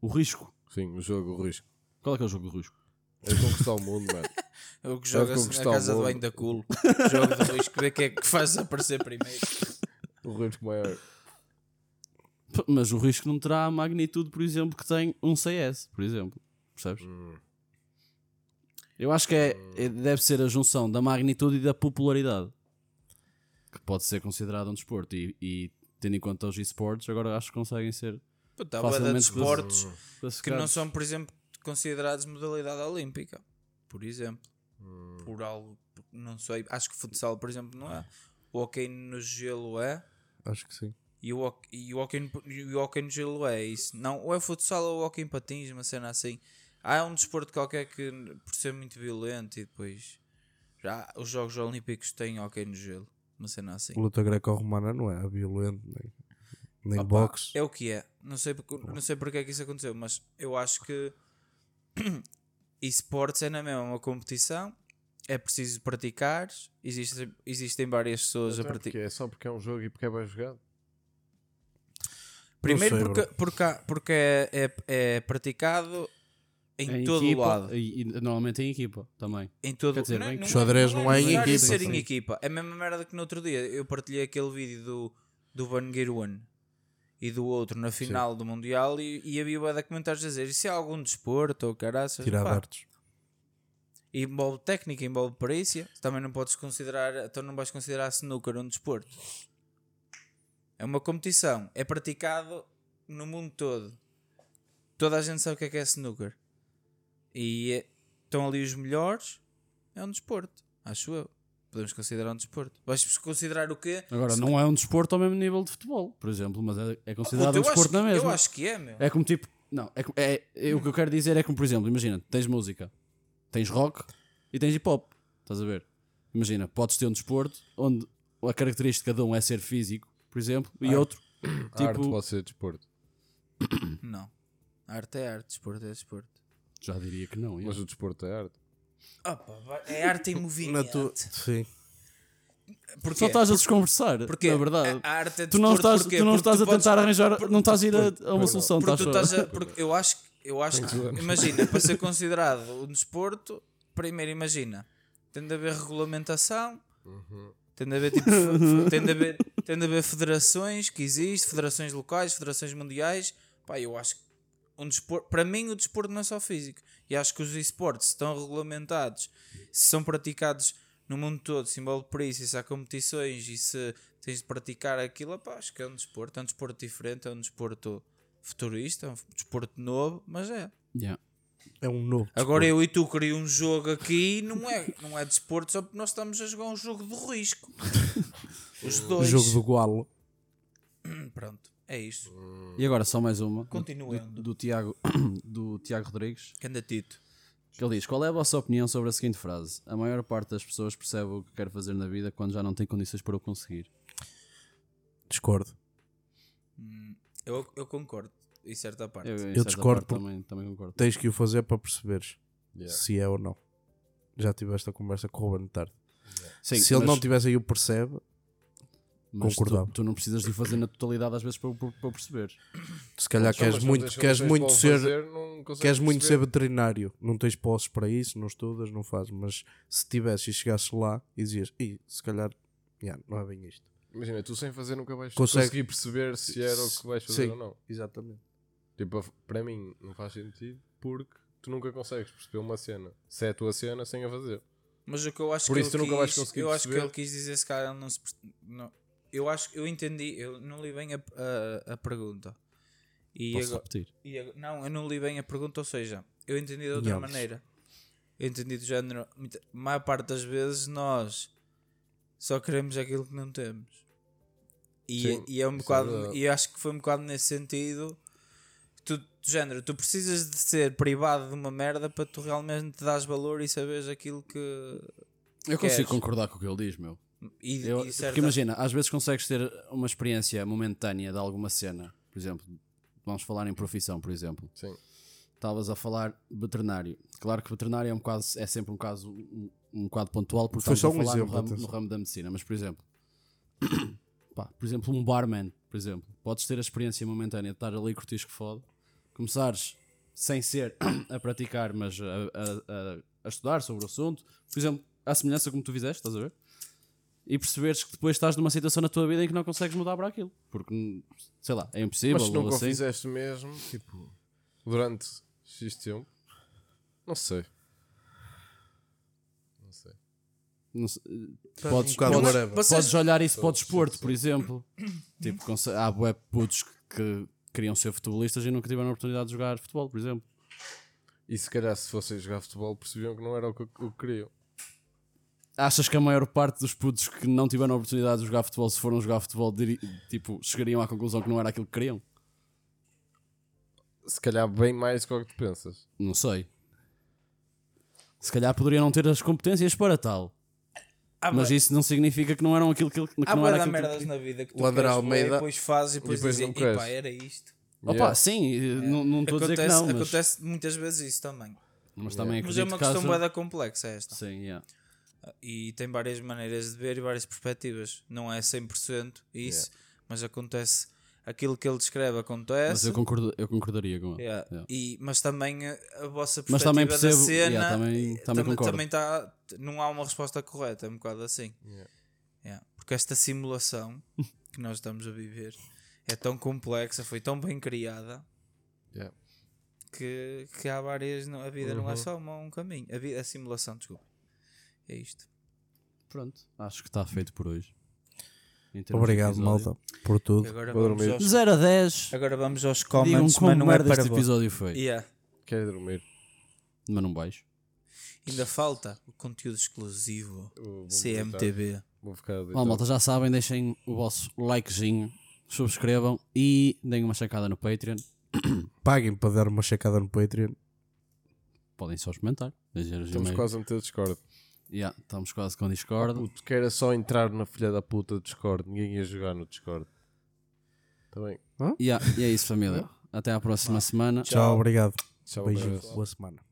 [SPEAKER 5] o risco.
[SPEAKER 3] Sim, o jogo, o risco.
[SPEAKER 5] Qual é que é o jogo do risco?
[SPEAKER 3] É conquistar o mundo,
[SPEAKER 1] <laughs>
[SPEAKER 3] mano.
[SPEAKER 2] É o que
[SPEAKER 3] É o que
[SPEAKER 2] joga-se na
[SPEAKER 3] conquistar o
[SPEAKER 2] casa de
[SPEAKER 3] mundo.
[SPEAKER 2] banho da culo. <laughs> Jogo do risco, ver quem é que faz aparecer primeiro.
[SPEAKER 3] O risco maior.
[SPEAKER 5] P- Mas o risco não terá a magnitude, por exemplo, que tem um CS, por exemplo. Percebes? Eu acho que é, é- deve ser a junção da magnitude e da popularidade. Que pode ser considerado um desporto. E, e tendo em conta os esportes, agora acho que conseguem ser.
[SPEAKER 2] Puta, há bué de
[SPEAKER 5] Facilmente
[SPEAKER 2] desportos que não
[SPEAKER 5] classificados.
[SPEAKER 2] são, por exemplo, considerados modalidade olímpica. Por exemplo.
[SPEAKER 1] Hum.
[SPEAKER 2] Por algo, não sei. Acho que futsal, por exemplo,
[SPEAKER 1] Ah.
[SPEAKER 2] não é. O hockey no gelo é.
[SPEAKER 1] Acho que sim.
[SPEAKER 2] E o, hoc- e o, hockey, no- e o hockey no gelo é isso. Não, ou é futsal ou hockey em patins, uma cena assim. Há um desporto qualquer que, por ser muito violento, e depois. Já os Jogos Olímpicos têm hockey no gelo. Uma cena assim.
[SPEAKER 1] Luta greco-romana não é violento, nem, nem boxe.
[SPEAKER 2] É o que é. Não sei, porque- não sei porque é que isso aconteceu, mas eu acho que <clears throat> esportes é na mesma uma competição. É preciso praticar. Existem, existem várias pessoas a
[SPEAKER 3] Até
[SPEAKER 2] praticar.
[SPEAKER 3] porque é só porque é um jogo e porque é bem jogado. é.
[SPEAKER 2] Primeiro
[SPEAKER 1] sei,
[SPEAKER 2] porque, porque, há- porque é, é- é praticado em, todo o
[SPEAKER 5] equipa,
[SPEAKER 2] lado.
[SPEAKER 5] E, e normalmente em eequipa também.
[SPEAKER 2] Em todo
[SPEAKER 5] Quer dizer,
[SPEAKER 2] não,
[SPEAKER 5] bem que
[SPEAKER 2] não
[SPEAKER 1] o xadrez não é em
[SPEAKER 2] necessário
[SPEAKER 1] equipa,
[SPEAKER 2] ser
[SPEAKER 1] sim.
[SPEAKER 2] em equipa. É a mesma merda que no outro dia eu partilhei aquele vídeo do, do Van Giroen e do outro na final do Mundial e, e havia bué de comentários a dizer isso é algum desporto ou caraças.
[SPEAKER 1] Tirar
[SPEAKER 2] pá,
[SPEAKER 1] dardos.
[SPEAKER 2] Envolve técnica, envolve perícia. Também não podes considerar, então não vais considerar snooker um desporto. É uma competição, é praticado no mundo todo. Toda a gente sabe o que é que é snooker. E é- estão ali os melhores, é um desporto, acho eu. Podemos considerar um desporto. Vais considerar o quê?
[SPEAKER 5] Agora,
[SPEAKER 2] Se-
[SPEAKER 5] não é um desporto ao mesmo nível de futebol, por exemplo, mas é, é considerado
[SPEAKER 2] Puta, eu,
[SPEAKER 5] um
[SPEAKER 2] acho
[SPEAKER 5] desporto
[SPEAKER 2] que,
[SPEAKER 5] na mesma.
[SPEAKER 2] eu acho que é, meu.
[SPEAKER 5] É como tipo. Não, é, co- é, é- o que eu quero dizer é como, por exemplo, imagina, tens música, tens rock e tens hip hop. Estás a ver? Imagina, podes ter um desporto onde a característica de um é ser físico, por exemplo, e
[SPEAKER 2] Ah.
[SPEAKER 5] outro,
[SPEAKER 3] A arte
[SPEAKER 5] tipo.
[SPEAKER 3] pode ser desporto.
[SPEAKER 2] Não. Arte é arte, desporto é desporto.
[SPEAKER 5] Já diria que não.
[SPEAKER 3] Mas
[SPEAKER 5] Mas,
[SPEAKER 3] o desporto é arte.
[SPEAKER 2] Opa, vai- é arte em
[SPEAKER 1] <laughs> Na
[SPEAKER 2] movimento. é.
[SPEAKER 1] tua... Sim.
[SPEAKER 2] Porquê?
[SPEAKER 5] só tá estás a desconversar,
[SPEAKER 2] Porque
[SPEAKER 5] na verdade.
[SPEAKER 2] a a arte é
[SPEAKER 5] tu não
[SPEAKER 2] desporto,
[SPEAKER 5] estás,
[SPEAKER 2] porquê?
[SPEAKER 5] tu não
[SPEAKER 2] Porque
[SPEAKER 5] estás a
[SPEAKER 2] podes-
[SPEAKER 5] tentar arranjar,
[SPEAKER 2] por-
[SPEAKER 5] não estás a ir a, a uma solução,
[SPEAKER 2] Porque
[SPEAKER 5] estás
[SPEAKER 2] tu
[SPEAKER 5] só.
[SPEAKER 2] estás a, porque eu acho que- eu acho que- imagina, para ser considerado um desporto, primeiro imagina, tem de haver regulamentação, tem de haver tipo, fe- fe- tem de haver, tem de haver federações que existem, federações locais, federações mundiais. Pá, eu acho que um desporto, para mim o desporto não é só físico. E acho que os esportes se estão regulamentados, se são praticados no mundo todo, se envolve por isso, e se há competições e se tens de praticar aquilo, pá, acho que é um desporto, é um desporto diferente, é um desporto futurista, é um desporto novo, mas é.
[SPEAKER 5] Yeah.
[SPEAKER 1] É um novo.
[SPEAKER 2] Agora eu e tu queria um jogo aqui não é, não é desporto, só porque nós estamos a jogar um jogo de risco. Os
[SPEAKER 1] O
[SPEAKER 2] dois.
[SPEAKER 1] jogo do Gualo.
[SPEAKER 2] Pronto, é isso.
[SPEAKER 5] E agora só mais uma do-
[SPEAKER 2] Continuando.
[SPEAKER 5] do Tiago, <coughs> do Tiago Rodrigues.
[SPEAKER 2] Ganda Tito.
[SPEAKER 5] que ele diz: Qual é a vossa opinião sobre a seguinte frase? A maior parte das pessoas percebe o que quer fazer na vida quando já não tem condições para o conseguir.
[SPEAKER 1] Discordo.
[SPEAKER 2] Hum, Eu, eu concordo, em certa parte.
[SPEAKER 5] Eu, em
[SPEAKER 1] Eu
[SPEAKER 5] certa
[SPEAKER 1] discordo
[SPEAKER 5] parte,
[SPEAKER 1] por-
[SPEAKER 5] Também, também concordo.
[SPEAKER 1] Tens que o fazer para perceberes
[SPEAKER 3] Yeah.
[SPEAKER 1] se é ou não. Já tive esta conversa com o Ruben de tarde.
[SPEAKER 5] Sim,
[SPEAKER 1] se ele
[SPEAKER 5] mas-
[SPEAKER 1] não tivesse aí o percebe,
[SPEAKER 5] mas tu,
[SPEAKER 1] concordava.
[SPEAKER 5] tu não precisas de o fazer na totalidade às vezes para, o- para, o perceber.
[SPEAKER 1] se calhar
[SPEAKER 3] Só,
[SPEAKER 1] queres
[SPEAKER 3] mas não
[SPEAKER 1] muito,
[SPEAKER 3] tens
[SPEAKER 1] queres
[SPEAKER 3] condições
[SPEAKER 1] muito
[SPEAKER 3] para o
[SPEAKER 1] ser,
[SPEAKER 3] fazer, não consegues
[SPEAKER 1] queres muito ser
[SPEAKER 3] perceber.
[SPEAKER 1] veterinário, não tens posses para isso, não estudas, não fazes, mas se tivesse e chegasses lá e dizias, "Ih, se calhar, yeah, não é bem isto.
[SPEAKER 3] Imagina, tu sem fazer nunca vais
[SPEAKER 1] Consegue-
[SPEAKER 3] conseguir perceber se era o que vais fazer
[SPEAKER 1] Sim.
[SPEAKER 3] ou não.
[SPEAKER 1] Exatamente.
[SPEAKER 3] Tipo, para mim não faz sentido porque tu nunca consegues perceber uma cena. Se é a tua cena, sem a fazer.
[SPEAKER 2] Mas o que eu acho
[SPEAKER 3] Por
[SPEAKER 2] que
[SPEAKER 3] isso
[SPEAKER 2] ele
[SPEAKER 3] tu nunca vais
[SPEAKER 2] quis-
[SPEAKER 3] conseguir
[SPEAKER 2] Eu acho que
[SPEAKER 3] perceber.
[SPEAKER 2] ele quis dizer se cara não se. perce- Não. Eu acho eu entendi, eu não li bem a, a, a pergunta. E
[SPEAKER 5] Posso
[SPEAKER 2] agora-
[SPEAKER 5] repetir?
[SPEAKER 2] E ag- não, eu não li bem a pergunta, ou seja, eu entendi de outra
[SPEAKER 1] Nhalas.
[SPEAKER 2] maneira. Eu entendi do género. muita- A maior parte das vezes nós só queremos aquilo que não temos. E,
[SPEAKER 3] Sim,
[SPEAKER 2] e é um
[SPEAKER 3] isso é
[SPEAKER 2] bocado.
[SPEAKER 3] verdade.
[SPEAKER 2] e eu acho que foi um bocado nesse sentido. Tu, do género, tu precisas de ser privado de uma merda para tu realmente te dares valor e saberes aquilo que.
[SPEAKER 5] Eu
[SPEAKER 2] Queres?
[SPEAKER 5] consigo concordar com o que ele diz, meu.
[SPEAKER 2] E,
[SPEAKER 5] Eu-
[SPEAKER 2] e certa-
[SPEAKER 5] porque imagina, às vezes consegues ter uma experiência momentânea de alguma cena. Por exemplo, vamos falar em profissão, por exemplo.
[SPEAKER 3] Sim.
[SPEAKER 5] Estavas a falar veterinário. Claro que veterinário é, um caso, é sempre um caso, um, um quadro pontual, porque
[SPEAKER 1] Foi
[SPEAKER 5] estamos
[SPEAKER 1] só
[SPEAKER 5] a
[SPEAKER 1] um
[SPEAKER 5] falar
[SPEAKER 1] exemplo,
[SPEAKER 5] no, ramo,
[SPEAKER 1] atenção.
[SPEAKER 5] no ramo da medicina. Mas, por exemplo, <coughs> pá, por exemplo, um barman, por exemplo, podes ter a experiência momentânea de estar ali e curtir que fode, começares sem ser <coughs> a praticar, mas a, a- a- a estudar sobre o assunto, por exemplo, à semelhança como tu fizeste, estás a ver? E perceberes que depois estás numa situação na tua vida em que não consegues mudar para aquilo, porque sei lá, é impossível.
[SPEAKER 3] Mas se
[SPEAKER 5] ou
[SPEAKER 3] nunca o
[SPEAKER 5] assim.
[SPEAKER 3] fizeste mesmo, tipo, durante X tempo, não sei. Não sei.
[SPEAKER 5] Não sei,
[SPEAKER 1] Podes,
[SPEAKER 5] Podes-
[SPEAKER 1] um bocado
[SPEAKER 5] podes-
[SPEAKER 1] whatever.
[SPEAKER 2] Vocês-
[SPEAKER 5] Podes olhar isso para o desporto, por exemplo. tipo, conce- há web putos que queriam ser futebolistas e nunca tiveram a oportunidade de jogar futebol, por exemplo.
[SPEAKER 3] E se calhar se fossem jogar futebol percebiam que não era o que, o que queriam.
[SPEAKER 5] Achas que a maior parte dos putos que não tiveram a oportunidade de jogar futebol, se foram jogar futebol, diri- tipo, chegariam à conclusão que não era aquilo que queriam?
[SPEAKER 3] Se calhar bem mais do que o que tu pensas.
[SPEAKER 5] Não sei. Se calhar poderiam não ter as competências para tal.
[SPEAKER 2] Há
[SPEAKER 5] Mas
[SPEAKER 2] bué-
[SPEAKER 5] isso não significa que não eram aquilo que, que
[SPEAKER 2] há
[SPEAKER 5] não
[SPEAKER 2] Ah, bué
[SPEAKER 5] era
[SPEAKER 2] da
[SPEAKER 5] aquilo que-
[SPEAKER 2] merdas na vida que tu
[SPEAKER 1] Ladrão
[SPEAKER 2] queres bué e
[SPEAKER 1] Almeida.
[SPEAKER 2] depois fazes e depois,
[SPEAKER 3] depois
[SPEAKER 2] dizes,
[SPEAKER 3] não queres.
[SPEAKER 2] "Epá, era isto.
[SPEAKER 5] Opa,
[SPEAKER 3] Yeah.
[SPEAKER 5] sim, eh, não não estou a dizer
[SPEAKER 2] acontece,
[SPEAKER 5] que não, mas,
[SPEAKER 2] acontece muitas vezes isso também.
[SPEAKER 5] mas também
[SPEAKER 2] Mas
[SPEAKER 5] acredito
[SPEAKER 2] é uma
[SPEAKER 5] que
[SPEAKER 2] questão
[SPEAKER 5] haja-
[SPEAKER 2] bué da complexa esta.
[SPEAKER 5] Sim, yeah.
[SPEAKER 2] e tem várias maneiras de ver e várias perspectivas. Não é 100% isso, mas acontece aquilo que ele descreve
[SPEAKER 5] Mas
[SPEAKER 2] acontece.
[SPEAKER 5] eu, concordo, eu concordaria com ele.
[SPEAKER 2] Yeah.
[SPEAKER 5] Yeah.
[SPEAKER 2] E, mas também a, a vossa perspectiva
[SPEAKER 5] Mas também
[SPEAKER 2] da
[SPEAKER 5] percebo-
[SPEAKER 2] cena
[SPEAKER 5] yeah, também-
[SPEAKER 2] eh,
[SPEAKER 5] também concordo.
[SPEAKER 2] também tá- não há uma resposta correta, é um bocado assim.
[SPEAKER 3] Yeah.
[SPEAKER 2] Yeah. Porque esta
[SPEAKER 5] <laughs>
[SPEAKER 2] simulação que nós estamos a viver é tão complexa, foi tão bem criada
[SPEAKER 3] Yeah. Uhum.
[SPEAKER 2] que, que há várias. não- A vida não é só uma- um caminho. A, vida, a simulação, desculpa. É isto.
[SPEAKER 5] Pronto, acho que está feito por hoje. Em termos de
[SPEAKER 1] Obrigado,
[SPEAKER 5] episódio.
[SPEAKER 1] malta, por tudo.
[SPEAKER 2] Agora
[SPEAKER 3] Vou
[SPEAKER 2] vamos
[SPEAKER 3] dormir.
[SPEAKER 2] aos
[SPEAKER 5] De 0 a 10,
[SPEAKER 2] Agora vamos aos
[SPEAKER 5] digam
[SPEAKER 2] comments,
[SPEAKER 5] como
[SPEAKER 2] mas não é
[SPEAKER 5] merda
[SPEAKER 2] para
[SPEAKER 5] este
[SPEAKER 2] episódio.
[SPEAKER 5] episódio foi.
[SPEAKER 2] Yeah.
[SPEAKER 3] Quero ir dormir.
[SPEAKER 5] Mas não vais.
[SPEAKER 2] Ainda falta o conteúdo exclusivo
[SPEAKER 3] Eu vou-
[SPEAKER 2] CMTV.
[SPEAKER 3] Vou ficar
[SPEAKER 5] Bom,
[SPEAKER 3] deitado.
[SPEAKER 5] malta, já sabem, deixem o vosso likezinho, subscrevam e deem uma checada no Patreon.
[SPEAKER 1] Paguem para dar uma checada no Patreon.
[SPEAKER 5] Podem só experimentar.
[SPEAKER 3] Estamos quase a meter Discord.
[SPEAKER 5] Yeah, estamos quase com Discord.
[SPEAKER 3] Puto, que era só entrar na filha da puta do Discord. Ninguém ia jogar no Discord. Tá bem.
[SPEAKER 5] Yeah, e é isso, família. Até à próxima semana.
[SPEAKER 1] Tchau, obrigado.
[SPEAKER 3] Tchau,
[SPEAKER 1] Beijo.
[SPEAKER 3] abraço.
[SPEAKER 1] Boa semana.